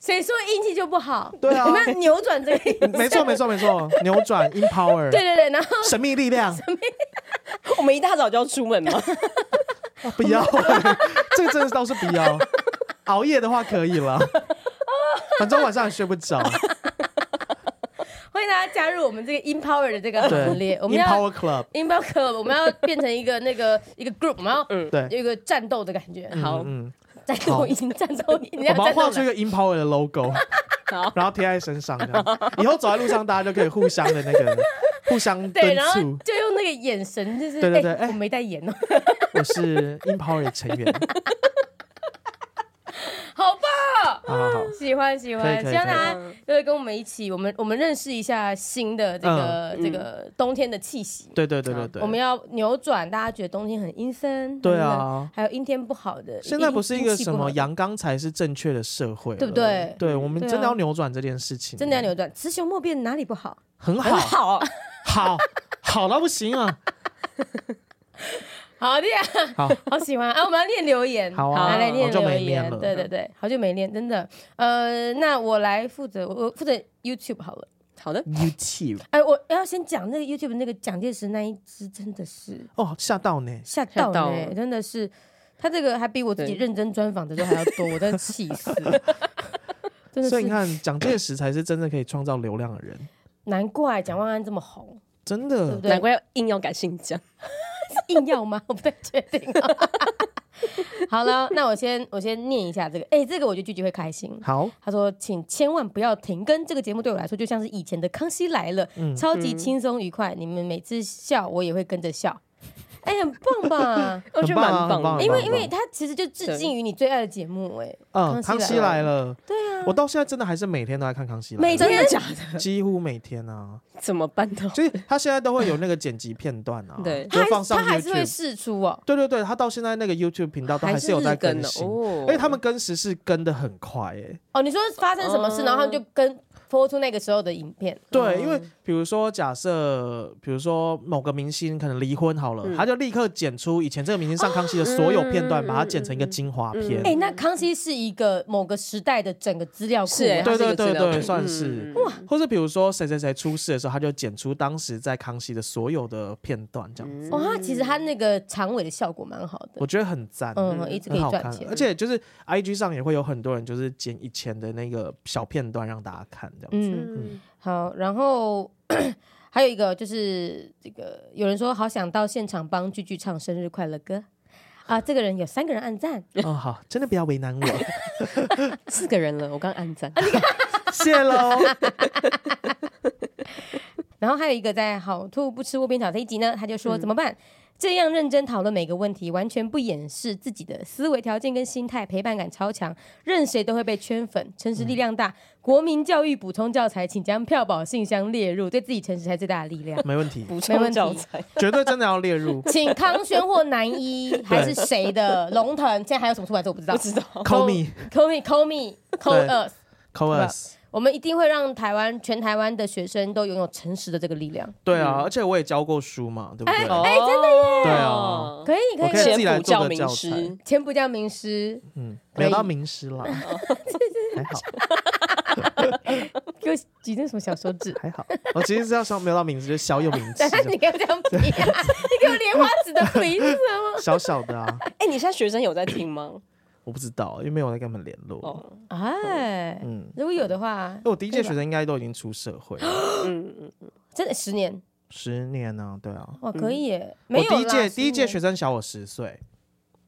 Speaker 1: 谁说阴气就不好？
Speaker 2: 对啊
Speaker 1: 我们要扭转这个。
Speaker 2: (laughs) 没错没错没错，扭转 empower，
Speaker 1: 对对对，然后
Speaker 2: 神秘力量，
Speaker 3: (laughs) 我们一大早就要出门嘛，
Speaker 2: 啊 (laughs) 不要，这个真的倒是不要。熬夜的话可以了，反正晚上也睡不着。
Speaker 1: 欢迎大家加入我们这个 empower 的这个行列
Speaker 2: 对，。
Speaker 1: 我们要
Speaker 2: ，empower club，
Speaker 1: empower，club，我们要变成一个那个 (laughs) 一个 group，我们要
Speaker 2: 对，
Speaker 1: 有一个战斗的感觉。
Speaker 3: 好
Speaker 2: 嗯，
Speaker 1: 战斗已经战斗，你
Speaker 2: 嗯
Speaker 1: 要
Speaker 2: 我们要
Speaker 1: 战斗
Speaker 2: 画出一
Speaker 1: 了。
Speaker 2: 个 empower 的
Speaker 1: (laughs)
Speaker 2: logo，
Speaker 3: 好
Speaker 2: 然后贴在身上，这样以后走在路上大家就可以互相的那
Speaker 1: (laughs)
Speaker 2: 个互相
Speaker 1: 对，
Speaker 2: 敦
Speaker 1: 然后
Speaker 2: 促。
Speaker 1: 就用那个眼神，就是
Speaker 2: 对对对
Speaker 1: 哎
Speaker 2: 哎
Speaker 1: 我没带眼哦， (laughs)
Speaker 2: 我是 empower 的成员，
Speaker 1: 好棒，
Speaker 2: 好好好。
Speaker 1: 喜欢喜
Speaker 2: 可以
Speaker 1: 欢，
Speaker 2: 可以
Speaker 1: 希望
Speaker 2: 可以
Speaker 1: 大家对跟我们一起，我们我们认识一下新的这个
Speaker 3: 嗯
Speaker 1: 这个冬天的气息。
Speaker 2: 对对对对对，
Speaker 1: 我们要扭转大家觉得冬天很阴森，
Speaker 2: 对
Speaker 1: 很冷，
Speaker 2: 啊，
Speaker 1: 还有阴天不好的，
Speaker 2: 现在不是一个
Speaker 1: 阴气
Speaker 2: 什
Speaker 1: 不好
Speaker 2: 么
Speaker 1: 的
Speaker 2: 阳刚才是正确的社会，
Speaker 1: 对不？对？
Speaker 2: 对，我们
Speaker 1: 对啊
Speaker 2: 真的要扭转这件事情，
Speaker 1: 真的要扭转，雌雄莫辨哪里不好？
Speaker 2: 很
Speaker 3: 很
Speaker 2: 好，
Speaker 3: 好，
Speaker 2: 好，好到不行啊！
Speaker 1: (laughs) 好的呀，
Speaker 2: 好，
Speaker 1: 好喜欢啊！我们要念留言，
Speaker 2: 好啊
Speaker 1: 来来念
Speaker 2: 好久没
Speaker 1: 留
Speaker 2: 念
Speaker 1: 言，
Speaker 2: 了
Speaker 1: 对对对，好久没念，真的。呃，那我来负责，我我负责 YouTube 好了。
Speaker 3: 好的，
Speaker 2: YouTube
Speaker 1: 哎，我要先讲那个 YouTube 那个蒋介石那一只，真的是
Speaker 2: 哦，吓到呢！
Speaker 1: 吓到
Speaker 3: 吓到
Speaker 1: 呢，
Speaker 3: 了
Speaker 1: 真的是。他这个还比我自己
Speaker 3: 对
Speaker 1: 认真专访的时候还要多，我真的气
Speaker 2: (laughs)
Speaker 1: 死了，真的
Speaker 2: 所以你
Speaker 1: 是
Speaker 2: 看，蒋介石才是真正可以创造流量的人，
Speaker 1: 难怪蒋万安这么红，
Speaker 2: 真
Speaker 1: 对不
Speaker 2: 的。
Speaker 1: 对
Speaker 3: 难？怪要硬要改姓蒋，
Speaker 1: 硬要吗？ (laughs) 我不太确定。好了，那我先我先念一下这个，哎、这个我觉得句句会开心。
Speaker 2: 好，
Speaker 1: 他说：“请千万不要停更，这个节目对我来说就像是以前的《康熙来了》超级轻松愉快。你们每次笑，我也会跟着笑。哎、很棒吧？
Speaker 3: 我觉得蛮
Speaker 2: 很棒啊很棒
Speaker 3: 棒
Speaker 2: 啊
Speaker 3: 的，
Speaker 1: 因为因为他其实就致敬于你最爱的节目、
Speaker 2: 嗯，
Speaker 1: 哎，
Speaker 2: 康熙来了，对啊，我到现在真的还是每天都在看康熙来
Speaker 1: 每
Speaker 2: 了，
Speaker 1: 天
Speaker 3: 真的假的？ (laughs)
Speaker 2: 几乎每天啊，
Speaker 3: 怎么办呢？
Speaker 2: 就是他现在都会有那个剪辑片段啊，
Speaker 3: 对
Speaker 2: 就
Speaker 1: 他
Speaker 2: 会放
Speaker 1: 还
Speaker 2: 上
Speaker 1: 他还是会
Speaker 2: YouTube。
Speaker 1: 试出哦。
Speaker 2: 对对对，他到现在那个 YouTube 频道都 (laughs) 还
Speaker 3: 还
Speaker 2: 是有在
Speaker 3: 日更
Speaker 2: 更
Speaker 3: 的
Speaker 2: 新，
Speaker 3: 哦
Speaker 2: 而且他们跟时事跟的很快欸诶。
Speaker 1: 哦，你说发生什么事，
Speaker 3: 嗯
Speaker 1: 然后他们就跟播出那个时候的影片。
Speaker 2: 对，因为
Speaker 3: 嗯
Speaker 2: 比如说假设，比如说某个明星可能离婚好了，他就立刻剪出以前这个明星上康熙的所有片段，
Speaker 3: 嗯
Speaker 2: 把它剪成一个精华片。
Speaker 1: 哎、那康熙是一个某个时代的整个资料库、
Speaker 3: 是哎，
Speaker 1: 哎
Speaker 2: 对
Speaker 3: 它是一个
Speaker 2: 对对
Speaker 3: 资料
Speaker 2: 对
Speaker 3: 库
Speaker 2: 算是
Speaker 3: 嗯嗯嗯
Speaker 2: 或是比如说谁谁谁出事的时候，他就剪出当时在康熙的所有的片段，这样
Speaker 3: 嗯
Speaker 2: 子，
Speaker 1: 哇，哦它其实它那个长尾的效果蛮好的
Speaker 2: 我，觉得很赞，
Speaker 1: 嗯，一直可
Speaker 2: 很
Speaker 1: 以
Speaker 2: 好
Speaker 1: 赚
Speaker 2: 看
Speaker 1: 钱。。
Speaker 2: 而且就是 I G 上也会有很多人就是剪以前的那个小片段让大家看，这样子。
Speaker 1: 嗯，
Speaker 3: 嗯，
Speaker 1: 好，然后 (clears throat) 还有一个就是这个有人说好想到现场帮句句唱生日快乐歌啊，这个人有三个人按赞，
Speaker 3: (laughs)
Speaker 2: 哦，好，真的不要为难 (laughs) 我，
Speaker 3: 四个人了，我刚按赞，
Speaker 2: 啊谢喽。。
Speaker 1: 然后还有一个在好兔不吃窝边草这一集呢，他就说、怎么办？这样认真讨论每个问题，完全不掩饰自己的思维条件跟心态，陪伴感超强，任谁都会被圈粉。诚实力量大，国民教育补充教材，请将票宝信箱列入，对自己诚实才是最大的力量
Speaker 2: 没问题，
Speaker 3: 补
Speaker 1: 没问
Speaker 3: 充
Speaker 1: 题
Speaker 3: 教材，
Speaker 2: 绝对真的要
Speaker 1: (laughs)
Speaker 2: 列入
Speaker 1: 请康轩或南一还是谁的龙 (laughs) 腾，现在还有什么出版社我不知道
Speaker 3: 不知道，
Speaker 2: (laughs) ，call me，call
Speaker 1: ，call me call me call
Speaker 2: 对
Speaker 1: us，
Speaker 2: us。
Speaker 1: 我们一定会让台湾全台湾的学生都拥有诚实的这个力量。
Speaker 2: 对啊，而且我也教过书嘛，对不 (laughs) 对？啊
Speaker 1: 哦
Speaker 3: 哎，真的哦耶！
Speaker 2: 对啊
Speaker 1: 可以，可
Speaker 2: 我可以
Speaker 1: 以，
Speaker 2: 自己来
Speaker 3: 柬
Speaker 2: 做
Speaker 3: 埔寨
Speaker 2: 个教
Speaker 3: 名
Speaker 2: 材
Speaker 3: 师，
Speaker 1: 前不叫名师，
Speaker 2: 嗯，没有到名师啦，哦还
Speaker 1: (laughs)
Speaker 2: 好？
Speaker 1: 给我挤成什么小手指
Speaker 2: (laughs) 还好。我其实是要说没有到名师，就是小有名气
Speaker 1: (laughs) 但 (laughs) 是你给我这样比、啊，你给我莲花指的比是什么？
Speaker 2: 小小的啊，
Speaker 3: 哎，你现在学生有在听吗？
Speaker 2: 我不知道，因为没有在跟他们联络。
Speaker 3: 哦，
Speaker 1: 哎，
Speaker 2: 嗯，
Speaker 1: 如果有的话
Speaker 2: 因为，我第一届学生应该都已经出社会
Speaker 1: 啊
Speaker 2: 了
Speaker 3: 嗯嗯，
Speaker 1: 真的十年
Speaker 2: 十年呢，对啊。
Speaker 1: 哇，可以耶！
Speaker 2: 我
Speaker 1: 没有啦
Speaker 2: 第一届
Speaker 1: 十
Speaker 2: 第一届
Speaker 1: 年
Speaker 2: 学生小我十岁，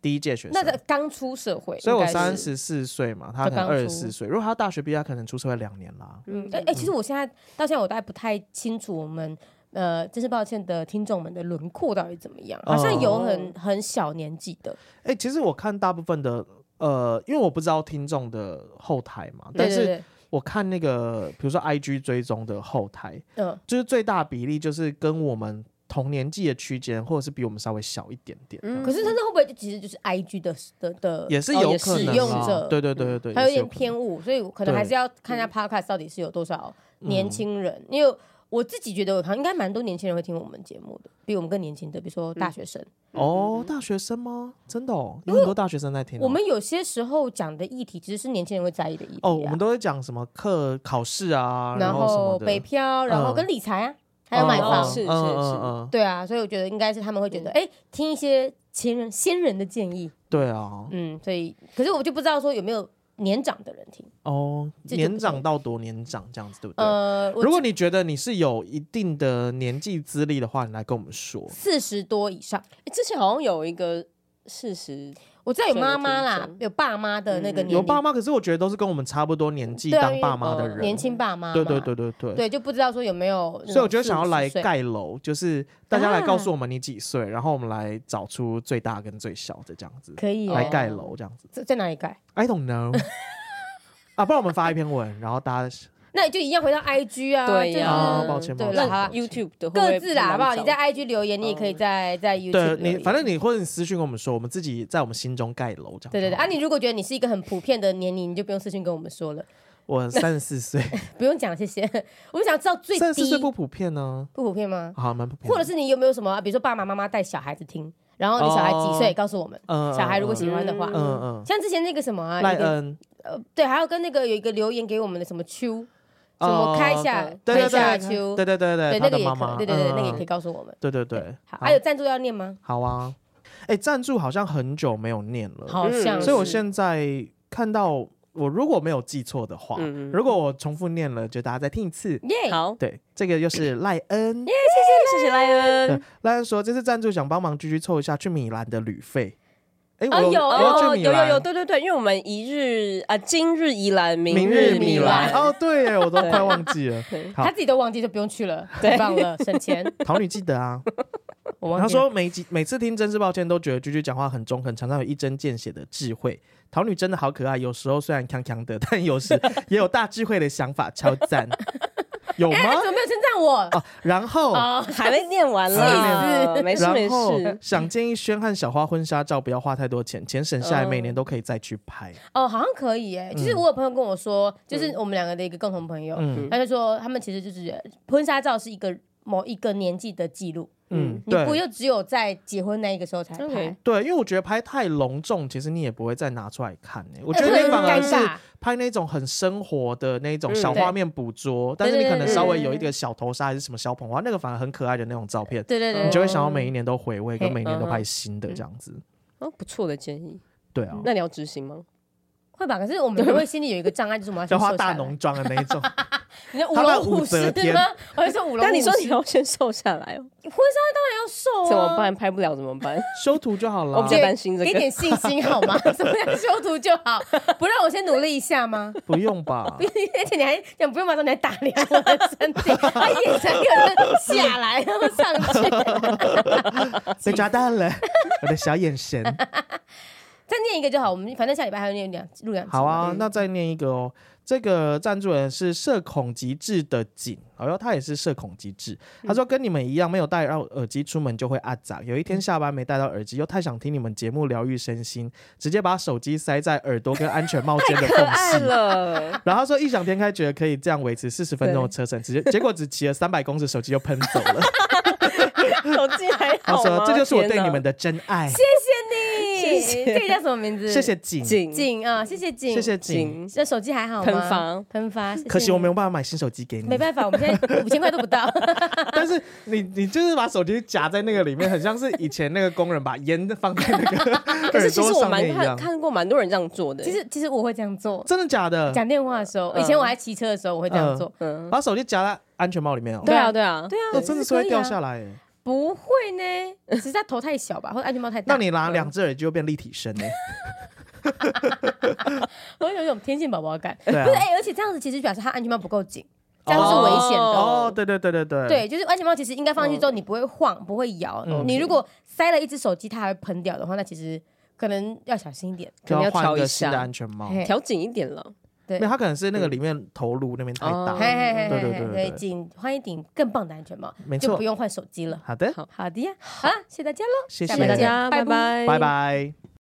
Speaker 2: 第一届学
Speaker 1: 那在
Speaker 2: 生，
Speaker 1: 刚出社会，
Speaker 2: 所以我
Speaker 1: 应该
Speaker 2: 三
Speaker 1: 是。
Speaker 2: 十四岁嘛，他
Speaker 1: 就
Speaker 2: 可能
Speaker 1: 刚
Speaker 2: 二十
Speaker 1: 出
Speaker 2: 四岁。如果他大学毕业，他可能出社会两年啦。
Speaker 3: 嗯
Speaker 1: 哎、哎，其实我现在到现在我大概不太清楚我们呃，真是抱歉的听众们的轮廓到底怎么样，好
Speaker 2: 哦
Speaker 1: 像有很很小年纪的，
Speaker 2: 哎、其实我看大部分的，呃，因为我不知道听众的后台嘛，但
Speaker 1: 对
Speaker 2: 是
Speaker 1: 对
Speaker 2: 我看那个，比如说 IG 追踪的后台，
Speaker 1: 对，嗯
Speaker 2: 就是最大比例就是跟我们同年纪的区间，或者是比我们稍微小一点点的，
Speaker 3: 嗯
Speaker 1: 可是他那会不会就其实就是 I G 的的的，
Speaker 2: 也是
Speaker 3: 哦
Speaker 2: 有
Speaker 3: 也是
Speaker 2: 可能啦、
Speaker 1: 使用者嗯
Speaker 2: 对对对对对，
Speaker 1: 还有
Speaker 2: 也是
Speaker 1: 点
Speaker 2: 可能
Speaker 1: 偏误，所以我可能
Speaker 2: 对嗯
Speaker 1: 还是要看一下 Podcast 到底是有多少年轻人，因为我自己觉得我好像应该蛮多年轻人会听我们节目的，比我们更年轻的，比如说
Speaker 2: 嗯
Speaker 1: 大学生，
Speaker 2: 哦，大学生吗？真的哦，有很多大学生在听哦、
Speaker 1: 嗯我们有些时候讲的议题其实是年轻人会在意的议题、啊、
Speaker 2: 哦，我们都会讲什么课考试啊，
Speaker 1: 然
Speaker 2: 后什么
Speaker 1: 后
Speaker 2: 的，
Speaker 1: 北漂，然后
Speaker 2: 嗯
Speaker 1: 跟理财啊，还有买
Speaker 2: 哦
Speaker 1: 房，
Speaker 3: 是
Speaker 2: 嗯
Speaker 3: 是
Speaker 2: 嗯
Speaker 3: 是
Speaker 2: 嗯，
Speaker 1: 对啊，所以我觉得应该是他们会觉得，哎、听一些前人先人的建议，
Speaker 2: 对啊，
Speaker 1: 嗯，所以可是我就不知道说有没有年长的人听，
Speaker 2: 哦，
Speaker 1: 这就
Speaker 2: 年
Speaker 1: 不
Speaker 2: 长
Speaker 1: 对
Speaker 2: 到多年长这样子，对不对？
Speaker 1: 呃，我
Speaker 2: 如果你觉得你是有一定的年纪资历的话，你来跟我们说。
Speaker 1: 四十多以上，
Speaker 3: 哎之前好像有一个事实，
Speaker 1: 我知道有妈妈啦
Speaker 3: 这个听，
Speaker 1: 有爸妈的那个
Speaker 3: 嗯
Speaker 1: 年龄，
Speaker 2: 有爸妈，可是我觉得都是跟我们差不多年纪
Speaker 1: 对啊
Speaker 2: 当爸妈的
Speaker 3: 因为呃
Speaker 1: 年
Speaker 2: 人，
Speaker 1: 轻爸妈嘛，
Speaker 2: 对对对对对。
Speaker 1: 对，就不知道说有没有，
Speaker 2: 所以我觉得想要来，盖楼，就是大家来告诉我们你几岁，然后我们来找出最大跟最小的这样子，
Speaker 1: 可以耶哦
Speaker 2: 来盖楼这样子。
Speaker 1: 在在哪里盖？
Speaker 2: I don't
Speaker 1: (laughs)
Speaker 2: know 啊，不然我们发一篇文，然后大家
Speaker 1: 那你就一样回到 IG 啊，
Speaker 3: 对
Speaker 1: 就是
Speaker 3: 呀
Speaker 2: 啊，抱歉
Speaker 1: 对
Speaker 2: 抱
Speaker 1: 啦
Speaker 2: 歉
Speaker 1: 好啊
Speaker 2: 抱歉，
Speaker 3: YouTube 的会不嗯
Speaker 1: 各
Speaker 3: 会
Speaker 1: 自啦，好不好？你在
Speaker 3: 难
Speaker 1: IG 留言，你也可以在在 YouTube
Speaker 2: 对
Speaker 1: 留
Speaker 2: 你
Speaker 1: 言
Speaker 2: 反正你或者你私信跟我们说，我们自己在我们心中盖楼这样。
Speaker 1: 对对对啊！，你如果觉得你是一个很普遍的年龄，你就不用私信跟我们说了， (laughs)
Speaker 2: 我三十四岁，
Speaker 1: 不用讲，谢谢。 (laughs) 我们想知道 (laughs) 最
Speaker 2: 三十四
Speaker 1: 低
Speaker 2: 岁不嗯普遍呢，
Speaker 1: 不普遍吗？
Speaker 2: 好蛮普遍的。
Speaker 1: 或者是你有没有什么，比如说爸爸妈妈带小孩子听，然后你小孩几岁，
Speaker 2: 哦
Speaker 1: 告诉我们。
Speaker 2: 嗯
Speaker 1: 小孩如果喜欢的话，
Speaker 2: 嗯嗯
Speaker 1: 像之前那个什么啊，
Speaker 2: 嗯，赖
Speaker 1: 有个
Speaker 2: 恩
Speaker 1: 呃，对，还有跟那个有一个留言给我们的什么秋，什么开下
Speaker 3: 嗯
Speaker 2: 哦对
Speaker 1: 开
Speaker 2: 对
Speaker 1: 下
Speaker 2: 对
Speaker 1: 秋，
Speaker 2: 对对对对，
Speaker 1: 对，
Speaker 2: 他
Speaker 1: 那个
Speaker 2: 的
Speaker 1: 也
Speaker 2: 妈
Speaker 1: 可
Speaker 2: 妈，
Speaker 1: 以，对对对，那个也可以
Speaker 2: 以，
Speaker 1: 告诉我们。
Speaker 2: 对对对，
Speaker 1: 好，
Speaker 2: 好
Speaker 1: 还有赞助要念吗？
Speaker 2: 好啊，哎，赞助好像很久没有念了，
Speaker 1: 好像是，
Speaker 2: 嗯所以我现在看到我如果没有记错的话，
Speaker 3: 嗯嗯
Speaker 2: 如果我重复念了，就大家再听一次。
Speaker 1: 耶
Speaker 3: 找。好，
Speaker 2: 对，这个又是赖恩，
Speaker 3: 哎谢谢莱恩
Speaker 2: 对，赖恩说这次赞助想帮忙继续凑一下去米兰的旅费。哎，
Speaker 1: 啊
Speaker 2: 我
Speaker 1: 有
Speaker 2: 我要
Speaker 3: 哦，
Speaker 2: 去米
Speaker 3: 有有
Speaker 2: 兰
Speaker 3: 有，对对对，因为我们一日啊，今日宜兰，
Speaker 2: 明
Speaker 3: 日
Speaker 2: 日
Speaker 1: 米
Speaker 2: 米
Speaker 1: 兰
Speaker 2: 兰哦，对耶，我都快忘记
Speaker 1: (laughs)
Speaker 2: 了。
Speaker 3: 对
Speaker 2: 好
Speaker 1: 他，自己都忘记就不用去了，
Speaker 3: 对
Speaker 1: 太棒了，省钱。
Speaker 2: 桃女记得啊。
Speaker 1: 我忘记
Speaker 2: 他
Speaker 1: 了
Speaker 2: 说每集每次听真是抱歉，都觉得居居讲话很中肯，常常有一针见血的智慧。桃女真的好可爱，有时候虽然康康的，但
Speaker 1: (laughs)
Speaker 2: 有时也有大智慧的想法，超赞。有吗
Speaker 1: 哎，？他怎么没有称赞我？
Speaker 2: 哦，然后。
Speaker 1: 哦，
Speaker 3: 还没念完
Speaker 1: 气
Speaker 3: 了，没
Speaker 1: (laughs)
Speaker 3: 事没
Speaker 2: 然后
Speaker 3: 事，
Speaker 2: 想建议轩和小花婚纱照不要花太多钱，钱省下来每年都可以再去拍。
Speaker 1: 哦，好像可以耶。就是我有朋友跟我说，就是我们两个的一个共同朋友，
Speaker 2: 嗯
Speaker 1: 他就说他们其实就是婚纱照是一个某一个年纪的记录，
Speaker 2: 嗯，
Speaker 1: 你不
Speaker 2: 对
Speaker 1: 就只有在结婚那一个时候才拍
Speaker 3: OK，
Speaker 2: 对，因为我觉得拍太隆重，其实你也不会再拿出来看、欸、我
Speaker 1: 我
Speaker 2: 觉得你
Speaker 1: 很
Speaker 2: 反而
Speaker 1: 尴
Speaker 2: 是
Speaker 1: 尬。
Speaker 2: 拍那种很生活的那种
Speaker 3: 嗯
Speaker 2: 小画面捕捉，但是
Speaker 1: 对
Speaker 2: 你
Speaker 1: 对
Speaker 2: 可能
Speaker 1: 对
Speaker 2: 稍
Speaker 1: 对
Speaker 2: 微有一
Speaker 1: 对
Speaker 2: 个小头纱还是什么小捧花，那个反而很可爱的那种照片，
Speaker 1: 对对对，嗯
Speaker 2: 你就会
Speaker 1: 对
Speaker 2: 想要每一年都回味，跟
Speaker 1: 嘿
Speaker 2: 每年都
Speaker 3: 嗯
Speaker 2: 拍
Speaker 3: 嗯
Speaker 2: 新的这样子。
Speaker 3: 哦，不错的建议，
Speaker 2: 对
Speaker 1: 嗯
Speaker 2: 啊，
Speaker 3: 那你要执行吗？
Speaker 1: 会吧？可是我们都会心里有一个障碍，就是我们要先
Speaker 2: (laughs) 要花
Speaker 1: 瘦下
Speaker 2: 大
Speaker 1: 来
Speaker 2: 浓，妆的那一
Speaker 1: (laughs)
Speaker 2: 种，
Speaker 1: 你说舞
Speaker 2: (laughs) 他把
Speaker 1: 龙
Speaker 2: 武
Speaker 1: 舞
Speaker 2: 则
Speaker 1: 狮
Speaker 2: 天
Speaker 1: 吗？我还说舞龙舞狮，
Speaker 3: 但你说你
Speaker 1: 婚
Speaker 3: 要先瘦下来
Speaker 1: 纱当
Speaker 3: 哦，
Speaker 1: 然要瘦啊，
Speaker 3: 怎么？办？拍不了怎么
Speaker 1: (laughs)
Speaker 3: 办？
Speaker 2: 修图就好
Speaker 3: 我
Speaker 2: 了
Speaker 3: 比，较担心这
Speaker 1: 给
Speaker 3: 个。
Speaker 1: 点信心好吗？ (laughs) 什么样修图就好，不让我先努力一下吗？
Speaker 2: 不
Speaker 1: (laughs)
Speaker 2: 用吧？
Speaker 1: 而且你还讲不用马上你还打量我的身体，他眼神可能下来然后上去。
Speaker 2: 被抓到了，我的小眼神。
Speaker 1: 再念一个就好，我们反正下礼拜还要念两录两集嘛
Speaker 2: 好啊，那再念一个哦。这个赞助人是社恐极致的景，然后他也是社恐极致。
Speaker 1: 嗯
Speaker 2: 他说跟你们一样，没有戴到耳机出门就会啊咋。有一天下班没戴到耳机，又太想听你们节目疗愈身心，直接把手机塞在耳朵跟安全帽间的
Speaker 3: 可
Speaker 2: 缝
Speaker 1: (laughs)
Speaker 3: 爱
Speaker 2: 隙。
Speaker 3: 了，
Speaker 2: 然后他说异想天开，觉得可以这样维持四十分钟的车程，直接结果只骑了三百公尺，手机就喷
Speaker 1: (laughs)
Speaker 2: 走了。
Speaker 3: (laughs) 手机还
Speaker 2: 他
Speaker 3: 好
Speaker 2: 说
Speaker 3: 吗？
Speaker 2: 这就是我对
Speaker 3: 天哪
Speaker 2: 你们的真爱，
Speaker 1: 哦谢
Speaker 3: 谢谢
Speaker 1: 这个叫什么名字？
Speaker 2: 谢谢景，
Speaker 3: 紧
Speaker 1: 景啊，谢谢景，
Speaker 2: 谢谢景。
Speaker 3: 紧
Speaker 1: 那手机还好吗？
Speaker 3: 喷发
Speaker 1: 喷发。谢谢
Speaker 2: 可惜我
Speaker 1: 你
Speaker 2: 没有办法买新手机给你，
Speaker 1: 没办法，我们现
Speaker 2: (laughs)
Speaker 1: 在五千块都不到。
Speaker 2: 但是你你就是把手机夹在那个里面，很像是以前那个工人把烟放在那个 (laughs)
Speaker 3: 可
Speaker 2: 耳
Speaker 3: 是其
Speaker 2: 朵
Speaker 3: 实我
Speaker 2: 上
Speaker 3: 蛮
Speaker 2: 面一
Speaker 3: 看
Speaker 2: 样。
Speaker 3: 看过蛮多人这样做的，
Speaker 1: 其实其实我会这样做，
Speaker 2: 真的假的？
Speaker 1: 讲电话的时候，
Speaker 3: 嗯
Speaker 1: 以前我还骑车的时候，我会这样做。
Speaker 3: 嗯，
Speaker 2: 把手机夹在安全帽里面哦，
Speaker 3: 对啊对啊，
Speaker 1: 对啊，这
Speaker 2: 哦真的是
Speaker 1: 可以
Speaker 2: 会
Speaker 1: 啊
Speaker 2: 掉下来耶。
Speaker 1: 不会呢，只是他头太小吧，或者安全帽太大。
Speaker 2: 那你拿两只耳机就变立体声呢？
Speaker 1: 我有一种天线宝宝感。
Speaker 2: 对
Speaker 1: 不是，
Speaker 2: 啊，
Speaker 1: 哎、而且这样子其实表示他安全帽不够紧，这样是危险的。
Speaker 2: 哦，对对对对对，
Speaker 1: 对，就是安全帽其实应该放上去之后，你不会晃，不会摇。
Speaker 2: 嗯
Speaker 1: 你如果塞了一只手机，它还会喷掉的话，那其实可能要小心一点。
Speaker 2: 就要换一
Speaker 3: 可能要调
Speaker 2: 个
Speaker 3: 一
Speaker 2: 新的
Speaker 3: 下
Speaker 2: 安全帽。
Speaker 1: 嘿
Speaker 3: 调紧一点了，
Speaker 1: 对
Speaker 2: 没有，它可能是那个里面头颅那边太
Speaker 3: 哦
Speaker 1: 嘿
Speaker 2: 大。
Speaker 1: 嘿嘿嘿
Speaker 2: 对对
Speaker 1: 嘿
Speaker 2: 对对
Speaker 1: 对，
Speaker 2: 对
Speaker 1: 顶换一顶更棒的安全帽，
Speaker 2: 没
Speaker 1: 就
Speaker 2: 错
Speaker 1: 不，用换手机了。
Speaker 2: 好的，
Speaker 1: 好的呀，好啦，谢谢大家喽，
Speaker 2: 谢
Speaker 1: 下
Speaker 2: 谢
Speaker 1: 面
Speaker 3: 大
Speaker 1: 再见
Speaker 3: 家
Speaker 1: 拜
Speaker 3: 拜拜
Speaker 2: 拜拜。